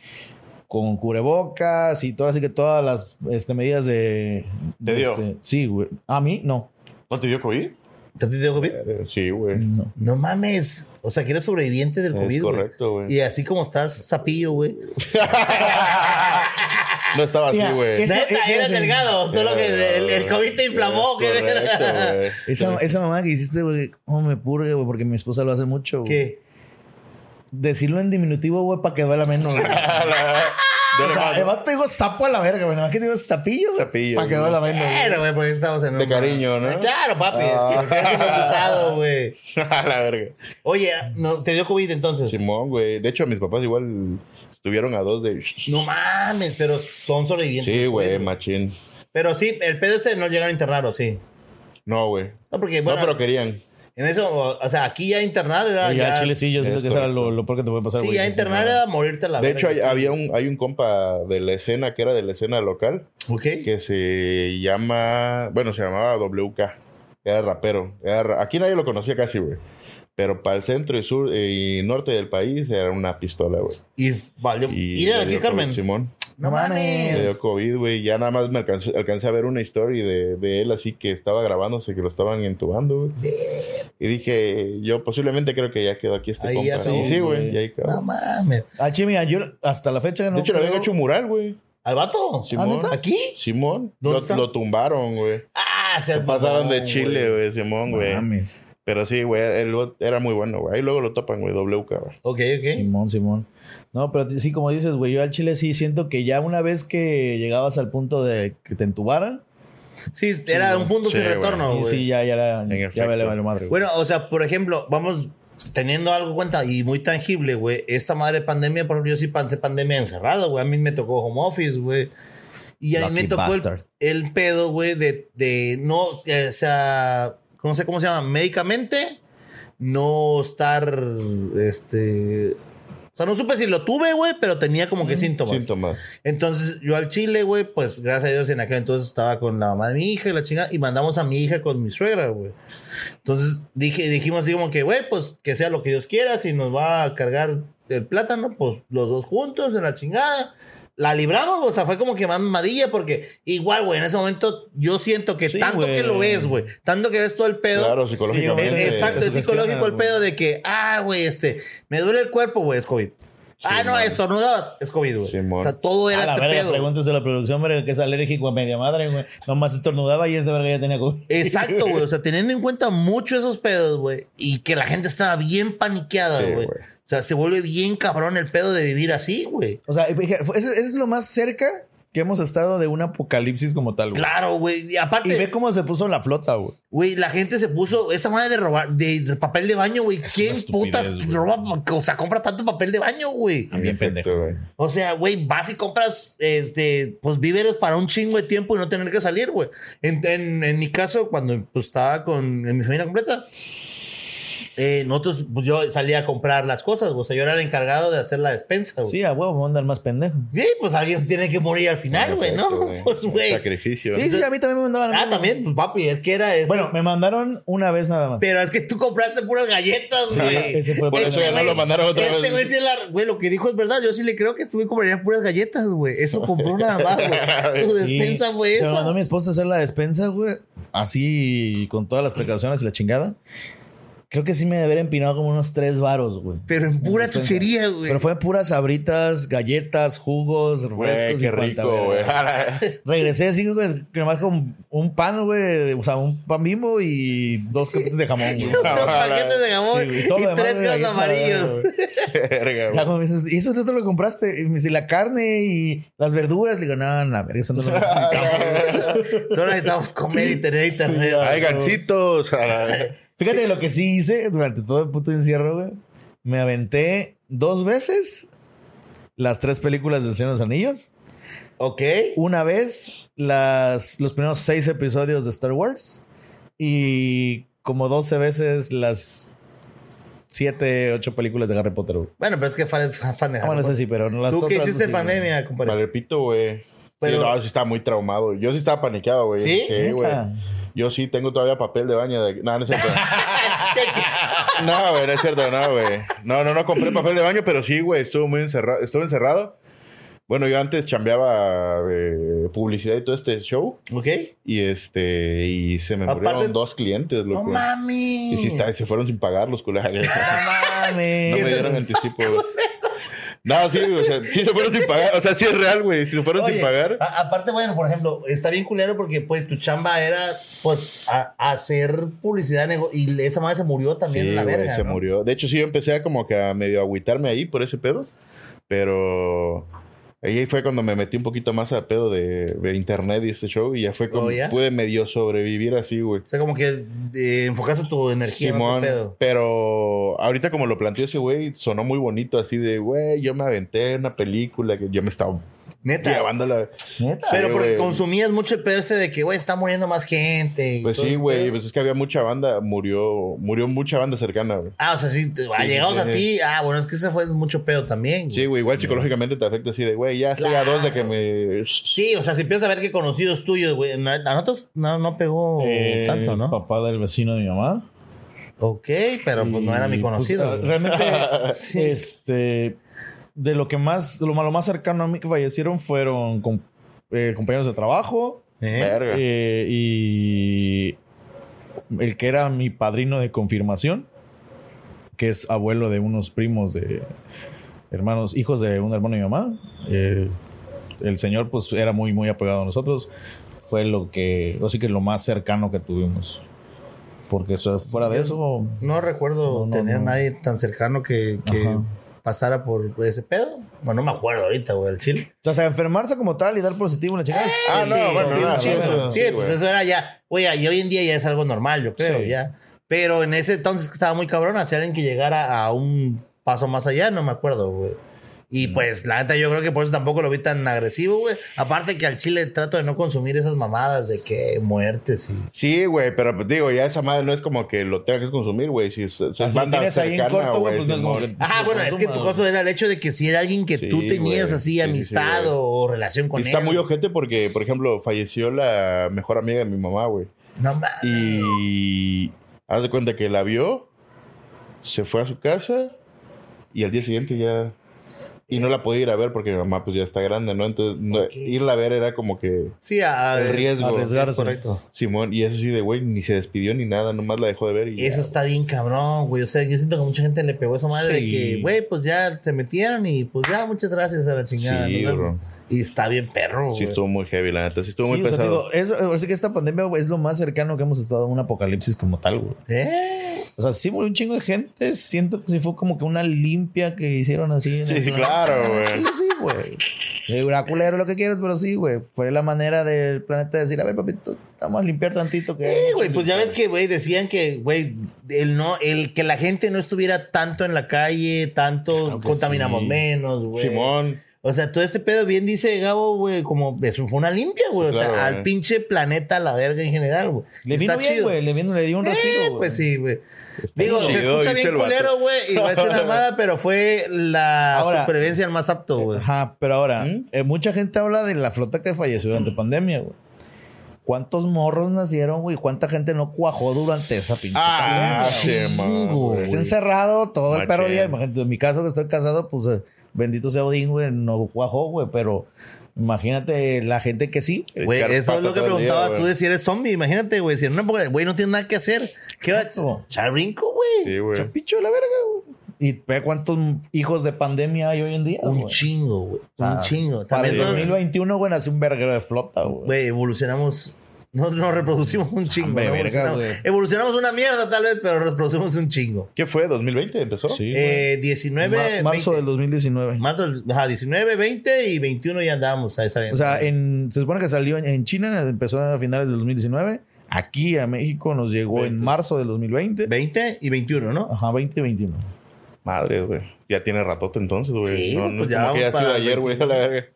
Speaker 2: con cubrebocas y todo, así que todas las este, medidas de...
Speaker 4: ¿Te
Speaker 2: de
Speaker 4: dio?
Speaker 2: este- sí, güey. A mí, no.
Speaker 4: ¿No te dio COVID?
Speaker 1: ¿Te dio COVID?
Speaker 4: Sí, güey.
Speaker 2: No.
Speaker 1: No mames. O sea, que eres sobreviviente del
Speaker 4: Es
Speaker 1: COVID. güey.
Speaker 4: correcto, güey.
Speaker 1: Y así como estás, sapillo, güey.
Speaker 4: No estaba así,
Speaker 2: Mira,
Speaker 4: güey.
Speaker 2: es- Eso-
Speaker 1: Neta,
Speaker 2: eso-
Speaker 1: eras delgado. Solo que el, el COVID te inflamó.
Speaker 4: Es
Speaker 1: qué verga.
Speaker 4: correcto, güey.
Speaker 2: Esa, esa mamá que hiciste, güey, cómo me purgue, güey, porque mi esposa lo hace mucho, güey.
Speaker 1: ¿Qué?
Speaker 2: Decirlo en diminutivo, güey, para que duela menos, güey. O
Speaker 4: Dale,
Speaker 2: sea,
Speaker 4: mano.
Speaker 2: el vato dijo sapo a la verga, güey. Nada más que digo sapillo,
Speaker 4: Sapillo,
Speaker 2: Para que
Speaker 4: güey.
Speaker 2: duela menos. güey.
Speaker 1: Claro, güey, porque estamos en
Speaker 4: De
Speaker 1: un-
Speaker 4: cariño, ¿no? Ah.
Speaker 1: Claro, papi. Es que es complicado, güey.
Speaker 4: A la verga.
Speaker 1: Oye, no, ¿te dio COVID entonces?
Speaker 4: Simón, güey. De hecho, mis papás igual estuvieron a dos de.
Speaker 1: No mames, pero son sobrevivientes.
Speaker 4: Sí, güey, machín.
Speaker 1: Pero sí, el pedo este no llegaron a internarlo, sí.
Speaker 4: No, güey.
Speaker 1: No, porque, bueno,
Speaker 4: no, pero querían.
Speaker 1: en eso, o, o sea, aquí ya internar era.
Speaker 2: Oye, ya,
Speaker 1: ya-
Speaker 2: chile, sí, yo
Speaker 4: es
Speaker 2: siento que eso era
Speaker 4: correcto.
Speaker 2: lo, lo peor que te puede pasar,
Speaker 1: Sí,
Speaker 2: güey.
Speaker 1: ya internar era morirte a la
Speaker 4: De hecho, hay-
Speaker 1: verga.
Speaker 4: había un, hay un compa de la escena que era de la escena local
Speaker 1: Ok.
Speaker 4: que se llama. Bueno, se llamaba WK. Era rapero. Era ra- Aquí nadie lo conocía casi, güey. Pero para el centro y sur eh, y norte del país era una pistola, güey.
Speaker 1: Y valió.
Speaker 4: Y
Speaker 1: Y de
Speaker 4: le
Speaker 1: aquí,
Speaker 4: dio
Speaker 1: Carmen.
Speaker 4: COVID, Simón.
Speaker 1: No
Speaker 4: Le
Speaker 1: mames.
Speaker 4: dio COVID, güey. Ya nada más me alcancé, alcancé a ver una historia de, de él así que estaba grabándose, que lo estaban entubando, güey. Y dije, yo posiblemente creo que ya quedó aquí este
Speaker 1: Ahí
Speaker 4: compa.
Speaker 1: ya
Speaker 4: Y
Speaker 1: acabó,
Speaker 4: sí,
Speaker 2: güey.
Speaker 4: güey. y ahí acabó.
Speaker 1: No mames.
Speaker 2: Ah, che, mira, yo hasta la fecha no.
Speaker 4: de hecho, le habían
Speaker 2: creo-
Speaker 4: hecho un mural, güey.
Speaker 1: ¿Al vato?
Speaker 4: Simón.
Speaker 2: ¿neta?
Speaker 1: ¿Aquí?
Speaker 4: Simón.
Speaker 1: ¿Dónde
Speaker 4: Lo,
Speaker 1: está?
Speaker 4: lo tumbaron, güey.
Speaker 1: Ah, se
Speaker 4: Se pasaron de Chile, güey, Simón,
Speaker 2: No
Speaker 4: güey.
Speaker 2: mames.
Speaker 4: Pero sí, güey, el bot era muy bueno, güey. Ahí luego lo topan, güey, W, cabrón.
Speaker 1: Ok, ok.
Speaker 2: Simón, Simón. No, pero sí, como dices, güey, yo al Chile sí siento que ya una vez que llegabas al punto de que te entubaran,
Speaker 1: Sí, era un punto
Speaker 4: Sí,
Speaker 1: sin
Speaker 4: güey.
Speaker 1: retorno,
Speaker 2: sí,
Speaker 1: güey.
Speaker 2: sí, ya, ya era.
Speaker 4: efecto.
Speaker 2: Ya vale, vale, madre. güey.
Speaker 1: Bueno, o sea, por ejemplo, vamos teniendo algo en cuenta y muy tangible, güey. Esta madre de pandemia, por ejemplo, yo sí pasé pandemia encerrado, güey. A mí me tocó home office, güey. Y a mí me
Speaker 2: Lucky
Speaker 1: tocó el,
Speaker 2: bastard.
Speaker 1: el pedo, güey, de, de no, eh, o sea, no sé cómo se llama, médicamente, no estar, este... O sea, no supe si lo tuve, güey, pero tenía como que síntomas.
Speaker 4: Síntomas.
Speaker 1: Entonces, yo al Chile, güey, pues gracias a Dios en aquel entonces estaba con la mamá de mi hija y la chingada, y mandamos a mi hija con mi suegra, güey. Entonces, dije, dijimos así como que, güey, pues que sea lo que Dios quiera, si nos va a cargar el plátano, pues los dos juntos, de la chingada. La libramos, o sea, fue como que más mamadilla, porque igual, güey, en ese momento yo siento que
Speaker 2: Sí,
Speaker 1: tanto
Speaker 2: güey.
Speaker 1: que lo ves, güey, tanto que ves todo el pedo.
Speaker 4: Claro,
Speaker 2: Sí,
Speaker 4: psicológicamente.
Speaker 2: güey.
Speaker 1: Eh, Exacto,
Speaker 2: te
Speaker 1: es psicológico el
Speaker 2: sugestionas,
Speaker 1: pedo de que, ah, güey, este, me duele el cuerpo, güey, es COVID. ah, no,
Speaker 4: man.
Speaker 1: estornudabas, es COVID, güey.
Speaker 4: Simón.
Speaker 1: o sea, todo era
Speaker 2: a la
Speaker 1: este
Speaker 2: verga,
Speaker 1: pedo.
Speaker 2: pregúntese a la producción, verga, que es alérgico a media madre, güey. Nomás estornudaba y esta verga ya tenía COVID.
Speaker 1: Exacto, güey. O sea, teniendo en cuenta mucho esos pedos, güey. Y que la gente estaba bien paniqueada,
Speaker 4: Sí,
Speaker 1: güey.
Speaker 4: güey.
Speaker 1: o sea, se vuelve bien cabrón el pedo de vivir así, güey.
Speaker 2: O sea, fija- fue- eso, eso es lo más cerca que hemos estado de un apocalipsis como tal, güey.
Speaker 1: Claro, güey. Y
Speaker 2: Y ve
Speaker 1: aparte,
Speaker 2: cómo se puso la flota, güey.
Speaker 1: güey, la gente se puso esa madre de robar, de, de papel de baño, güey. ¿Quién
Speaker 2: estupidez,
Speaker 1: putas
Speaker 2: güey.
Speaker 1: roba, o sea, compra tanto papel de baño, güey?
Speaker 2: Bien
Speaker 4: Efecto,
Speaker 2: pendejo.
Speaker 4: güey.
Speaker 1: O sea, güey, vas y compras este, pues víveres para un chingo de tiempo y no tener que salir, güey. En, en- en mi caso, cuando pues, estaba con en mi familia completa, eh, nosotros, pues yo salía a comprar las cosas, güey. o sea, yo era el encargado de hacer la despensa, güey. Sí.
Speaker 2: Sí, a huevo, vamos a andar más pendejo.
Speaker 1: pues alguien se tiene que morir al final, güey, ¿no?
Speaker 4: Efecto, güey.
Speaker 1: Pues, güey.
Speaker 4: Sacrificio.
Speaker 2: Sí, sí, a mí también me mandaban.
Speaker 1: Ah, también, pues papi, es que era. es-
Speaker 2: Bueno, me mandaron una vez nada más.
Speaker 1: Pero es que tú compraste puras galletas, güey.
Speaker 2: ese fue el
Speaker 4: Por
Speaker 2: problema.
Speaker 4: eso ya no lo mandaron otra
Speaker 1: Este
Speaker 4: vez.
Speaker 1: güey sí es la- güey, lo que dijo es verdad. Yo sí le creo que estuve comprando puras galletas, güey. Eso compró nada más, güey. Su
Speaker 2: Sí.
Speaker 1: despensa fue
Speaker 2: Se me mandó
Speaker 1: esa.
Speaker 2: mi esposa a hacer la despensa, güey. Así, con todas las precauciones y la chingada. Creo que sí me debería empinado como unos tres varos, güey.
Speaker 1: Pero en pura
Speaker 2: despensa.
Speaker 1: chuchería, güey.
Speaker 2: Pero fue puras sabritas, galletas, jugos,
Speaker 4: Güey,
Speaker 2: refrescos y
Speaker 4: qué
Speaker 2: cuanta
Speaker 4: rico,
Speaker 2: verga.
Speaker 4: güey.
Speaker 2: Regresé así, güey, nomás con un pan, güey. O sea, un pan bimbo y dos copitas de jamón, güey.
Speaker 4: Ah,
Speaker 1: Dos paquetes de
Speaker 2: Sí,
Speaker 1: jamón
Speaker 2: güey, todo
Speaker 1: y
Speaker 2: lo demás
Speaker 1: tres
Speaker 2: de
Speaker 1: dedos
Speaker 2: galletas,
Speaker 1: amarillos.
Speaker 2: güey.
Speaker 4: Verga,
Speaker 2: Ya
Speaker 4: güey.
Speaker 2: cuando me dicen, ¿y eso tú te lo compraste? Y me dice, la carne y las verduras. Le digo, no, no, verga, eso no lo necesitamos.
Speaker 1: Solo necesitamos comer y tener internet.
Speaker 4: Ay, gancitos. a la-
Speaker 2: Fíjate lo que sí hice durante todo el puto encierro, güey. Me aventé dos veces las tres películas del Señor de los Anillos.
Speaker 1: Ok.
Speaker 2: Una vez las, los primeros seis episodios de Star Wars. Y como 12 veces las siete, ocho películas de Harry Potter, güey.
Speaker 1: Bueno, pero es que fan, fan de
Speaker 2: Ah, bueno,
Speaker 1: Harry
Speaker 2: eso sí, pero no
Speaker 1: Potter.
Speaker 2: las
Speaker 1: Tú que
Speaker 2: otras,
Speaker 1: hiciste
Speaker 2: sí,
Speaker 1: en
Speaker 2: güey.
Speaker 1: pandemia, compadre.
Speaker 4: Vale, pito, güey.
Speaker 1: Pero-
Speaker 4: sí, no, sí estaba muy traumado. Yo sí estaba paniqueado, güey.
Speaker 1: ¿Sí?
Speaker 4: Sí, güey.
Speaker 2: Neta.
Speaker 4: Yo sí tengo todavía papel de baño. De... No, no es cierto. no, güey, no es cierto, no, güey. No, no, no compré papel de baño, pero sí, güey, estuve muy encerrado. Estuve encerrado. Bueno, yo antes chambeaba de publicidad y todo este show.
Speaker 1: Ok.
Speaker 4: Y este, y se me
Speaker 1: Aparte-
Speaker 4: murieron dos clientes,
Speaker 1: No
Speaker 4: loco.
Speaker 1: mami.
Speaker 4: y sí, está- se fueron sin pagar los culeros. No me
Speaker 2: Mames.
Speaker 4: dieron anticipo, güey. No, sí, güey, o sea, sí se fueron sin pagar. O sea, sí es real, güey. Si se fueron
Speaker 1: Oye, ah,
Speaker 4: sin pagar.
Speaker 1: a- aparte, bueno, por ejemplo, está bien culero porque pues tu chamba era pues a- hacer publicidad nego- y esa madre se murió también
Speaker 4: Sí,
Speaker 1: en la
Speaker 4: güey,
Speaker 1: verga.
Speaker 4: se
Speaker 1: ¿no?
Speaker 4: murió. De hecho, sí, yo empecé a como que a medio agüitarme ahí por ese pedo. Pero ahí fue cuando me metí un poquito más al pedo de, de internet y este show. Y ya fue como
Speaker 1: Oh, ¿ya?
Speaker 4: pude medio sobrevivir así, güey.
Speaker 1: O sea, como que eh, enfocaste tu energía en
Speaker 4: Simón,
Speaker 1: otro pedo.
Speaker 4: pero ahorita como lo planteó ese güey, sonó muy bonito así de, güey, yo me aventé una película que yo me estaba
Speaker 1: Neta.
Speaker 4: llevando la...
Speaker 2: Neta.
Speaker 1: Pero
Speaker 4: Sí,
Speaker 1: porque
Speaker 4: güey.
Speaker 1: consumías mucho el pedo este de que, güey, está muriendo más gente. y
Speaker 4: Pues
Speaker 1: todo
Speaker 4: sí,
Speaker 1: ese
Speaker 4: güey,
Speaker 1: pedo.
Speaker 4: pues es que había mucha banda, murió, murió mucha banda cercana, güey.
Speaker 1: Ah, o sea, sí, te- ah,
Speaker 4: Sí,
Speaker 1: llegados
Speaker 4: sí,
Speaker 1: a
Speaker 4: sí.
Speaker 1: ti. Ah, bueno, es que ese fue mucho pedo también. güey.
Speaker 4: Sí, güey, igual psicológicamente te afecta así de, güey, ya estoy a dos de que me...
Speaker 1: Sí, o sea, si empiezas a ver que conocidos tuyos, güey. na- A nosotros no, no pegó
Speaker 2: Eh,
Speaker 1: tanto, ¿no?
Speaker 2: Papá del vecino de mi mamá.
Speaker 1: Ok, pero pues no era mi
Speaker 2: Y, pues,
Speaker 1: conocido.
Speaker 4: ah,
Speaker 1: güey.
Speaker 2: realmente, este, de lo que más, de lo más, lo más cercano a mí que fallecieron fueron com- eh, compañeros de trabajo
Speaker 1: ¿Eh?
Speaker 4: Verga.
Speaker 2: eh, y el que era mi padrino de confirmación, que es abuelo de unos primos de hermanos, hijos de un hermano y mamá. Eh, el señor, pues, era muy, muy apegado a nosotros. Fue lo que, así que lo más cercano que tuvimos. Porque o sea, fuera de eso,
Speaker 1: No recuerdo
Speaker 2: No, no,
Speaker 1: tener a
Speaker 2: no.
Speaker 1: nadie tan cercano que, que
Speaker 2: Ajá.
Speaker 1: pasara por ese pedo. Bueno, no me acuerdo ahorita, güey, el chile.
Speaker 2: O sea, enfermarse como tal y dar positivo en la chica.
Speaker 4: Ah, no, bueno,
Speaker 1: sí,
Speaker 4: no,
Speaker 1: sí,
Speaker 4: no,
Speaker 1: güey.
Speaker 4: no,
Speaker 1: Sí,
Speaker 4: sí,
Speaker 1: pues
Speaker 4: güey.
Speaker 1: eso era ya. Oye, y hoy en día ya es algo normal, yo creo,
Speaker 2: Sí.
Speaker 1: ya. Pero en ese entonces que estaba muy cabrón, hacer alguien que llegara a un paso más allá, no me acuerdo, güey. Y
Speaker 2: Mm.
Speaker 1: pues, la neta, yo creo que por eso tampoco lo vi tan agresivo, güey. Aparte que al chile trato de no consumir esas mamadas de que muertes y.
Speaker 4: Sí, güey, pero pues, digo, ya esa madre no es como que lo tengas que consumir, güey. Si es, es
Speaker 2: Si lo
Speaker 4: banda
Speaker 2: tienes ahí en
Speaker 4: cercana,
Speaker 2: corto, güey, pues no es como
Speaker 4: Simón.
Speaker 2: que-
Speaker 1: Ajá, bueno, es que tu cosa era el hecho de que si era alguien que
Speaker 4: Sí,
Speaker 1: tú tenías
Speaker 4: güey.
Speaker 1: así
Speaker 4: Sí, sí,
Speaker 1: amistad
Speaker 4: sí, güey.
Speaker 1: o relación con
Speaker 4: Y está
Speaker 1: él.
Speaker 4: muy ojete porque, por ejemplo, falleció la mejor amiga de mi mamá, güey.
Speaker 1: No mames.
Speaker 4: Y haz de cuenta que la vio, se fue a su casa y al día siguiente ya... Y no la podía ir a ver porque mi mamá pues ya está grande, ¿no? Entonces, no-
Speaker 1: Ok.
Speaker 4: irla a ver era como que
Speaker 1: Sí, a,
Speaker 4: el riesgo.
Speaker 2: arriesgarse.
Speaker 1: es correcto.
Speaker 4: Simón, y eso sí de güey, ni se despidió ni nada, nomás la dejó de ver. Y
Speaker 1: Eso está bien cabrón, güey. O sea, yo siento que mucha gente le pegó esa madre
Speaker 2: Sí.
Speaker 1: de que, güey, pues ya se metieron y pues ya, muchas gracias a la chingada.
Speaker 4: Sí,
Speaker 1: ¿no?
Speaker 4: bro.
Speaker 1: Y está bien perro,
Speaker 4: Sí,
Speaker 1: güey.
Speaker 4: estuvo muy heavy, la neta. Sí, estuvo
Speaker 2: Sí,
Speaker 4: muy
Speaker 2: o sea,
Speaker 4: pesado.
Speaker 2: digo, es, ahora sí que esta pandemia güey, es lo más cercano que hemos estado a un apocalipsis como tal, güey.
Speaker 1: ¿Eh?
Speaker 2: O sea, sí murió un chingo de gente. Siento que sí fue como que una limpia que hicieron así. en
Speaker 4: Sí,
Speaker 2: el-
Speaker 4: claro,
Speaker 2: Sí,
Speaker 4: güey.
Speaker 2: sí, güey. Sí, güey, culero, lo que quieras, pero sí, güey. Fue la manera del planeta de decir, a ver, papito, vamos a limpiar tantito. Que
Speaker 1: Eh, güey, pues ya ves que, güey, decían que, güey, el no, el que la gente no estuviera tanto en la calle, tanto
Speaker 2: Claro que
Speaker 1: contaminamos
Speaker 2: sí.
Speaker 1: menos, güey.
Speaker 4: Simón.
Speaker 1: O sea, todo este pedo bien dice Gabo, güey, como es, fue una limpia, güey. O
Speaker 4: Claro,
Speaker 1: sea,
Speaker 4: güey.
Speaker 1: al pinche planeta, a la verga en general, güey.
Speaker 2: Le vino bien, güey. Le vino, le dio un respiro,
Speaker 1: Eh,
Speaker 2: güey.
Speaker 1: pues sí, güey. Digo, se
Speaker 4: chido,
Speaker 1: escucha
Speaker 4: dice
Speaker 1: bien
Speaker 4: el vato.
Speaker 1: culero, güey, y va a ser una amada, pero fue la
Speaker 2: Ahora-
Speaker 1: supervivencia el más apto, güey.
Speaker 2: Ajá, pero ahora,
Speaker 4: ¿Mm?
Speaker 2: eh, mucha gente habla de la flota que falleció durante pandemia, güey. ¿Cuántos morros nacieron, güey? ¿Cuánta gente no cuajó durante esa pinche
Speaker 4: Ah,
Speaker 2: pandemia?
Speaker 4: Simón. güey.
Speaker 2: Pues encerrado todo el
Speaker 4: Machín.
Speaker 2: perro día. Imagínate, en mi caso que estoy casado, pues eh, bendito sea Odín, güey, no cuajó, güey, pero imagínate la gente que sí. güey.
Speaker 1: Güey,
Speaker 4: Echar
Speaker 1: eso es
Speaker 4: pata
Speaker 1: lo que
Speaker 4: todo el día,
Speaker 1: preguntabas
Speaker 4: güey.
Speaker 1: tú de si eres zombie. Imagínate, güey, si en una época, güey, no tienes nada que hacer. ¿Qué va a
Speaker 2: Exacto.
Speaker 1: echar brinco, güey?
Speaker 4: Sí, güey.
Speaker 2: Chapicho de la verga, güey. Y ve cuántos hijos de pandemia hay hoy en día,
Speaker 1: Un
Speaker 2: güey.
Speaker 1: chingo, güey.
Speaker 2: Ah,
Speaker 1: Un chingo.
Speaker 2: Para
Speaker 1: También,
Speaker 2: el
Speaker 1: no-
Speaker 2: 2021, güey, nació un verguero de flota, güey.
Speaker 1: güey, evolucionamos. Nosotros nos reproducimos un chingo.
Speaker 2: Pues. Hombre,
Speaker 1: ¿no?
Speaker 2: verga,
Speaker 1: evolucionamos,
Speaker 2: güey.
Speaker 1: evolucionamos una mierda, tal vez, pero reproducimos un chingo.
Speaker 4: ¿Qué fue? ¿2020 empezó?
Speaker 2: Sí, güey.
Speaker 1: Eh, 19,
Speaker 2: Mar- marzo
Speaker 1: 20.
Speaker 2: del 2019.
Speaker 1: Marzo del- ajá, 19, 20 y 21 ya andábamos ahí saliendo.
Speaker 2: O sea, en, se supone que salió en, en China, empezó a finales del 2019. Aquí a México nos llegó en marzo del 2020.
Speaker 1: 20 y 21, ¿no?
Speaker 2: Ajá, 2021.
Speaker 4: Madre, güey. Ya tiene ratote entonces, güey.
Speaker 1: Sí,
Speaker 4: no,
Speaker 1: güey,
Speaker 4: no
Speaker 1: pues
Speaker 4: es
Speaker 1: ya
Speaker 4: como que haya
Speaker 1: vamos
Speaker 4: sido
Speaker 1: para
Speaker 4: ayer, güey, a la verga.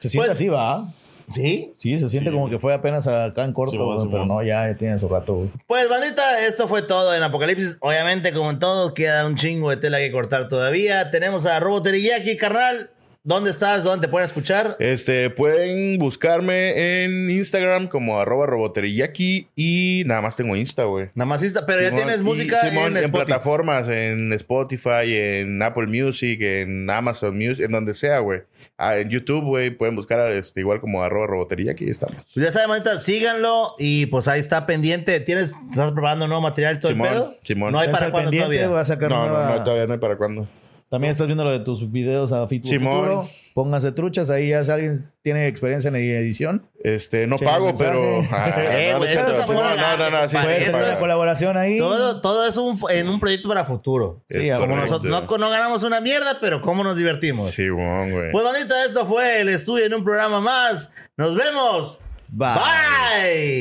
Speaker 2: Se siente
Speaker 1: Pues-
Speaker 2: así, va.
Speaker 1: Sí.
Speaker 2: Sí, se siente como que fue apenas acá en corto,
Speaker 4: Sí, bueno,
Speaker 2: güey,
Speaker 4: sí,
Speaker 2: pero
Speaker 4: bueno.
Speaker 2: no, ya, ya tiene su rato, güey.
Speaker 1: Pues, bandita, esto fue todo en Apocalipsis. Obviamente, como en todo, queda un chingo de tela que cortar todavía. Tenemos a Robo Teriyaki, carnal. ¿Dónde estás? ¿Dónde te pueden escuchar?
Speaker 2: Eh,
Speaker 4: Este, pueden buscarme en Instagram como arroba roboteriyaki y nada más tengo Insta, güey.
Speaker 1: Nada más está, pero ya
Speaker 4: Simón,
Speaker 1: tienes
Speaker 4: y-
Speaker 1: música
Speaker 4: Simón,
Speaker 1: en,
Speaker 4: en,
Speaker 1: Spotify.
Speaker 4: plataformas, en Spotify, en Apple Music, en Amazon Music, en donde sea, güey. Ah, en YouTube, güey, pueden buscar este, igual como arroba roboteriyaki y estamos.
Speaker 1: Pues ya saben, bandita, síganlo y pues ahí está pendiente. ¿Tienes, estás preparando nuevo material todo
Speaker 4: Simón,
Speaker 1: el pedo?
Speaker 4: Simón.
Speaker 1: No hay
Speaker 2: Estás
Speaker 1: para
Speaker 2: al
Speaker 1: cuándo
Speaker 2: pendiente,
Speaker 1: todavía.
Speaker 2: Voy a sacar
Speaker 4: No,
Speaker 2: nueva-
Speaker 4: no, no, todavía no hay para cuándo.
Speaker 2: También estás viendo lo de tus videos a Fit
Speaker 4: Simón.
Speaker 2: Futuro. Pónganse truchas, ahí ya si alguien tiene experiencia en edición.
Speaker 4: Este, no
Speaker 2: Che,
Speaker 4: pago,
Speaker 2: mensaje.
Speaker 4: pero.
Speaker 1: Eh,
Speaker 4: no,
Speaker 1: güey,
Speaker 4: no,
Speaker 1: eso es
Speaker 4: no,
Speaker 1: amor al
Speaker 4: no, no,
Speaker 1: arte,
Speaker 4: no, sí,
Speaker 1: compadre.
Speaker 4: sí,
Speaker 2: Puede
Speaker 1: eso
Speaker 2: ser una
Speaker 1: es-
Speaker 4: paga.
Speaker 2: colaboración ahí.
Speaker 1: Ah, Todo, todo es un, en un proyecto para futuro.
Speaker 2: Sí,
Speaker 4: Es
Speaker 2: como
Speaker 4: correcto.
Speaker 1: Nosotros no, no ganamos una mierda, pero cómo nos divertimos.
Speaker 4: Sí, bueno, güey.
Speaker 1: Pues bonito, esto fue el estudio en un programa más. Nos vemos.
Speaker 2: Bye.
Speaker 1: Bye.